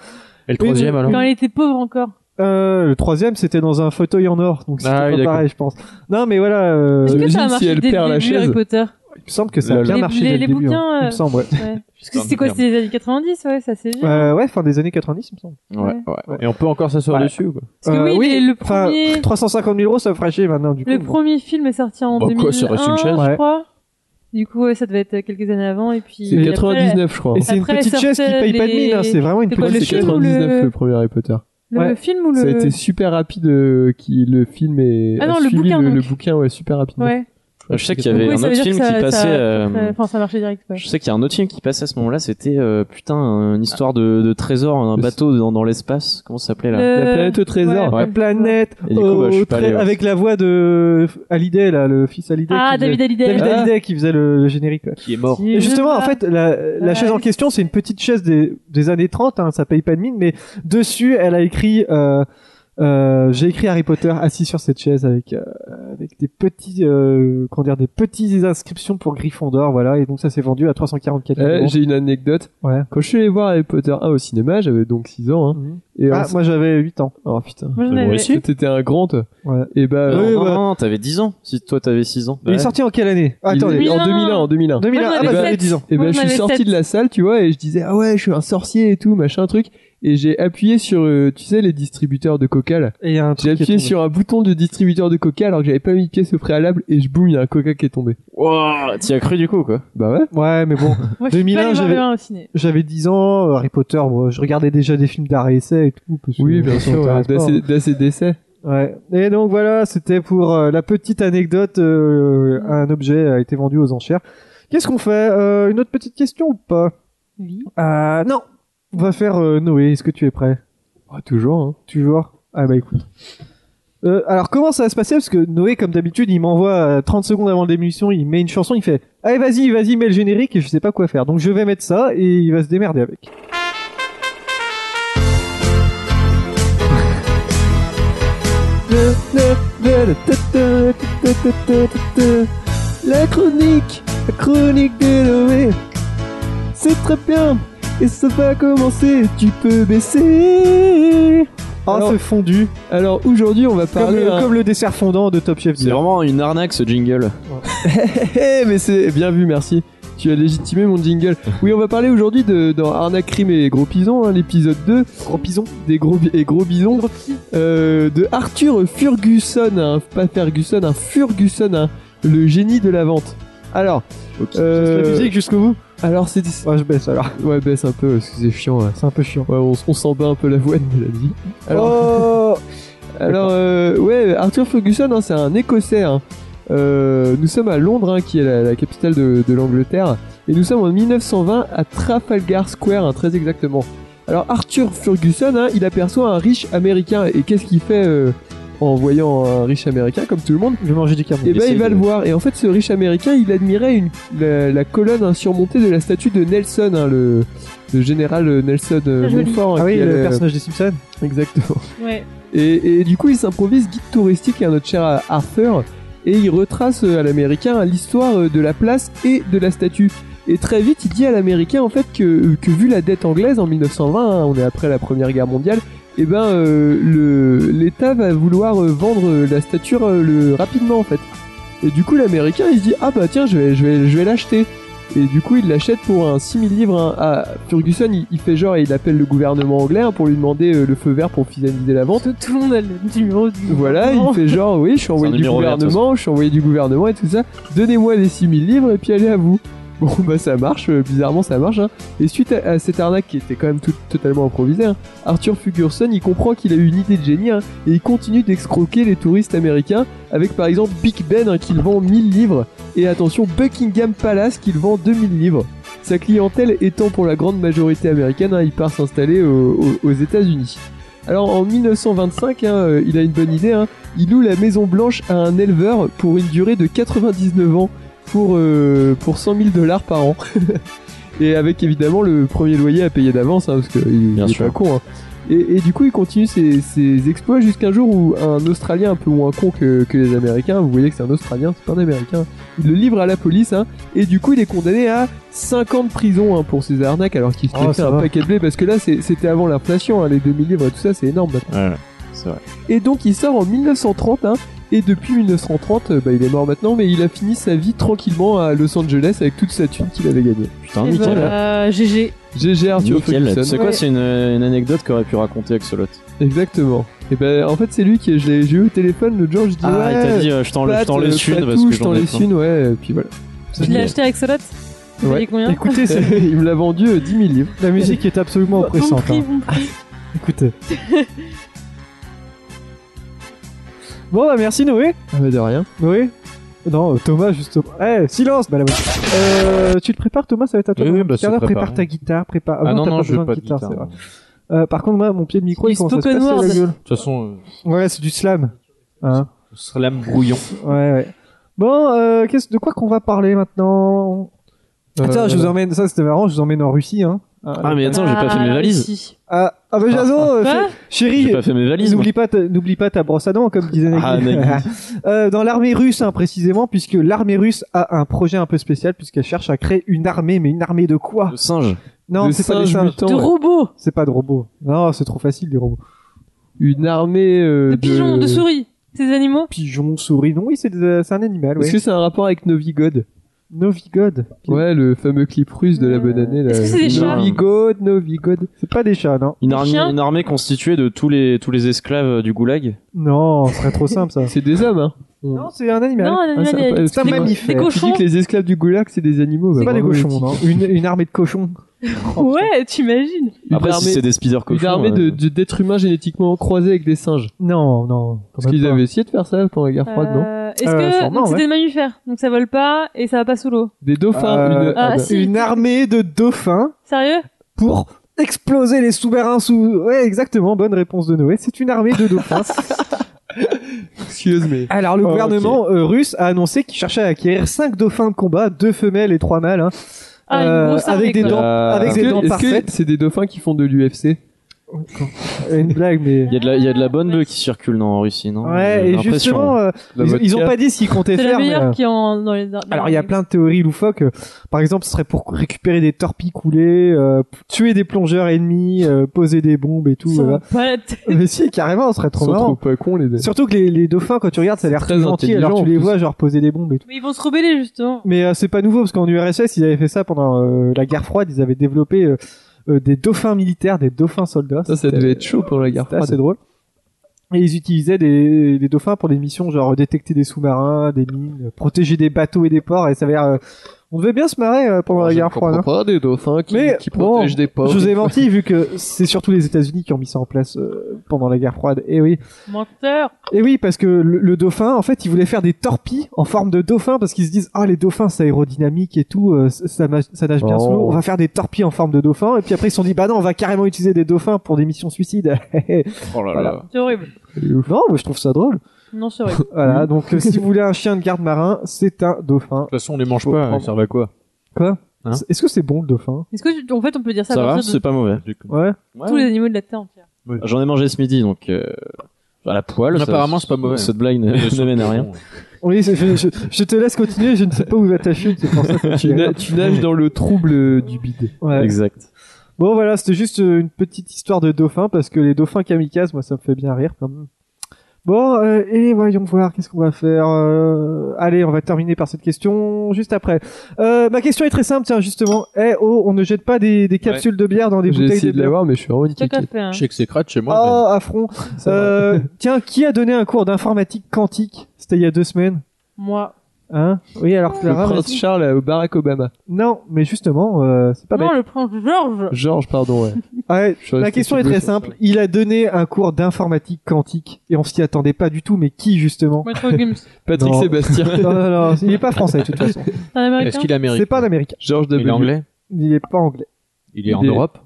S5: Et le troisième alors
S4: Quand elle était pauvre encore.
S3: Euh, le troisième, c'était dans un fauteuil en or, donc c'était
S5: Ah oui,
S3: pas
S5: d'accord.
S3: pareil, je pense. Non mais voilà, euh,
S4: Est-ce que
S6: imagine
S4: ça a
S6: si
S4: marché
S6: elle
S4: dès
S6: perd
S4: le
S6: la
S4: début
S6: chaise.
S4: Harry Potter
S3: il me semble que ça a
S5: Les-
S3: bien
S4: les-
S3: marché dès
S4: les
S3: le début. hein.
S4: bouquins,
S3: Il me
S4: euh,
S3: semble, ouais.
S4: Ouais. Parce que c'était quoi C'était les années 90 Ouais, ça c'est vieux.
S3: Euh, ouais, fin des années 90, il me semble.
S7: Ouais, ouais.
S5: Et on peut encore s'asseoir
S3: Ouais.
S5: dessus ou quoi
S4: Parce que oui, les- le
S3: Euh, enfin,
S4: premier-
S3: 350 000 euros, ça ferait chier maintenant, du coup.
S4: Le premier film est sorti en
S5: Bah quoi,
S4: 2001,
S5: ça reste une chaise.
S4: je
S3: Ouais.
S4: crois. Du coup, ouais, ça devait être quelques années avant et puis.
S6: C'est
S4: après,
S6: 99, je crois.
S3: Et c'est une
S4: Après,
S3: petite
S4: sortaient
S3: chaise qui paye pas de
S4: les-
S3: mine, hein, c'est vraiment une
S4: C'est
S3: petite
S4: quoi,
S6: C'est
S4: le film ou
S6: 99 le...
S4: le-
S6: premier Harry Potter.
S4: Le
S3: Ouais.
S4: film ou le.
S6: Ça a été super rapide euh, qui le film est
S4: Ah
S6: a
S4: non, le
S6: suivi
S4: bouquin,
S6: le,
S4: donc.
S6: le bouquin ouais super rapidement.
S4: Ouais. Euh,
S7: Je sais qu'il y avait
S4: Oui,
S7: un
S4: ça veut
S7: autre
S4: dire
S7: film
S4: que ça-
S7: qui
S4: ça-
S7: passait. euh,
S4: ça- Enfin, ça marchait direct. Ouais.
S7: Je sais qu'il y a un autre film qui passait à ce moment-là. C'était euh, putain une histoire de, de trésor, un
S6: Le-
S7: bateau dans, dans l'espace. Comment ça s'appelait là
S6: La planète au trésor.
S3: La planète
S7: Et du coup, bah, je suis
S3: au
S7: pas
S3: trait-
S7: allé, ouais.
S3: avec la voix de Hallyday là, le fils Hallyday.
S4: Ah,
S3: qui faisait-
S4: David Hallyday. Ah,
S3: David
S6: Ah.
S3: Hallyday qui faisait le, le générique. ouais.
S5: Qui est mort.
S3: Et justement, en fait, la, la
S4: Ouais.
S3: chaise en question, c'est une petite chaise des, des années 30, hein, ça paye pas de mine, mais dessus, elle a écrit euh, Euh, j'ai écrit Harry Potter assis sur cette chaise avec euh, avec des petits euh, comment dire des petites inscriptions pour Gryffondor voilà et donc ça s'est vendu à 344
S6: Eh,
S3: euros.
S6: J'ai une anecdote.
S3: Ouais.
S6: Quand je suis allé voir Harry Potter 1 au cinéma, j'avais donc 6 ans. Hein, et
S3: Ah,
S6: on s-
S3: moi j'avais 8 ans.
S6: Oh putain.
S4: Moi, j'en avais-
S6: T'étais un grand. toi.
S3: Ouais.
S6: Et bah.
S7: Non,
S6: euh,
S7: non, non, non, t'avais 10 ans. Si toi t'avais 6 ans.
S3: Il est sorti en quelle année
S6: il-
S3: Ah, Attendez.
S6: en 2001, en
S3: 2001,
S6: 2001.
S4: Moi, j'en
S3: ah
S4: avais
S3: bah,
S4: sept.
S3: j'avais 10 ans.
S6: Et
S4: Moi,
S6: ben,
S4: j'en
S6: je suis
S4: avais
S6: sorti
S4: sept.
S6: de la salle, tu vois, et je disais, ah ouais, je suis un sorcier et tout, machin truc. Et j'ai appuyé sur, euh, tu sais, les distributeurs de coca, là.
S3: Et il y a un truc
S6: J'ai
S3: qui est
S6: appuyé
S3: tombé.
S6: sur un bouton du distributeur de coca alors que j'avais pas mis de pièce au préalable et je boum, il y a un coca qui est tombé.
S7: Wouah, T'y as cru du coup, quoi.
S6: Bah ouais.
S3: Ouais, mais bon,
S4: Moi, je suis
S3: 2001,
S4: pas allée voir
S3: j'avais
S4: le un au ciné.
S3: j'avais 10 ans, euh, Harry Potter, moi, je regardais déjà des films d'art et essai et tout. parce que
S6: Oui,
S3: ça
S6: bien sûr, bah,
S3: m'intéresse pas, hein.
S6: d'ACDC. décès.
S3: Ouais. Et donc voilà, c'était pour euh, la petite anecdote. euh, un objet a été vendu aux enchères. Qu'est-ce qu'on fait Euh, Une autre petite question ou pas
S4: Oui.
S3: Ah Non. On va faire euh, Noé. Est-ce que tu es prêt
S6: Ah, toujours, hein.
S3: Toujours Ah bah écoute. Euh, alors comment ça va se passer Parce que Noé, comme d'habitude, il m'envoie euh, 30 secondes avant l'émission, il met une chanson, il fait « Allez vas-y, vas-y, mets le générique » et je sais pas quoi faire. Donc je vais mettre ça et il va se démerder avec.
S6: La chronique, la chronique de Noé. C'est très bien. Et ça va commencer, tu peux baisser.
S3: Oh,
S6: Alors-
S3: c'est fondu
S6: Alors aujourd'hui, on va
S3: comme,
S6: parler.
S3: le-
S6: hein.
S3: comme le dessert fondant de Top Chef
S7: C'est
S3: Dinner.
S7: vraiment une arnaque ce jingle.
S6: Eh, mais c'est bien vu, merci. Tu as légitimé mon jingle. Oui, on va parler aujourd'hui de dans Arnaque Crime et Gros Pison, hein, l'épisode 2. Gros Pison Des gros bi- et gros bisons. Euh, de Arthur Ferguson, hein, pas Ferguson, un Ferguson, hein, le génie de la vente. Alors, euh,
S3: La musique jusqu'au bout
S6: alors c'est
S3: Ouais, Ah, je baisse alors.
S6: ouais baisse un peu parce que c'est chiant. hein, ouais.
S3: C'est un peu chiant.
S6: Ouais, on, s- on s'en bat un peu la voix de la vie. Alors,
S3: Oh
S6: alors euh, ouais, Arthur Ferguson, hein, c'est un Écossais. hein. Euh, nous sommes à Londres, hein, qui est la, la capitale de, de l'Angleterre, et nous sommes en 1920 à Trafalgar Square, hein, très exactement. Alors Arthur Ferguson, hein, il aperçoit un riche américain, et qu'est-ce qu'il fait euh, en voyant un riche américain, comme tout le monde
S3: Je vais manger du carnet.
S6: et ben
S7: essaye
S6: il va
S7: de-
S6: le voir. Et en fait, ce riche américain, il admirait une, la, la colonne hein, surmontée de la statue de Nelson, hein, le, le général euh, Nelson euh,
S4: Très joli.
S6: Montfort. hein,
S3: Ah oui,
S6: qui
S3: le
S6: allait-
S3: personnage des Simpsons
S6: Exactement.
S4: Ouais.
S6: Et, et du coup, il s'improvise guide touristique à notre cher Arthur et il retrace euh, à l'américain hein, l'histoire euh, de la place et de la statue. Et très vite, il dit à l'américain en fait que, euh, que vu la dette anglaise en 1920, hein, on est après la Première Guerre mondiale, et ben euh, le- l'État va vouloir euh, vendre euh, la statue euh, le, rapidement en fait. Et du coup, l'américain il se dit ah bah tiens, je vais, je vais, je vais l'acheter. Et du coup, il l'achète pour un 6000 livres hein, à Ferguson. Il, il fait genre et il appelle le gouvernement anglais hein, pour lui demander euh, le feu vert pour finaliser la vente.
S4: Tout, tout le monde a le numéro du.
S6: Voilà, il fait genre, oui, je suis envoyé
S7: un
S6: du
S7: numéro vert, de toute
S6: gouvernement, je suis envoyé du gouvernement et tout ça. Donnez-moi les 6000 livres et puis allez à vous. Bon, bah ça marche, euh, bizarrement ça marche. Hein. Et suite à, à cette arnaque qui était quand même tout- totalement improvisée, hein, Arthur Fugurson, il comprend qu'il a eu une idée de génie hein, et il continue d'excroquer les touristes américains avec par exemple Big Ben hein, qu'il vend 1000 livres et attention Buckingham Palace qu'il vend 2000 livres. Sa clientèle étant pour la grande majorité américaine, hein, il part s'installer au- au- aux États-Unis. Alors en 1925, hein, euh, il a une bonne idée. hein. Il loue la Maison Blanche à un éleveur pour une durée de 99 ans pour, euh, pour 100 000 dollars par an. et avec évidemment le premier loyer à payer d'avance, hein, parce qu'il
S7: Bien
S6: est
S7: sûr.
S6: pas con. hein. Et, et du coup, il continue ses, ses exploits jusqu'un jour où un Australien un peu moins con que, que les Américains, vous voyez que c'est un Australien, c'est pas un Américain, il le livre à la police, hein, et du coup, il est condamné à 5 ans de prison hein, pour ses arnaques, alors qu'il s'est
S7: Ah,
S3: Oh,
S6: fait
S3: ça
S6: un
S3: va.
S6: paquet de blé, parce que là, c'est- c'était avant l'inflation, hein, les 2000 livres et tout ça, c'est énorme.
S7: Ouais, c'est vrai.
S6: Et donc il sort en 1930, hein, et depuis 1930, euh, bah, il est mort maintenant, mais il a fini sa vie tranquillement à Los Angeles avec toute sa thune qu'il avait gagnée.
S7: Putain,
S4: Eh ben,
S7: nickel.
S4: euh, GG.
S6: GG Arthur
S7: Nickel. Tu
S6: Ferguson.
S7: sais quoi,
S4: Ouais.
S7: c'est une, une anecdote qu'aurait pu raconter Axolot.
S6: Exactement. Et ben en fait c'est lui qui, je l'ai- j'ai eu au téléphone le jour, je dis
S7: Ah,
S6: ouais,
S7: il t'a dit, euh, je t'en
S6: Pat,
S7: je t'en
S6: euh,
S7: laisse une
S6: Patou,
S7: parce que
S6: je t'en
S7: j'en ai
S6: laisse
S7: plein.
S6: une, ouais, et puis voilà.
S4: Je l'ai acheté avec Solot. Vous
S6: Ouais.
S4: voyez combien
S3: Écoutez, c'est-
S6: il me l'a vendu euh, 10 000 livres.
S3: la musique est absolument
S4: Bon
S3: oppressante.
S4: prix,
S3: hein.
S4: bon prix.
S3: Écoutez. bon bah merci Noé.
S6: Ah, bah, de rien.
S3: Noé Non, euh, Thomas justement. Eh, silence bah, la bonne- euh, Tu te prépares Thomas, ça va être à toi.
S5: Oui,
S3: dans
S5: oui,
S3: un
S5: bah,
S3: petit
S5: se
S3: quart d'heure.
S5: prépare.
S3: prépare ta guitare, prépare.
S5: Ah non,
S3: t'as
S5: non, je
S3: besoin
S5: veux pas de guitare.
S3: c'est vrai.
S5: De toute
S3: Euh, par contre, moi, mon pied de micro, il
S4: Du
S3: commence à se
S4: spoken
S3: casser la
S4: word.
S3: gueule.
S5: façon,
S3: Ouais, c'est du slam. Hein
S5: euh, slam brouillon.
S3: ouais, ouais. Bon, euh, qu'est-ce- de quoi qu'on va parler maintenant Attends,
S6: Euh,
S3: je vous emmène, ça c'était marrant, je vous emmène en Russie, hein.
S7: Ah, mais attends, j'ai pas fait mes valises.
S4: si.
S3: Ah, ah bah Jason, euh,
S4: Quoi
S3: fais-
S5: Ah.
S3: chérie,
S7: J'ai pas fait mes valises,
S3: N'oublie pas, ta- n'oublie pas ta brosse à dents, comme disait Nagui.
S7: Ah, Nagui.
S3: Euh, dans l'armée russe, hein, précisément, puisque l'armée russe a un projet un peu spécial, puisqu'elle cherche à créer une armée, mais une armée de quoi
S7: De singes.
S3: Non,
S6: De
S3: c'est pas des
S6: singes
S3: singes.
S6: mutants, De ouais.
S4: robots.
S3: C'est pas de robots. Non, c'est trop facile des robots.
S6: Une armée euh, de...
S4: Pigeons, de souris. Ces animaux
S3: Pigeons, souris. Non, oui, c'est des- c'est un animal.
S6: Est-ce
S3: Ouais.
S6: que c'est un rapport avec Novigod
S3: Novigod.
S6: Ouais, le fameux clip russe de la bonne année. là.
S4: Est-ce que c'est des chats
S3: Novigod, Novigod. C'est pas des chats, non.
S7: Une
S4: Des
S7: armée,
S4: chiens
S7: une armée constituée de tous les, tous les esclaves euh, du goulag.
S3: Non, ce serait trop simple ça.
S6: C'est des hommes, hein
S3: Non, c'est un animal.
S4: Non, un
S6: Ah,
S4: animal,
S6: ça
S4: des-
S6: va pas-
S4: des-
S3: c'est un
S4: des-
S3: mammifère.
S4: Des
S6: Tu dis
S4: cochons.
S6: que les esclaves du goulag, c'est des animaux.
S3: C'est
S6: bah,
S3: pas des
S6: bravo, les
S3: cochons,
S6: petits.
S3: non. Une, une armée de cochons.
S4: Ouais, t'imagines.
S6: Une
S7: Après, si
S6: armée-
S7: c'est des speeder cochons.
S6: Une armée de-
S7: euh,
S6: de- d'êtres humains génétiquement croisés avec des singes.
S3: Non, non. quand
S6: Parce
S3: même
S6: qu'ils
S3: pas.
S6: avaient essayé de faire ça pendant la guerre froide, non
S4: Euh, Est-ce
S3: Euh,
S4: que
S3: sûrement,
S4: donc c'est
S3: ouais.
S4: des mammifères, donc ça vole pas et ça va pas sous l'eau.
S6: Des dauphins.
S3: Euh,
S6: une- ah
S4: ah,
S6: bah,
S4: si.
S3: Une armée de dauphins
S4: Sérieux
S3: pour exploser les sous-marins sous. Ouais, exactement. Bonne réponse de Noé. C'est une armée de dauphins.
S6: Excuse, mais.
S3: Alors, le
S6: Oh,
S3: gouvernement euh, russe a annoncé qu'il cherchait à acquérir 5 dauphins de combat, 2 femelles et 3 mâles, hein,
S4: Ah,
S3: euh,
S4: une grosse armée.
S3: avec des
S4: quoi.
S3: dents,
S7: Euh,
S3: avec
S6: Est-ce
S3: des
S6: que-
S3: dents
S6: est-ce que
S3: parfaites.
S6: c'est des dauphins qui font de l'UFC
S3: Une blague, mais.
S7: Il y, a de la- il y a de la bonne bleue qui circule non, en Russie, non
S3: Ouais,
S7: J'ai
S3: et
S7: l'impression.
S3: justement, euh,
S6: La
S3: ils,
S6: vodka.
S3: ils ont pas dit s'ils comptaient
S4: C'est la
S3: faire. mais,
S4: meilleure
S3: euh,
S4: qui est en dans les. dans- dans
S3: Alors il y a
S4: les-
S3: plein de théories loufoques. Par exemple, ce serait pour récupérer des torpilles coulées, euh, p- tuer des plongeurs ennemis, euh, poser des bombes et tout. euh.
S4: Ils sont
S3: voilà.
S4: pas la tête.
S3: Mais si, carrément, ce serait
S6: Ils
S3: trop
S6: sont
S3: marrant.
S6: trop pas cons, les dauphins.
S3: Surtout que les, les dauphins, quand tu regardes, ça a l'air
S6: C'est
S3: très
S6: très
S3: gentil.
S6: intelligent,
S3: Alors tu
S6: en
S3: les
S6: plus.
S3: vois genre poser des bombes et tout.
S4: Mais ils vont se rebeller justement.
S3: Mais euh, c'est pas nouveau parce qu'en URSS, ils avaient fait ça pendant euh, la guerre froide. Ils avaient développé euh, euh, des dauphins militaires, des dauphins soldats.
S6: Ça, ça
S3: C'était-
S6: devait être chaud pendant la guerre
S3: C'était assez
S6: froide.
S3: drôle. Et ils utilisaient des, des dauphins pour des missions genre euh, détecter des sous-marins, des mines, euh, protéger des bateaux et des ports. Et ça avait l'air, euh, on devait bien se marrer euh, pendant la
S6: Je
S3: guerre
S6: comprends
S3: froide. hein.
S6: pas des dauphins qui,
S3: Mais
S6: qui
S3: bon,
S6: protègent des pauvres.
S3: Je vous ai menti vu que c'est surtout les États-Unis qui ont mis ça en place euh, pendant la guerre froide. Et oui,
S4: Menteur.
S3: et oui, parce que le, le dauphin, en fait, ils voulaient faire des torpilles en forme de dauphin parce qu'ils se disent ah les dauphins c'est aérodynamique et tout, euh, ça, ça nage ça nage bien sous
S6: Oh.
S3: l'eau. On va faire des torpilles en forme de dauphin. Et puis après ils se sont dit bah non on va carrément utiliser des dauphins pour des missions suicides.
S7: Oh là là.
S3: Voilà.
S4: C'est horrible.
S3: non, mais je trouve ça drôle.
S4: Non, c'est horrible.
S3: Voilà, donc euh, si vous voulez un chien de garde marin, c'est un dauphin.
S5: toute façon, on les mange
S3: Faut
S5: pas,
S3: prendre-
S5: ils servent à quoi
S3: Quoi
S5: Hein
S3: Est-ce que c'est bon le dauphin
S4: Est-ce que tu- en fait on peut dire ça,
S7: Ça
S4: à
S7: va,
S4: partir de
S7: c'est pas mauvais.
S3: Ouais.
S4: tous les animaux de la terre entière.
S7: J'en ai mangé ce midi, donc euh, à la poêle. ça-
S5: Apparemment, c'est pas mauvais.
S7: Cette blague ne, ne mène à rien.
S3: Oui, c'est- je, je- je te laisse continuer, je ne sais pas où va ta chute, c'est pour ça que
S6: Tu,
S3: tu
S6: na- tu nages dans le trouble euh, du bide.
S3: Ouais.
S7: Exact.
S3: Bon voilà, c'était juste euh, une petite histoire de dauphin parce que les dauphins kamikazes, moi ça me fait bien rire quand même. Bon, euh, et voyons voir, qu'est-ce qu'on va faire euh, Allez, on va terminer par cette question juste après. Euh, ma question est très simple, tiens, justement. Eh oh, on ne jette pas des, des capsules de bière dans des
S6: J'ai
S3: bouteilles de
S6: essayé de
S3: bière.
S6: l'avoir, mais je suis vraiment une
S4: Tout à
S6: quiquette.
S4: fait. hein.
S5: Je sais que c'est crade chez moi.
S3: Oh, affront Euh, Tiens, qui a donné un cours d'informatique quantique C'était il y a deux semaines.
S4: Moi.
S3: Hein Oui, alors
S6: Le
S3: Clara...
S6: prince Charles à Barack Obama.
S3: Non, mais justement, euh, c'est pas
S4: Non,
S3: bête.
S4: le prince George.
S6: Georges, pardon, ouais.
S3: Ouais,
S6: Je suis
S3: la
S6: resté
S3: question est
S6: sur le
S3: très
S6: sur
S3: simple. Il a donné un cours d'informatique quantique et on s'y attendait pas du tout, mais qui justement
S4: Maître Gims.
S6: Patrick
S3: Non.
S6: Sébastien.
S3: Non, non, non, il est pas français de toute façon.
S4: C'est un
S5: Est-ce
S4: américain.
S5: qu'il est américain
S3: C'est pas un américain.
S6: Georges
S5: Il
S6: W.
S5: est anglais
S3: Il est pas anglais.
S5: Il est en Europe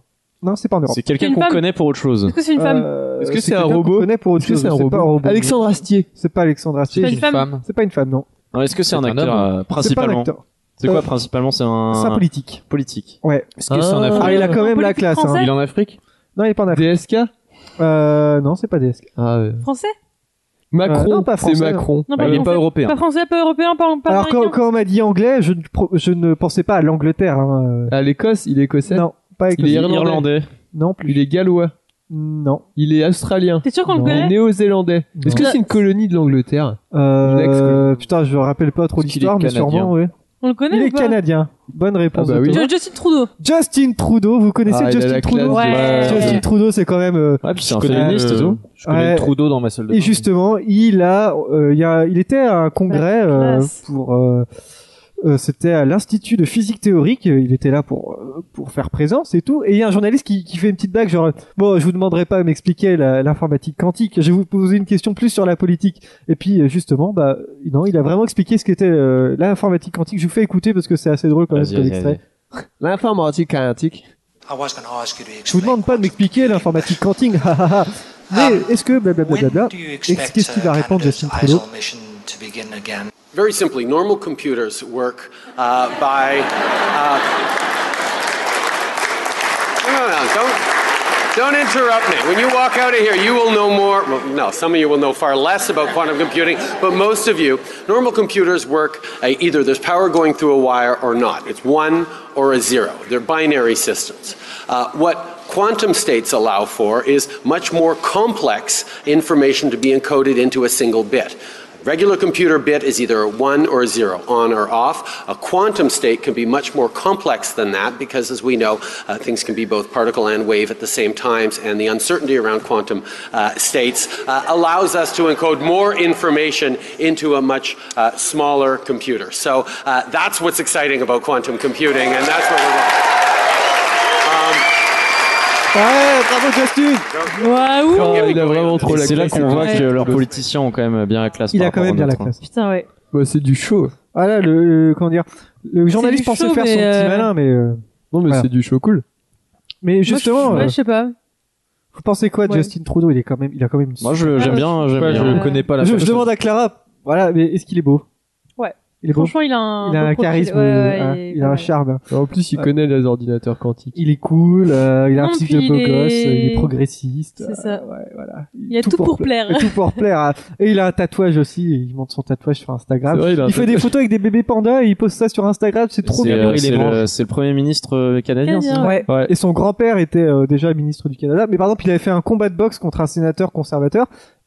S3: Non, c'est pas en Europe.
S7: C'est quelqu'un
S4: C'est une
S7: qu'on
S4: femme.
S7: connaît pour autre chose.
S4: Est-ce que c'est une femme
S3: Euh,
S6: Est-ce que c'est un
S3: quelqu'un qu'on
S6: robot
S3: connaît pour autre
S6: Est-ce que
S3: chose,
S6: c'est un
S3: mais
S6: robot
S3: pas un robot.
S6: Alexandre Astier.
S3: C'est pas Alexandre Astier.
S4: pas une femme.
S3: C'est pas une femme, non.
S7: Non, Est-ce que c'est un
S5: C'est un
S7: acteur
S3: C'est
S5: homme.
S7: euh,
S3: pas un
S7: principalement
S3: acteur.
S7: C'est quoi
S3: Euh,
S7: principalement C'est un,
S3: C'est un politique.
S7: politique.
S3: Ouais.
S5: Est-ce que c'est en
S6: Ah.
S5: Afrique
S3: Ah, il a quand
S4: un
S3: même la
S4: Euh, politique
S3: classe. hein.
S4: français
S5: Il est en Afrique
S3: Non, il est pas en Afrique.
S6: DSK
S3: Euh, non, c'est pas DSK.
S6: Ah ouais.
S4: français
S6: Macron,
S3: non, pas
S6: c'est
S3: français,
S6: Macron.
S4: Non,
S7: Bah, il est
S4: français.
S7: pas européen.
S4: Pas français, pas européen, pas, pas
S3: Alors quand,
S4: américain.
S3: quand on m'a dit anglais, je ne, pro- je ne pensais pas à l'Angleterre. hein.
S6: À l'Écosse, il est écossais.
S3: Non, pas
S6: Il est
S3: écossais.
S6: irlandais.
S3: Non plus.
S6: Il est gallois.
S3: Non.
S6: Il est australien.
S4: T'es sûr qu'on le
S3: Non.
S6: Il est
S4: connaît
S6: néo-zélandais.
S3: Non.
S6: Est-ce que c'est une colonie de l'Angleterre
S3: Euh,
S6: Lex,
S3: putain, je me rappelle pas trop
S5: Est-ce qu'il
S3: l'histoire,
S5: est
S3: mais
S5: canadien
S3: sûrement, oui.
S4: On le connaît
S3: Il
S4: ou
S3: est
S4: pas
S3: canadien. Bonne réponse.
S6: Ah bah
S3: de
S6: oui.
S3: Thomas.
S4: Jo- Justin Trudeau.
S3: Justin Trudeau, vous connaissez
S6: Ah, il a
S3: Justin
S6: la classe.
S3: Trudeau
S4: Ouais.
S3: Justin Trudeau, c'est quand même. euh,
S7: Ouais, puis c'est
S5: Je
S7: un
S5: connais,
S7: féministe et
S5: euh,
S7: tout.
S5: Je connais
S3: Ouais.
S5: le trou d'eau dans ma salle de
S3: Et
S5: bain.
S3: justement, il a, euh, il, y a, il était à un congrès euh,
S4: classe.
S3: pour. euh, euh, c'était à l'Institut de physique théorique, il était là pour euh, pour faire présence et tout. Et il y a un journaliste qui, qui fait une petite blague genre bon, je vous demanderai pas de m'expliquer la- l'informatique quantique, je vais vous poser une question plus sur la politique. Et puis euh, justement, bah non, il a vraiment expliqué ce qu'était euh, l'informatique quantique. Je vous fais écouter parce que c'est assez drôle quand même
S7: Vas-y,
S3: comme
S7: vas-y,
S3: extrait.
S6: L'informatique quantique.
S13: I was going to ask you to
S3: Je vous
S13: explain.
S3: demande pas de m'expliquer l'informatique quantique, ha, ha, ha. mais
S7: Ah.
S3: est-ce que blablabla,
S13: When do you
S3: Ex-
S13: expect
S3: qu'est-ce qu'il va
S13: uh,
S3: répondre
S13: Canada's
S3: Justin Trudeau
S13: ISIL mission to begin again?
S14: Very simply, normal computers work uh, by. Uh, No, no, no. Don't, don't interrupt me. When you walk out of here, you will know more. Well, no, some of you will know far less about quantum computing, but most of you, normal computers work uh, either there's power going through a wire or not. It's one or a zero. They're binary systems.
S5: Ah.
S14: Uh, what quantum states allow for is much more complex information to be encoded into a single bit. Regular computer bit is either a one or a zero, on or off. A quantum state can be much more complex than that because, as we know, uh, things can be both particle and wave at the same times, and the uncertainty around quantum uh, states uh, allows us to encode more information into a much uh, smaller computer. So uh, that's what's exciting about quantum computing, and that's what we're.
S3: Ouais, Ah, bravo Justin
S4: Waouh
S6: il a vraiment trop
S7: Et
S6: la
S7: c'est là
S6: classe,
S7: qu'on
S6: c'est
S7: voit
S6: vrai.
S7: que leurs politiciens ont quand même bien la classe.
S3: Il
S7: par
S3: a quand
S7: rapport
S3: même
S7: aux
S3: bien la
S7: nôtres, hein.
S3: classe.
S4: Putain, ouais.
S6: Bah, c'est du show.
S3: Voilà, le, le- comment dire, le journaliste
S4: du
S3: pensait
S4: show,
S3: faire son
S4: mais,
S3: petit
S4: euh,
S3: malin, mais euh,
S6: Non, mais
S3: Voilà.
S6: c'est du show cool.
S3: mais
S4: Moi, je-
S3: justement,
S4: ouais,
S3: euh,
S4: je sais pas.
S3: vous pensez quoi de
S4: Ouais.
S3: Justin Trudeau Il est quand même, il a quand même.
S7: Moi, je- j'aime bien. J'aime
S5: Ouais,
S7: bien.
S5: je connais pas la
S3: je, je
S5: personne.
S3: demande à Clara, voilà, mais est-ce qu'il est beau
S4: Ouais.
S3: Il est beau.
S4: Franchement, il a un.
S3: Il a
S4: beau
S3: un
S4: profil.
S3: charisme,
S4: Ouais, ouais,
S3: hein,
S4: est
S3: il
S4: pas
S3: a un
S4: mal.
S3: charme.
S6: En plus, il
S3: Ouais.
S6: connaît les ordinateurs quantiques.
S3: Il est cool, euh, il a un
S4: Non,
S3: petit
S4: puis
S3: vieux beau
S4: il
S3: gosse, euh, il est
S4: est-
S3: progressiste.
S4: C'est ça.
S3: euh, ouais, voilà.
S4: Il y a tout pour plaire.
S3: Tout pour plaire. hein. Et il a un tatouage aussi, et il monte son tatouage sur Instagram.
S6: C'est vrai, il a un
S3: fait des photos avec des bébés pandas et il poste ça sur Instagram, c'est trop
S7: C'est,
S3: bien.
S7: euh,
S3: Il est
S7: c'est
S3: grand.
S7: le, c'est le premier ministre euh, canadien.
S4: Canadien,
S7: c'est ça
S4: ouais.
S7: Ouais.
S3: Et son grand-père était euh, déjà ministre du Canada, mais par exemple, il avait fait un combat de boxe contre un sénateur conservateur,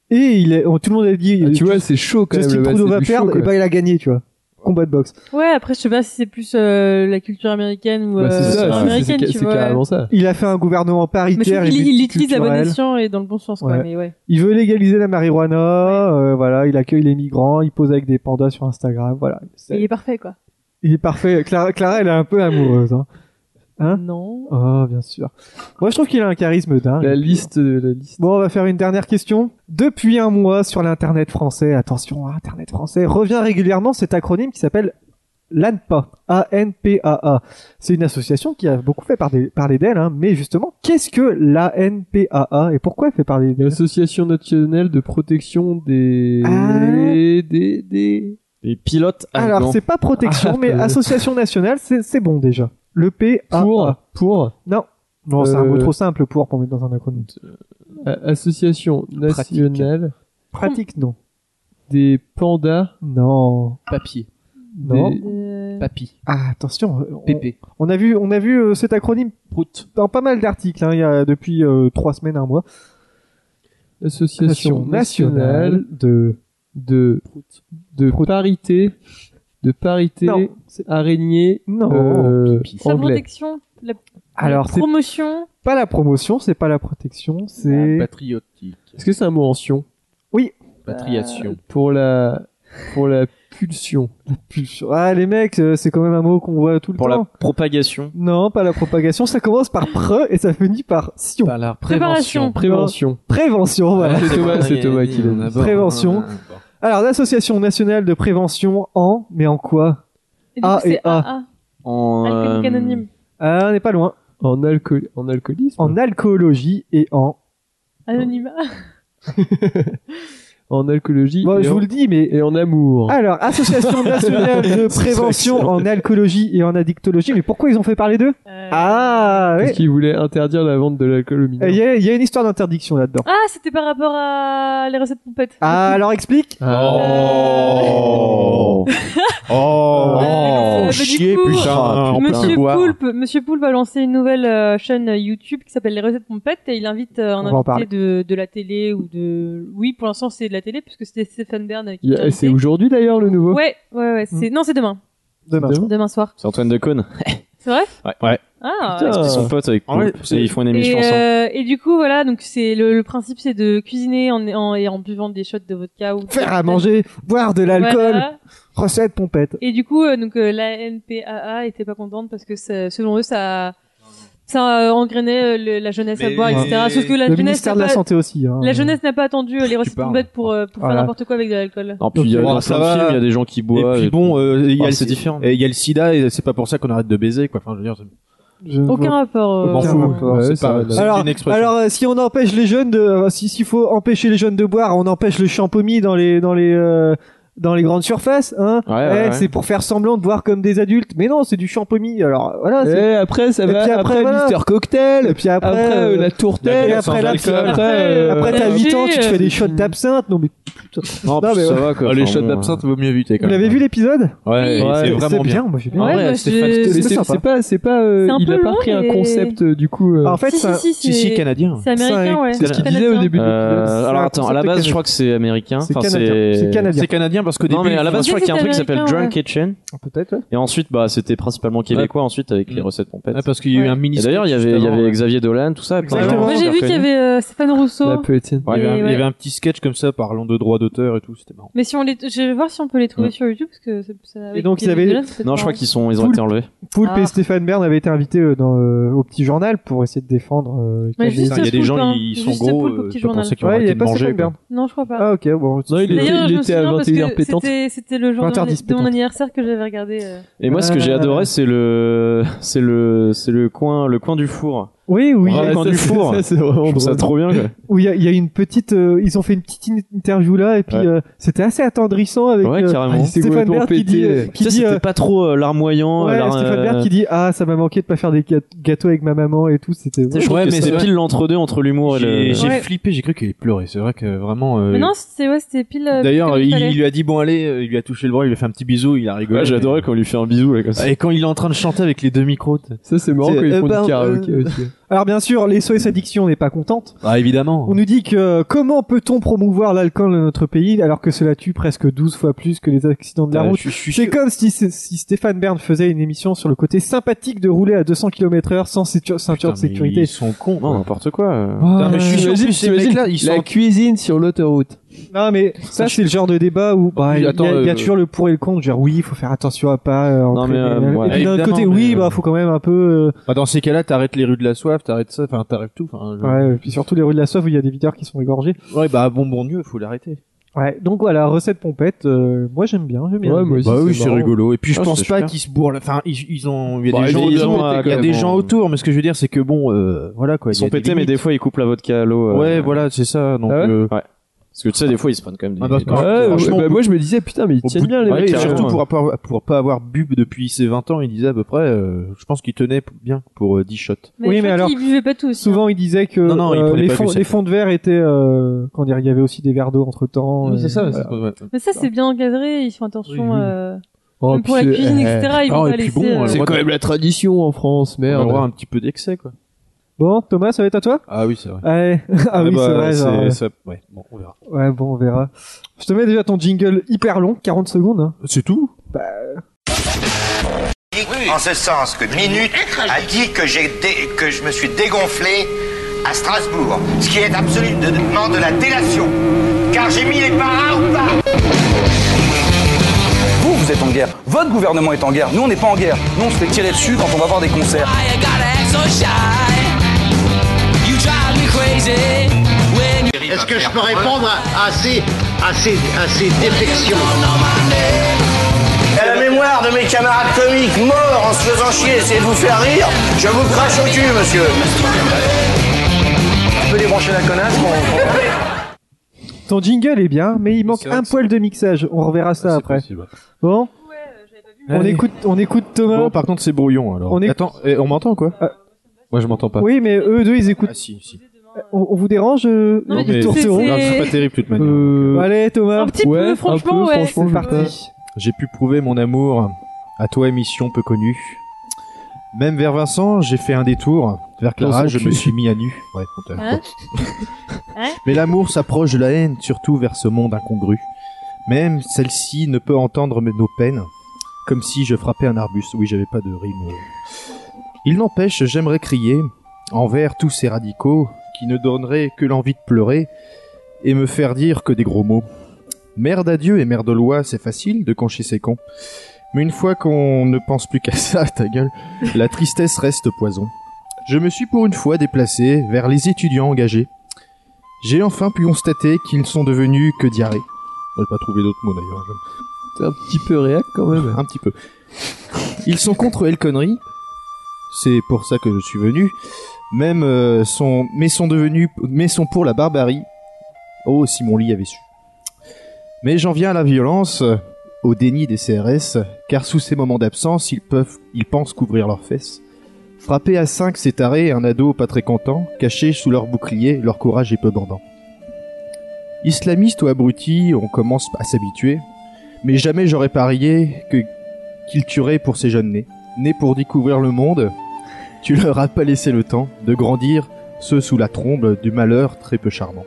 S3: et il est, oh, tout le monde avait dit,
S6: Ah, tu
S3: euh,
S6: vois, c'est chaud quand même.
S3: Justin
S6: le mec,
S3: Trudeau
S6: c'est
S3: va
S6: du show,
S3: perdre,
S6: quoi.
S3: et ben il a gagné, tu vois. Combat de boxe.
S4: Ouais, après, je sais pas si c'est plus euh, la culture américaine ou
S6: Bah,
S4: euh,
S6: c'est ça, c'est-
S4: américaine,
S6: c'est
S4: tu
S6: c'est
S4: vois.
S6: carrément ça.
S3: Il a fait un gouvernement
S4: Mais je
S3: paritaire.
S4: trouve
S3: et
S4: qu'il il l'utilise à bon
S3: multiculturel.
S4: escient et dans le bon sens, quoi.
S3: Ouais.
S4: Mais ouais.
S3: Il veut légaliser la marijuana, euh, voilà, il accueille les migrants, il pose avec des pandas sur Instagram, voilà. C'est-
S4: Et il est parfait, quoi.
S3: Il est parfait. Clara, Clara, elle est un peu amoureuse, hein. Hein
S4: Non.
S3: Oh, bien sûr. Moi, je trouve qu'il a un charisme dingue.
S6: La liste, la liste.
S3: Bon, on va faire une dernière question. Depuis un mois, sur l'internet français, attention, hein, internet français, revient régulièrement cet acronyme qui s'appelle l'ANPA. A-N-P-A-A. C'est une association qui a beaucoup fait parler, parler d'elle, hein, mais justement, qu'est-ce que l'ANPAA et pourquoi elle fait parler d'elle
S6: L'Association nationale de protection des.
S3: Ah.
S6: des. des.
S7: Les pilotes
S3: Alors,
S7: afghans.
S3: c'est pas protection,
S6: Ah,
S3: mais
S6: euh.
S3: association nationale, c'est c'est bon déjà. Le P
S2: Ah,
S3: A.
S6: Pour. Pour.
S3: Non. Non, c'est un
S6: Euh.
S3: mot trop simple pour qu'on mette dans un acronyme.
S6: a- euh, Association nationale
S3: Pratique, non.
S6: des pandas.
S3: Non.
S2: Papier.
S3: Non.
S6: Des-
S4: Euh,
S2: Papy.
S3: Ah, attention. on-
S2: Pépé.
S3: On, a vu, on a vu euh, cet acronyme
S2: Prout.
S3: dans pas mal d'articles, hein, il y a depuis euh, trois semaines, un mois.
S6: Association nationale
S3: de.
S6: de. de parité. de parité
S3: Non. Oh, c'est-
S6: araignée.
S3: Non.
S6: euh,
S4: Sa
S6: anglais.
S4: protection, la
S3: Alors, c'est
S4: promotion.
S3: pas la promotion, c'est pas la protection, c'est.
S2: Patriotique.
S6: Est-ce que c'est un mot en sion Euh,
S2: Patriation.
S6: Pour la. pour la pulsion.
S3: Ah, les mecs, euh, c'est quand même un mot qu'on voit tout le
S7: Pour la
S3: temps.
S7: propagation.
S3: Non, pas la propagation, ça commence par pre et ça finit par sion.
S2: Par la
S4: Préparation.
S2: prévention.
S6: Prévention.
S3: Prévention, voilà.
S6: c'est Thomas, c'est Thomas qui l'a dit.
S2: D'abord,
S3: Prévention.
S2: hein, bon.
S3: Alors, l'Association nationale de prévention en, mais en quoi
S4: Et du
S3: A
S4: coup, c'est
S3: et A.
S4: AA,
S7: En,
S4: Alcoolique
S7: euh,
S4: anonyme.
S3: Ah, On n'est pas loin.
S6: En, alcool, en alcoolisme
S3: En alcoolologie et en.
S4: Anonyme.
S6: En alcoolologie
S3: Bon,
S6: et,
S3: je
S6: en,
S3: vous le Ah, dis, mais.
S6: et en amour.
S3: Alors, Association nationale de prévention en alcoolologie et en addictologie, mais pourquoi ils ont fait parler d'eux
S4: Euh,
S3: Ah,
S6: Parce
S3: oui.
S6: qu'ils voulaient interdire la vente de l'alcool aux
S3: Il
S6: mineurs.
S3: Eh, y, a- il y a une histoire d'interdiction là-dedans.
S4: Ah, c'était par rapport à les recettes Euh, pompettes.
S3: Ah, alors explique
S5: Oh.
S7: Ah,
S5: Oh.
S4: Euh, bah, du
S5: chier,
S4: coup,
S5: putain. Ah.
S7: en
S4: Monsieur
S7: plein boire.
S4: Poulpe, Monsieur Poulpe a lancé une nouvelle euh, chaîne YouTube qui s'appelle Les recettes pompettes et il invite euh, un
S3: On va en parler.
S4: invité de, de la télé ou de oui pour l'instant c'est de la télé puisque c'était Stéphane Bern qui
S6: Il y a-
S4: était
S6: et C'est
S4: invité.
S6: aujourd'hui d'ailleurs le nouveau.
S4: ouais ouais ouais
S3: Hmm.
S4: c'est non c'est demain
S3: demain.
S6: Demain.
S4: demain soir
S7: C'est Antoine de Caunes.
S4: c'est vrai
S7: Ouais. ouais.
S4: ah
S6: Putain.
S7: Ils sont potes avec
S5: Ah ouais,
S7: Poulpe. Et ils font une émission
S4: et,
S7: ensemble.
S4: euh, et du coup voilà donc c'est le, le principe c'est de cuisiner en, en et en buvant des shots de vodka ou de-
S3: Faire à manger, boire de
S4: Voilà.
S3: l'alcool, recette pompette.
S4: Et du coup, euh, donc euh, la NPAA était pas contente parce que ça- selon eux, ça ça euh, engrenait euh, le- la jeunesse à
S2: Mais-
S4: boire, etc. Sauf que la
S3: Le
S4: jeunesse
S3: ministère
S4: n'a
S3: de la
S4: pas,
S3: Santé aussi. hein.
S4: la jeunesse n'a pas attendu euh, les recettes
S2: parles.
S4: bêtes pour euh, pour
S3: Voilà.
S4: faire n'importe quoi avec de l'alcool.
S7: Non, puis il y a,
S5: Bon,
S7: dans
S5: ça
S7: plein de
S5: va.
S7: films, il y a des gens qui
S5: Et
S7: boivent.
S5: puis bon, euh, il y a
S7: Ah,
S5: le
S7: c'est différent.
S5: et il y a le sida et c'est pas pour ça qu'on arrête de baiser quoi. Enfin, je veux dire, c'est-
S3: Je ne
S4: Aucun
S3: vois-
S4: rapport. euh,
S5: m'en
S3: aucun
S5: fous.
S3: rapport.
S6: Ouais,
S5: c'est
S6: ça
S5: pas
S6: va,
S5: c'est
S3: Alors-
S5: une expression.
S3: Alors, euh, si on empêche les jeunes de, euh, si s'il faut empêcher les jeunes de boire, on empêche le champomy dans les dans les euh, dans les grandes surfaces, hein.
S7: Ouais, ouais,
S3: Eh,
S7: ouais.
S3: C'est pour faire semblant de boire comme des adultes. Mais non, c'est du champomis. Alors voilà. Ah, c'est-
S6: Et Eh, après, ça
S3: Et
S6: va.
S3: puis
S6: après,
S3: voilà.
S6: Mister Cocktail.
S3: Et puis après,
S6: Après, euh, la tourtelle.
S3: Et après,
S6: Après,
S3: l'absinthe.
S6: l'alcool.
S3: Après, euh,
S6: Après,
S3: après, t'as
S6: euh,
S3: 8 ans, tu te fais
S6: euh,
S3: des shots d'absinthe. Non, mais putain.
S5: Non,
S3: mais
S5: ça
S3: ouais.
S5: va quoi.
S3: Ah, les shots
S5: d'absinthe, vaut mieux éviter
S3: Vous l'avez vu l'épisode
S5: Ouais,
S3: Oui.
S5: c'est
S3: C'est
S5: vraiment
S3: bien,
S5: bien.
S3: moi, j'ai bien
S4: Ouais, aimé. moi,
S5: Stéphane,
S4: j'ai-
S5: c'était-
S6: Mais
S5: c'était
S6: c'est
S5: sympa.
S6: c'est pas, c'est pas, euh,
S4: C'est un
S6: il
S4: peu
S6: a pas
S4: long,
S6: pris un
S4: mais-
S6: concept euh, du coup. euh,
S3: Ah, En fait,
S4: Si,
S3: c'est un-
S4: si, si,
S5: Si, si,
S4: c'est-
S5: canadien.
S4: C'est américain,
S3: C'est-
S4: ouais.
S6: C'est ce qu'il disait au début de l'épisode.
S7: Euh, alors attends, à la base, je crois que c'est américain.
S3: C'est
S7: Enfin,
S3: canadien. C'est canadien.
S5: C'est canadien parce qu'au début.
S7: Non, mais à la base, je crois qu'il y a un truc qui s'appelle
S4: Américain,
S7: Drunk Kitchen.
S3: Peut-être, ouais.
S7: Et ensuite, bah, c'était principalement québécois, ensuite, avec les recettes pompettes.
S5: Ah, parce qu'il y a eu un mini.
S7: Et d'ailleurs, il y avait, il y
S5: justement,
S7: avait
S5: ouais.
S7: Xavier Dolan, tout ça. et plein de
S5: Exactement.
S7: gens
S4: Moi, j'ai vu qu'il y
S7: reconnus.
S4: avait euh, Stéphane
S6: La
S4: Rousseau.
S6: poétienne.
S5: Ouais, il, y avait
S4: Et
S5: un,
S4: ouais.
S5: il y avait un petit sketch comme ça parlant de droits d'auteur et tout, c'était marrant.
S4: Mais si on les, je vais voir si on peut les trouver sur YouTube parce que ça- ça. avec
S3: donc, ils
S4: Kevin
S3: avaient-
S4: Dolan, c'est peut-être
S7: Non, je crois
S4: pas-
S7: qu'ils sont, ils ont
S3: Poulpe.
S7: été enlevés.
S3: Poulpe
S4: Ah.
S3: et Stéphane Bern avaient été invités euh, dans, euh, au petit journal pour essayer de défendre. euh,
S4: Mais
S3: Kevin.
S4: juste-
S5: Il y a des
S4: Poulpe,
S5: gens,
S4: hein.
S5: ils sont
S4: Juste
S5: gros,
S4: Poulpe au
S5: euh,
S4: petit
S5: je
S4: journal.
S5: pensais qu'ils
S3: Ouais,
S5: auraient
S3: il y
S5: été
S3: avait pas
S5: mangés.
S3: Stéphane
S5: quoi.
S3: Bern.
S4: Non, je crois pas.
S3: Ah, ok, bon.
S6: Non, il était,
S4: D'ailleurs,
S6: il
S4: je me
S6: était à
S4: souviens parce
S6: 21h
S4: que
S6: pétante.
S4: c'était c'était le jour
S3: 20
S4: de
S3: heures
S4: mon- de mon
S3: pétante.
S4: anniversaire que j'avais regardé. euh.
S7: Et moi, ce que j'ai adoré, c'est le, c'est le, c'est le coin, le coin du four.
S3: Oui, oui.
S7: Ouais,
S3: il y a-
S7: quand
S6: ça,
S7: du
S6: c'est-
S7: four.
S6: ça, c'est vraiment
S7: Je trouve ça
S6: drôle.
S7: trop bien, quoi.
S3: où il y, a- il y a une petite, euh, ils ont fait une petite in- interview là et puis
S7: Ouais.
S3: euh, c'était assez attendrissant avec
S7: Ouais,
S3: euh,
S7: carrément.
S3: Stéphane Bern qui dit, euh, qui
S7: Ça,
S3: dit, euh,
S7: c'était pas trop euh, larmoyant. euh,
S3: ouais,
S7: lar-
S3: Stéphane Bern
S7: euh,
S3: qui dit ah ça m'a manqué de pas faire des gâ- gâteaux avec ma maman et tout c'était
S7: Je trouve
S5: Ouais,
S7: que
S5: mais
S7: c'est
S5: c'est-
S7: pile l'entre-deux entre l'humour et
S5: J'ai
S7: le.
S5: j'ai
S4: Ouais.
S5: flippé, j'ai cru qu'il pleurait. C'est vrai que vraiment. euh,
S4: Mais non, c'est ouais, c'était pile. euh,
S5: D'ailleurs,
S4: comme
S5: il,
S4: fallait.
S5: il lui a dit bon allez, euh, il lui a touché le bras, il lui a fait un petit bisou, il a rigolé.
S7: Ouais, j'ai adoré quand on lui fait un bisou, là, comme ça.
S5: Et quand il est en train de chanter avec les deux micros. t'sais.
S6: Ça, c'est marrant
S3: C'est-
S6: quand ils
S3: euh,
S5: bah,
S6: font
S3: ben,
S6: du karaoké
S3: euh,
S6: aussi.
S3: alors bien sûr les SOS addiction n'est pas contente
S5: Ah évidemment.
S3: on nous dit que euh, comment peut-on promouvoir l'alcool dans notre pays alors que cela tue presque 12 fois plus que les accidents de la
S5: Euh,
S3: route
S5: je suis- je suis
S3: c'est comme si, si Stéphane Bern faisait une émission sur le côté sympathique de rouler à 200 km heure sans ceinture ceinture
S5: Putain,
S3: de
S5: mais
S3: sécurité.
S5: Ils sont cons.
S7: Non,
S5: quoi.
S7: n'importe quoi. euh.
S5: Putain, mais je suis sûr
S6: T'imagines-
S5: que ces
S6: t'imagines
S5: mecs-là, ils
S6: La
S5: sont-
S6: cuisine sur l'autoroute.
S3: Non mais ça c'est le genre de débat où bah,
S5: puis,
S3: il y a-
S5: attends,
S3: il y, a
S5: euh,
S3: toujours le pour et le contre genre oui il faut faire attention à pas euh, entraîner-
S7: mais, euh, ouais.
S3: et puis d'un
S5: Évidemment,
S3: côté oui
S5: mais,
S3: bah
S5: euh,
S3: faut quand même un peu
S5: Bah, dans ces cas-là, t'arrêtes les rues de la soif, t'arrêtes ça, enfin t'arrêtes tout. Enfin,
S3: euh, ouais et puis surtout les rues de la soif où il y a des videurs qui sont égorgés
S5: je- ouais, bah bon bon Dieu, faut l'arrêter.
S3: ouais donc voilà recette pompette euh, moi j'aime bien j'aime bien
S6: Ouais, moi aussi.
S5: Bah oui,
S6: c'est
S5: c'est
S6: marrant.
S5: rigolo. Et puis je
S7: Ah,
S5: pense
S7: c'est
S5: pas
S7: super.
S5: qu'ils se bourrent. la- Enfin, ils, ils ont. Il y a
S7: Bah,
S5: des gens.
S7: ils
S5: autour,
S7: ont à-
S5: il y a des
S7: carrément.
S5: gens autour, mais ce que je veux dire, c'est que bon, euh, voilà quoi.
S7: Ils
S5: il y
S7: sont
S5: a des
S7: pétés, mais
S5: limites.
S7: des fois, ils coupent la vodka à l'eau. euh,
S5: Ouais, voilà, c'est ça. Donc.
S6: Ah ouais
S5: euh,
S7: Parce que tu sais, des fois, ils se prennent quand même des.
S5: Ah, parce que-
S7: des-
S6: Ouais, ouais,
S5: Franchement,
S6: bah, moi je me disais putain mais ils
S5: au
S6: tiennent
S5: bout de-
S6: bien les
S5: ouais,
S6: mecs.
S5: et surtout
S7: carrément.
S5: pour, avoir- pour pas avoir bu depuis ses 20 ans, il disait à peu près, euh, je pense qu'il tenait bien pour euh, 10 shots.
S3: Oui,
S4: je
S3: mais
S4: crois
S3: alors,
S4: qu'ils buvaient pas hein. tout aussi.
S3: souvent il disait que
S5: Non, non, il
S3: euh,
S5: prenait
S3: les,
S5: pas
S3: fonds,
S5: Lucette.
S3: les fonds de verre étaient euh, comment dire il y avait aussi des verres d'eau entre temps euh,
S5: Voilà.
S4: Mais ça, c'est bien encadré, ils font attention.
S5: Oui, oui.
S4: euh,
S6: Oh,
S4: Même pour la
S6: puis,
S4: cuisine,
S6: eh,
S4: etc. Ils
S5: Ah,
S4: vont
S5: et
S4: pas
S5: puis
S4: laisser.
S5: bon,
S4: euh,
S5: alors,
S6: C'est quand même la tradition en France
S5: On a le droit à
S3: Euh,
S6: merde.
S5: un petit peu d'excès, quoi.
S3: bon Thomas ça va être à toi
S5: Ah oui, c'est vrai.
S3: Allez. ah oui
S5: bah,
S3: c'est vrai genre, euh,
S5: ça- ouais, bon, on verra.
S3: ouais bon on verra je te mets déjà ton jingle hyper long 40 secondes hein.
S5: C'est tout
S15: En ce sens que Minute a dit que, j'ai dé- que je me suis dégonflé à Strasbourg, ce qui est absolument de la délation, car j'ai mis les paras ou pas.
S16: Vous, vous êtes en guerre. Votre gouvernement est en guerre. Nous, on n'est pas en guerre. Nous, on se fait tirer dessus quand on va voir des concerts.
S12: Why you gotta act so shy? You drive me crazy when you
S15: Est-ce que je peux répondre à, à ces, à ces- à ces défections
S12: know my name.
S15: À la mémoire de mes camarades comiques morts en se faisant chier, essayer de vous faire rire, je vous crache au cul, monsieur. Tu peux débrancher la connasse
S3: Ton jingle est bien, mais il manque
S5: c'est vrai
S3: un
S5: que Ah,
S3: poil de mixage. On reverra ça
S5: C'est
S3: après.
S5: possible.
S3: Bon, on
S5: Allez.
S3: écoute, on écoute Thomas.
S5: Bon, par contre, c'est brouillon alors.
S3: On est-
S5: Attends, eh, on m'entend quoi Moi, je m'entends pas.
S3: oui, mais eux deux, ils écoutent.
S5: Ah si, si.
S3: On, on vous dérange euh,
S4: Non, mais
S3: les
S4: du
S3: tours
S4: coup,
S3: seront.
S4: c'est-
S5: Non, c'est pas terrible de toute manière.
S3: Bon,
S6: Euh,
S3: Allez, Thomas.
S4: Un petit
S6: Ouais, un
S4: peu,
S6: peu,
S4: franchement, ouais.
S6: franchement,
S3: c'est
S6: je sais pas.
S3: parti.
S5: J'ai pu prouver mon amour à toi, émission peu connue. Même vers Vincent, j'ai fait un détour. Vers Clara,
S6: Dans son
S5: je me
S6: cul.
S5: suis mis à nu. Ouais, on t'a-
S4: Hein Hein
S5: Mais l'amour s'approche de la haine, surtout vers ce monde incongru. Même celle-ci ne peut entendre nos peines, comme si je frappais un arbuste. Oui, j'avais pas de rime. euh. Il n'empêche, j'aimerais crier envers tous ces radicaux qui ne donneraient que l'envie de pleurer et me faire dire que des gros mots. Merde à Dieu et merde aux lois, c'est facile de concher ses cons. Mais une fois qu'on ne pense plus qu'à ça, ta gueule, la tristesse reste poison. Je me suis pour une fois déplacé vers les étudiants engagés. J'ai enfin pu constater qu'ils ne sont devenus que diarrhée. On n'a pas trouvé d'autres mots d'ailleurs. hein, je-
S6: T'es un petit peu réac quand même.
S5: Un petit peu. Ils sont contre El Connery. C'est pour ça que je suis venu. Même euh, sont, mais sont devenus, mais sont pour la barbarie. Oh, si mon lit avait su. Mais j'en viens à la violence, euh, au déni des CRS, car sous ces moments d'absence, ils peuvent, ils pensent couvrir leurs fesses. Frapper à 5 ces tarés, un ado pas très content, caché sous leur bouclier, leur courage est peu bandant. Islamistes ou abrutis, on commence à s'habituer, mais jamais j'aurais parié que qu'ils tueraient pour ces jeunes nés. Nés pour découvrir le monde, tu leur as pas laissé le temps de grandir, ceux sous la trombe du malheur très peu charmant.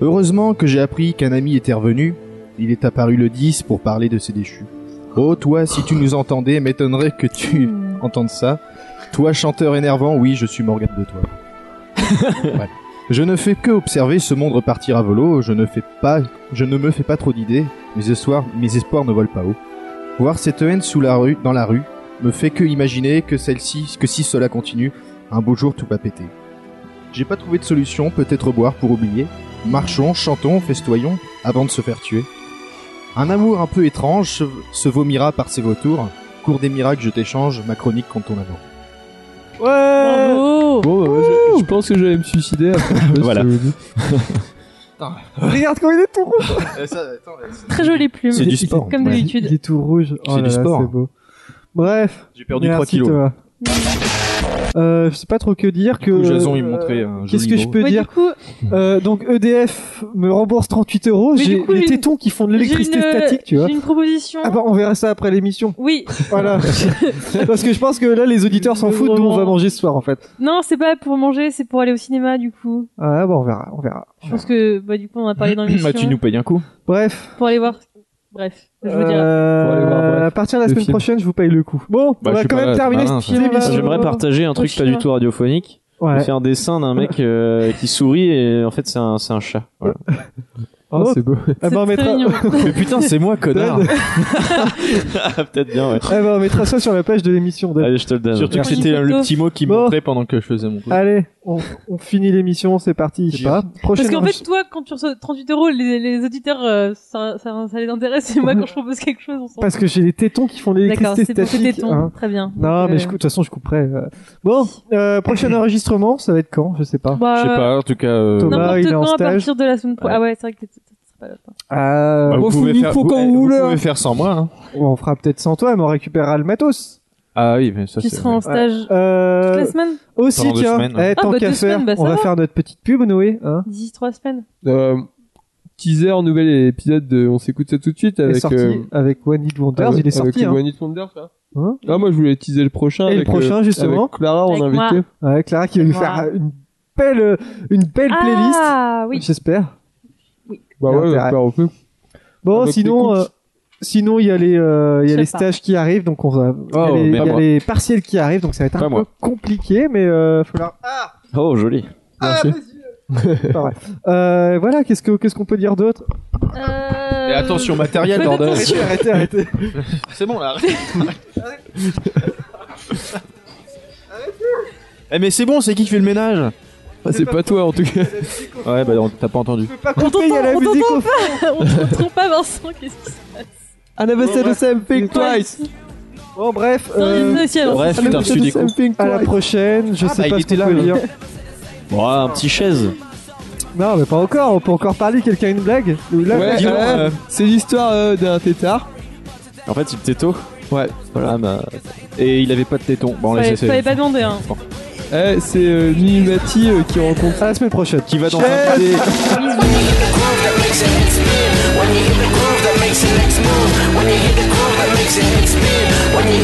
S5: Heureusement que j'ai appris qu'un ami était revenu, il est apparu le 10 pour parler de ses déchus. Oh toi, si tu nous entendais, m'étonnerait que tu entendes ça. Toi, chanteur énervant, oui, je suis Morgane de toi. Ouais. Je ne fais que observer ce monde repartir à volo, je ne fais pas, je ne me fais pas trop d'idées, mes espoirs, mes espoirs ne volent pas haut. Voir cette haine sous la rue, dans la rue, me fait que imaginer que celle-ci, que si cela continue, un beau jour tout va péter. J'ai pas trouvé de solution, peut-être boire pour oublier. Marchons, chantons, festoyons, avant de se faire tuer. Un amour un peu étrange se- se vomira par ses vautours. Cours des miracles, je t'échange ma chronique contre ton amour.
S6: Ouais Bon, bah, moi, je, je pense que j'allais me suicider. après, je sais pas si
S5: Voilà.
S6: ça vous dit.
S3: Regarde comment il est tout rouge
S5: Eh,
S4: Très jolie plume.
S3: C'est du sport.
S4: Comme
S3: Ouais.
S4: d'habitude.
S3: Il est tout rouge. Oh
S5: C'est
S3: là
S5: du
S3: là,
S5: sport.
S3: C'est beau. Bref.
S5: J'ai perdu
S3: Merci,
S5: 3 kilos.
S3: Thomas. Euh, je sais pas trop que dire que.
S5: coup, Jason, il
S3: euh,
S5: montrait un
S3: Qu'est-ce
S5: joli
S3: que je
S5: mot.
S3: peux
S4: Ouais,
S3: dire
S4: du coup,
S3: Euh, Donc EDF me rembourse 38 euros.
S4: Mais
S3: J'ai
S4: du coup,
S3: les
S4: une-
S3: tétons qui font de
S4: j'ai
S3: l'électricité
S4: une- euh,
S3: statique, tu vois.
S4: J'ai une proposition.
S3: Ah bah on verra ça après l'émission.
S4: Oui.
S3: Voilà. Parce que je pense que là les auditeurs s'en foutent d'où on va manger ce soir en fait.
S4: Non, c'est pas pour manger, c'est pour aller au cinéma du coup.
S3: Ah bon on verra, on verra.
S4: Je pense que bah du coup on a parlé dans l'émission.
S5: Bah, tu nous payes un coup.
S3: Bref.
S4: Pour aller voir. Bref, je veux dire.
S3: Euh,
S5: Pour aller voir, bref,
S3: à partir de la
S5: le
S3: semaine
S5: film.
S3: prochaine, je vous paye le coup. Bon,
S7: Bah,
S3: on
S7: je
S3: va
S7: suis
S3: quand
S7: pas-
S3: même
S7: c'est
S5: Ah,
S3: terminer
S7: malin,
S3: cette
S7: ça.
S3: émission.
S7: J'aimerais partager un truc pas du tout radiophonique.
S3: Ouais.
S7: On fait un dessin d'un mec euh, qui sourit et en fait c'est un, c'est un chat. Voilà.
S6: Oh, c'est beau.
S3: Ah bah, on
S4: C'est
S3: mettra...
S4: très mignon.
S7: Mais putain, c'est moi, connard.
S3: Dan.
S7: Ah, Peut-être bien, ouais.
S3: Ah bah, on mettra ça sur la page de l'émission. Dan.
S7: Allez, je te le donne.
S5: Surtout que
S3: Merci. Euh,
S5: c'était
S3: Une
S5: le
S3: photo.
S5: petit mot qui
S3: Bon.
S5: montrait pendant que je faisais mon coup.
S3: Allez, on, on finit l'émission, c'est parti. Je sais pas.
S4: Parce
S3: Prochaine
S4: qu'en fait, toi, quand tu reçois 38 euros, les, les auditeurs, euh, ça, ça, ça les intéresse. Et moi, quand je propose quelque chose, on s'en
S3: Parce que j'ai les tétons qui font de
S4: D'accord,
S3: l'électricité
S4: c'est pour tes
S3: statique.
S4: tétons.
S3: hein.
S4: Très bien.
S3: Non,
S4: Donc,
S3: mais
S4: euh,
S3: je cou- de toute façon, je couperai. euh. Bon, euh, prochain enregistrement, ça va être quand Je sais pas.
S4: bah,
S5: Je sais pas, en tout cas. euh,
S3: Thomas,
S4: N'importe
S3: il est
S4: quand,
S3: en
S4: à
S3: stage.
S4: partir de la semaine prochaine. Ah ouais, c'est vrai que t'es- t'es- t'es pas là. toi.
S3: Euh,
S5: bah,
S3: bon,
S5: vous,
S3: faut-
S5: pouvez
S3: il
S5: faire,
S3: faut
S5: vous-
S3: qu'on
S5: vous
S3: roule, hein.
S5: pouvez faire sans moi. hein.
S3: On fera peut-être sans toi, mais on récupérera le matos.
S5: Ah oui, mais ça
S4: Tu
S5: c'est.
S4: seras en stage
S3: Euh,
S4: toute la semaine
S3: aussi,
S5: Pendant deux
S3: tiens,
S5: semaines, ouais.
S3: eh, tant
S4: Ah, bah,
S3: qu'à
S4: deux
S3: faire,
S4: semaines, bah, ça
S3: on va
S4: va.
S3: faire notre petite pub, Noé. Hein
S4: D'ici trois semaines.
S6: Euh, teaser, nouvel épisode de On s'écoute ça tout de suite
S3: Il est
S6: avec.
S3: sorti
S6: euh,
S3: avec One Need Wonders,
S6: avec- euh,
S3: il est sorti.
S6: Avec
S3: Hein.
S6: One Hit Wonder, ça.
S3: Hein
S6: Ah, moi je voulais teaser le prochain.
S3: Et le
S6: avec, euh,
S3: prochain, justement.
S6: avec Clara, on
S4: Avec
S6: a invité.
S3: Ouais, Clara qui va
S4: Et
S3: nous
S4: moi.
S3: faire une belle, euh, une belle playlist.
S4: Ah oui.
S3: J'espère.
S6: Bah ouais,
S3: Intérêt.
S6: j'espère un peu.
S3: Bon,
S6: Avec
S3: sinon,
S6: les
S3: euh, sinon il y a les, euh, il y
S4: Je
S3: a
S4: sais
S3: les
S4: pas.
S3: stages qui arrivent, donc on va, il y a
S7: Oh,
S3: les- il y a,
S7: pas moi.
S3: les partiels qui arrivent, donc ça va être un
S7: Pas
S3: peu
S7: moi.
S3: compliqué, mais euh, falloir.
S7: Oh, joli.
S6: Merci.
S3: Euh, voilà, qu'est-ce que, qu'est-ce qu'on peut dire d'autre
S4: Euh...
S5: Et attention, matériel,
S4: peut-être
S5: bordel.
S4: aussi-
S3: Arrêtez, arrêtez.
S5: C'est bon là, arrête. Eh mais c'est bon, c'est qui qui fait le ménage
S6: Ah, c'est pas toi en tout cas.
S5: Ouais, bah on- t'as pas entendu.
S3: Je peux pas
S4: On
S3: couper, il y a la
S4: t'entend, on
S3: musique.
S4: t'entend
S3: au-
S4: On t'entend pas, Vincent, qu'est-ce qui se passe
S6: I never said the same thing twice.
S3: Bon, bref.
S4: Dans
S3: euh,
S4: les ciel.
S7: Bref,
S6: I
S7: putain,
S6: never
S7: reçu
S6: said the
S7: des
S6: same
S7: coups.
S6: thing
S3: à Ah, la
S6: twice.
S3: prochaine, je
S5: Ah,
S3: sais
S5: bah, il
S3: pas ce
S5: était
S3: qu'on
S5: là,
S3: peut
S5: lui.
S3: dire.
S7: Bon, ah, un petit chaise.
S3: Non, mais pas encore, on peut encore parler, quelqu'un a une blague Là,
S6: Ouais,
S3: dis-moi.
S6: ouais,
S5: euh,
S6: c'est l'histoire euh, d'un tétard.
S7: En fait, il této.
S6: Ouais.
S7: Voilà, bah,
S5: Et il avait pas de téton. Bon, laisse
S4: Fallait
S5: essayer.
S4: fallait pas demander, hein.
S6: Eh, c'est euh, Mimimati euh, qui rencontre.
S3: À la semaine prochaine.
S5: Qui va dans un dé-
S12: When you hit the groove that makes it next move. When you hit the groove that makes it next spin. When you hit